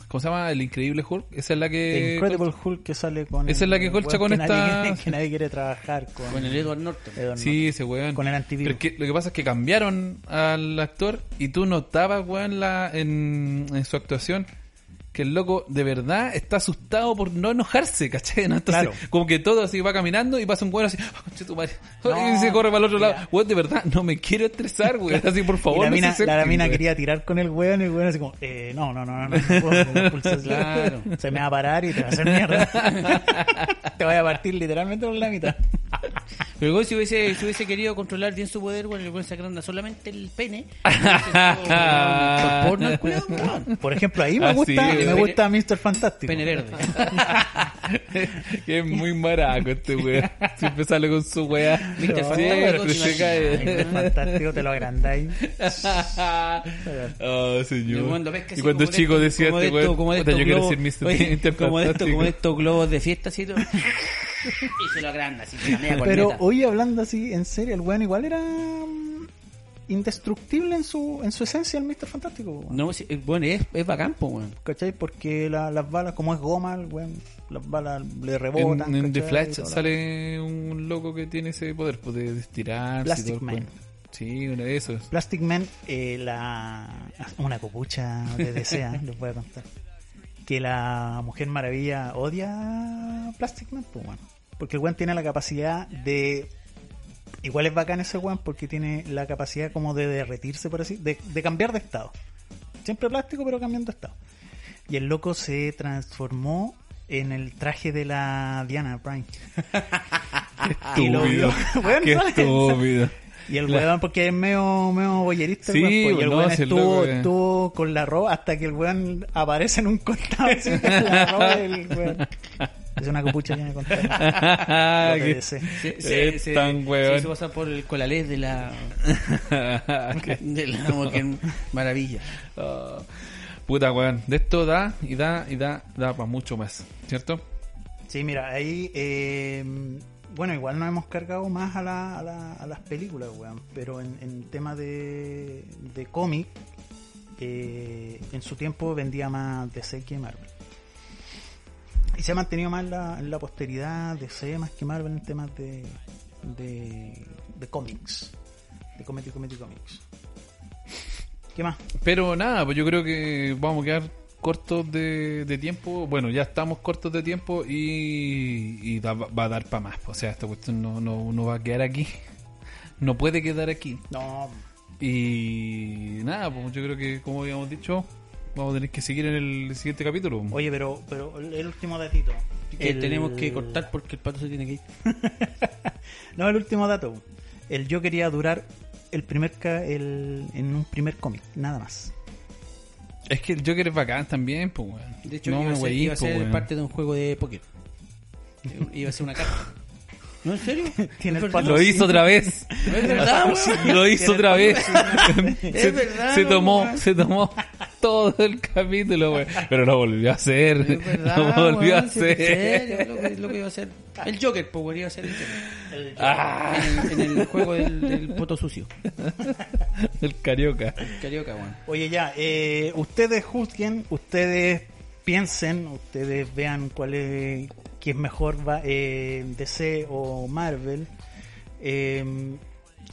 B: ¿cómo se llama? El increíble Hulk, esa es la
D: The
B: que
D: Incredible Hulk que sale con.
B: eh, Esa es la que
D: el
B: colcha
D: weón
B: con
D: que
B: esta-
D: Nadie, quiere- que nadie quiere trabajar con.
C: Con el Edward Norton.
D: Edward
B: Sí, ese weón.
D: Con el antivirus.
B: Pero que- lo que pasa es que cambiaron al actor y tú notabas, weón, la, en, en su actuación que el loco de verdad está asustado por no enojarse, ¿cachai? ¿no? Entonces,
D: Claro.
B: como que todo así va caminando y pasa un weón así, "Ah, conche tu madre", <laughs>
D: No,
B: y se corre para el otro
D: mira.
B: lado. Weón, de verdad, no me quiero estresar, weón. Así, por
D: Norton.
B: favor,
D: Y la
B: no se
D: mina,
B: acerquen,
D: la mina
B: weón.
D: quería tirar con el weón y el weón así como, eh, no, no, no, no, no, no puedo, no pulsas-
C: Claro.
D: Se me va
B: <laughs>
D: a parar y te va a hacer mierda. te voy a partir literalmente por la mitad.
C: Pero güey, si hubiese, si hubiese querido controlar bien su poder, bueno, le hubiese sacado onda solamente el pene.
D: <laughs>
C: Por porno, el culiao, weón.
D: Por ejemplo, ahí me
B: Ah,
D: gusta,
B: sí,
D: me
C: pene-
D: gusta Mr. Fantástico.
C: Pene verde.
B: <laughs>
C: <laughs>
B: que es muy maraco este weón. Siempre sale con su weá.
C: Mr.
B: Sí,
C: Fantástico,
B: pero
C: te
B: se
C: imaginas,
B: cae.
D: Fantástico, te lo agrandáis.
B: Oh, señor.
C: Pero cuando ves
B: y
C: que así
B: cuando
C: como de
B: chico
C: estos-
B: decía
C: como de
B: este
C: estos-
B: weón,
C: como de
B: puta, yo
C: estos
B: quiero
C: globos-
B: ser Mr.
C: <laughs> oye, como de estos, como de
B: Interfantástico.
C: estos globos de fiesta, así, todo. <laughs> y se lo agranda, así, con la media
D: Pero
C: corneta.
D: hoy hablando así, en serio, el weón igual era mm, indestructible en su, en su esencia el Mr. Fantástico. weón.
C: No, sí, eh, bueno, es, es bacán, po, weón.
D: ¿Cachai? Porque la- las balas, como es goma, el weón, las balas le
B: En,
D: rebotan.
B: en The
D: ¿cachai?
B: Flash
D: Toda la-
B: sale un loco que tiene ese poder, pues de estirar.
D: Plastic Man.
B: Sí, uno de esos.
D: Plastic Man, eh, la, una copucha de desea,
B: <laughs>
D: les voy a contar. Que la Mujer Maravilla odia a Plastic Man, pues bueno. Porque el weón tiene la capacidad de. Igual es bacán ese weón porque tiene la capacidad como de derretirse, por así de, de cambiar de estado. Siempre plástico, pero cambiando de estado. Y el loco se transformó en el traje de la
B: <laughs>
D: Diana Prime.
C: Ah,
D: Y lo
B: Estúpido.
D: vio. <laughs>
C: <laughs>
D: Bueno,
B: Qué
D: ¿sabes?
B: estúpido. <laughs>
D: Y el
B: La-
D: weón, porque es medio, medio boyerista, el
B: Sí,
D: weón, pues, y el
B: no,
D: weón
B: si el
D: estuvo,
B: loco es-
D: estuvo con la ropa hasta que el weón aparece en un costado así, <laughs> con la ropa del weón. Es una copucha que me contaron. Lo que
B: Qué-
D: desee.
C: Se,
B: Es tan weón.
C: se hizo pasar por el colalés
B: <laughs>
C: de la, <laughs>
B: Qué-
C: de la Mujer Maravilla.
B: Ah, Puta, weón. De esto da y da y da, da para mucho más, ¿cierto?
D: Sí, mira, ahí. eh, bueno, igual nos hemos cargado más a, la- a la- a las películas, weón. Pero en, en tema de, de cómic, eh, en su tiempo vendía más DC que Marvel. Y se ha mantenido más en la, en la posteridad DC más que Marvel en temas de, de, de cómics. De comedy, comedy, cómics. ¿Qué más?
B: Pero nada, pues yo creo que vamos a quedar cortos de, de tiempo. Bueno, ya estamos cortos de tiempo y, y da- va a dar para más. O sea, esta cuestión no, no, no va a quedar aquí. <laughs> No puede quedar aquí.
D: No,
B: Y nada, pues yo creo que como habíamos dicho, vamos a tener que seguir en el siguiente capítulo.
D: oye, pero, pero el el último datito.
C: Que
D: El-
C: Eh, tenemos que cortar porque el pato se tiene que ir.
D: No, el último dato. El yo quería durar el primer ca- el, en un primer cómic, nada más.
B: Es que el Joker es bacán también, pues weón.
C: De hecho,
B: No
C: iba, a
B: me
C: ser,
B: weís,
C: iba a
B: pues,
C: ser
B: weón.
C: parte de un juego de
B: <laughs>
C: póker. Iba a ser una carta. ¿No, en <laughs> serio?
D: Tiene
C: ¿Es verdad?
D: el pato-
B: Lo hizo otra
C: <laughs>
B: vez.
C: ¿No
B: <laughs>
C: es verdad, weón?
B: Lo hizo otra vez. <laughs> se,
C: Es verdad,
B: se
C: no,
B: tomó,
C: weón.
B: se tomó todo el capítulo, weón. Pero lo volvió a hacer.
C: Es
D: <laughs>
C: verdad,
B: lo volvió
C: weón,
B: a
C: sí, en
B: hacer.
C: serio, lo, que- lo que iba a hacer. El Joker, pues, weón, iba a ser el Joker.
D: El-
B: Ah,
C: En, en el juego del, del poto sucio.
B: el carioca.
C: El Carioca, weón.
D: Oye, ya, eh, ustedes juzguen, ustedes piensen, ustedes vean cuál es, qué es mejor, va- eh, DC o Marvel. Eh,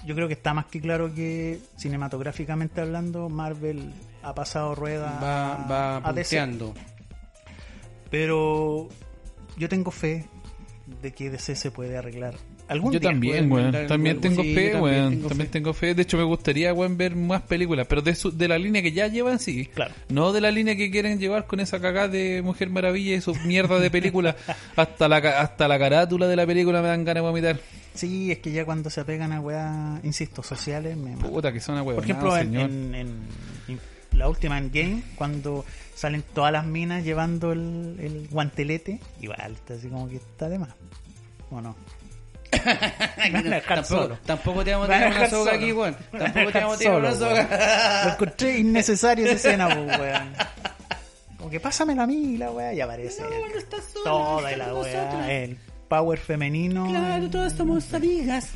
D: yo creo que está más que claro que cinematográficamente hablando, Marvel ha pasado rueda
C: Va, va
D: a DC.
C: punteando.
D: Pero yo tengo fe de que DC se puede arreglar. Algún
B: Yo
D: día.
B: también,
C: pueden
B: weón.
C: mandar
B: También
C: algo.
B: tengo
C: Sí,
B: fe,
C: yo también
B: weón.
C: tengo
B: También
C: fe.
B: tengo fe. De hecho, me gustaría, weón, ver más películas. Pero de, su- de la línea que ya llevan, sí.
D: Claro.
B: No de la línea que quieren llevar con esa cagada de Mujer Maravilla y su mierda de
C: <laughs>
B: película. hasta, la, ca- hasta la carátula de la película me dan ganas de vomitar.
D: Sí, es que ya cuando se apegan a weas, insisto, sociales, me mata.
B: Puta, que son a
D: Por ejemplo, en,
B: señor.
D: en- en- en la última en Game, cuando salen todas las minas llevando el, el guantelete, igual, está así como que está de más. ¿O no? Me van a dejar
C: Tampoco,
D: solo.
C: tampoco te vamos
D: Me
C: a
D: van a
C: tirar una
D: dejar
C: soga
D: solo.
C: aquí, weón.
D: Me van a
C: Tampoco te
D: dejar
C: vamos a tirar una
D: solo,
C: soga.
D: weón. Lo encontré innecesario esa escena, po, weón. Como que pásamela a mí, la wea, y aparece.
C: estás sola,
D: toda
C: estás
D: la
C: con nosotros.
D: wea, el power femenino. Mm,
C: Claro, todas somos amigas.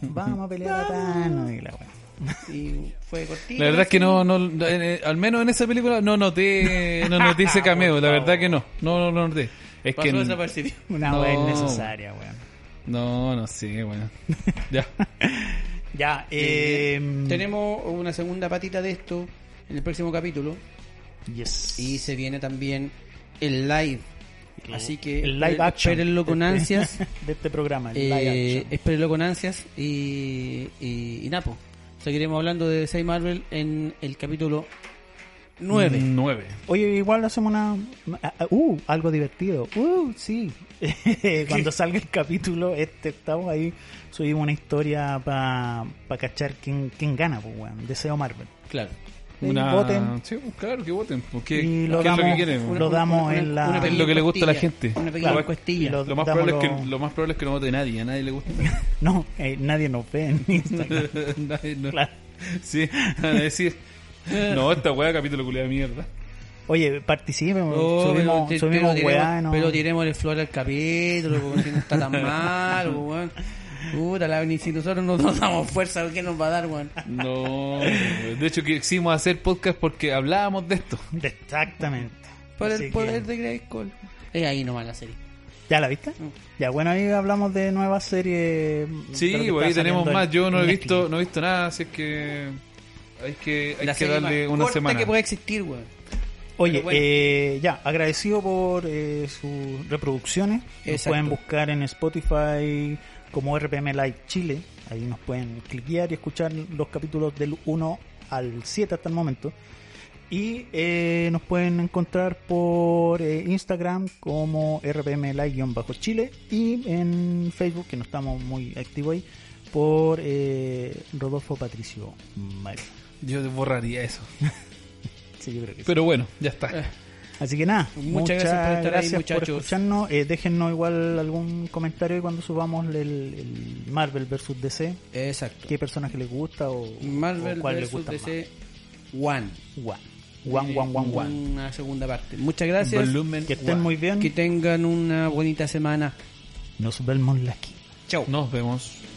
D: Vamos a pelear a Thanos y la wea.
C: Y fue cortito.
B: La verdad es que no, no en- en- al menos en esa película no noté,
D: <laughs>
B: no noté
D: Ah,
B: ese cameo, la verdad que no, no, no, no noté. Es
C: Pasó
B: que no,
C: desapercibido.
D: Una
B: No.
D: wea innecesaria, weón.
B: no sé,
D: <laughs>
B: bueno. Ya.
D: Ya, eh.
C: Tenemos una segunda patita de esto en el próximo capítulo.
D: Yes.
C: Y se viene también el live. Así que
D: el live
C: espérenlo
B: <laughs>
D: action.
C: con
D: de este-
C: ansias.
D: <laughs> De este programa, el live
C: eh,
D: action.
C: espérenlo con ansias. pues. Y, y, y Napo. Seguiremos hablando de 6 Marvel en el capítulo Nueve.
B: Nueve.
D: Oye, igual hacemos una. Uh, algo divertido. Uh, sí. <laughs>
B: <laughs>
D: Cuando salga el capítulo, este octavo, ahí subimos una historia para pa cachar quién, quién gana, pues, weón. Deseo Marvel.
C: Claro.
D: Y
B: Una...
D: voten.
B: Sí, pues, claro que voten. Porque,
D: Y
B: ¿qué
D: lo
B: es lo que
D: damos-
B: quieren?
D: lo damos en la-
B: Es lo que le gusta a la gente.
C: Una pequeña
D: Claro.
C: costilla.
D: Y lo-
B: Lo más, probable es que,
D: dámoslo-
B: lo más probable es que no vote nadie, a nadie le
D: <laughs>
B: gusta. <laughs>
D: No, eh, nadie nos ve en Instagram.
B: Nadie, no.
D: Claro.
B: Sí, van a decir, no, esta weá capítulo culiado de mierda.
D: Oye,
C: <laughs>
D: participen,
C: Oh,
D: subimos,
C: pero,
D: subimos
C: pero
D: weá, no.
C: tiremos, pero tiremos el flor al capítulo, porque si no está
D: <laughs>
C: tan mal, po, weón. Puta, la, ni si nosotros no nos damos fuerza, ¿qué nos va a dar, weón?
B: No, de hecho quisimos hacer podcast porque hablábamos de esto.
D: Exactamente.
C: Por
D: Así
C: el
D: que-
C: poder de Grayskull. Es ahí nomás la serie.
D: ¿Ya la viste?
C: Mm.
D: Ya, bueno, ahí hablamos de nuevas series. de lo
B: Sí, pues
D: que
B: ahí
D: está
B: tenemos
D: saliendo
B: más.
D: en
B: Yo no he
D: Netflix.
B: visto, no he visto nada, así es que hay que, hay
C: la
B: que
C: serie
B: darle
C: más
B: una
C: corta
B: semana.
C: que puede existir, weón.
D: Oye,
C: Pero bueno.
D: eh, ya, agradecido por eh, sus reproducciones. Nos
C: Exacto.
D: pueden buscar en Spotify como RPM Live Chile. Ahí nos pueden cliquear y escuchar los capítulos del 1 al 7 hasta el momento. Y eh, nos pueden encontrar por eh, Instagram como RPM Live-Chile y en Facebook, que no estamos muy activos ahí, por eh, Rodolfo Patricio Mario.
B: Yo borraría eso.
D: <laughs> Sí, yo creo que sí.
B: Pero bueno, ya
C: Eh,
B: está.
D: Así que nada,
C: Muchas gracias por estar ahí,
D: gracias por
C: muchachos.
D: escucharnos. Eh, déjennos igual algún comentario cuando subamos el, el Marvel vs DC.
C: Exacto.
D: ¿Qué personaje les gusta o, o
C: Marvel
D: cuál les
C: vs
D: gusta
C: DC One.
D: más? One, one, one, one, one.
C: Una segunda parte. Muchas gracias.
B: Volumen
D: Que estén muy bien.
C: Que tengan una bonita semana.
D: Nos vemos la quinta.
C: Chau.
B: Nos vemos.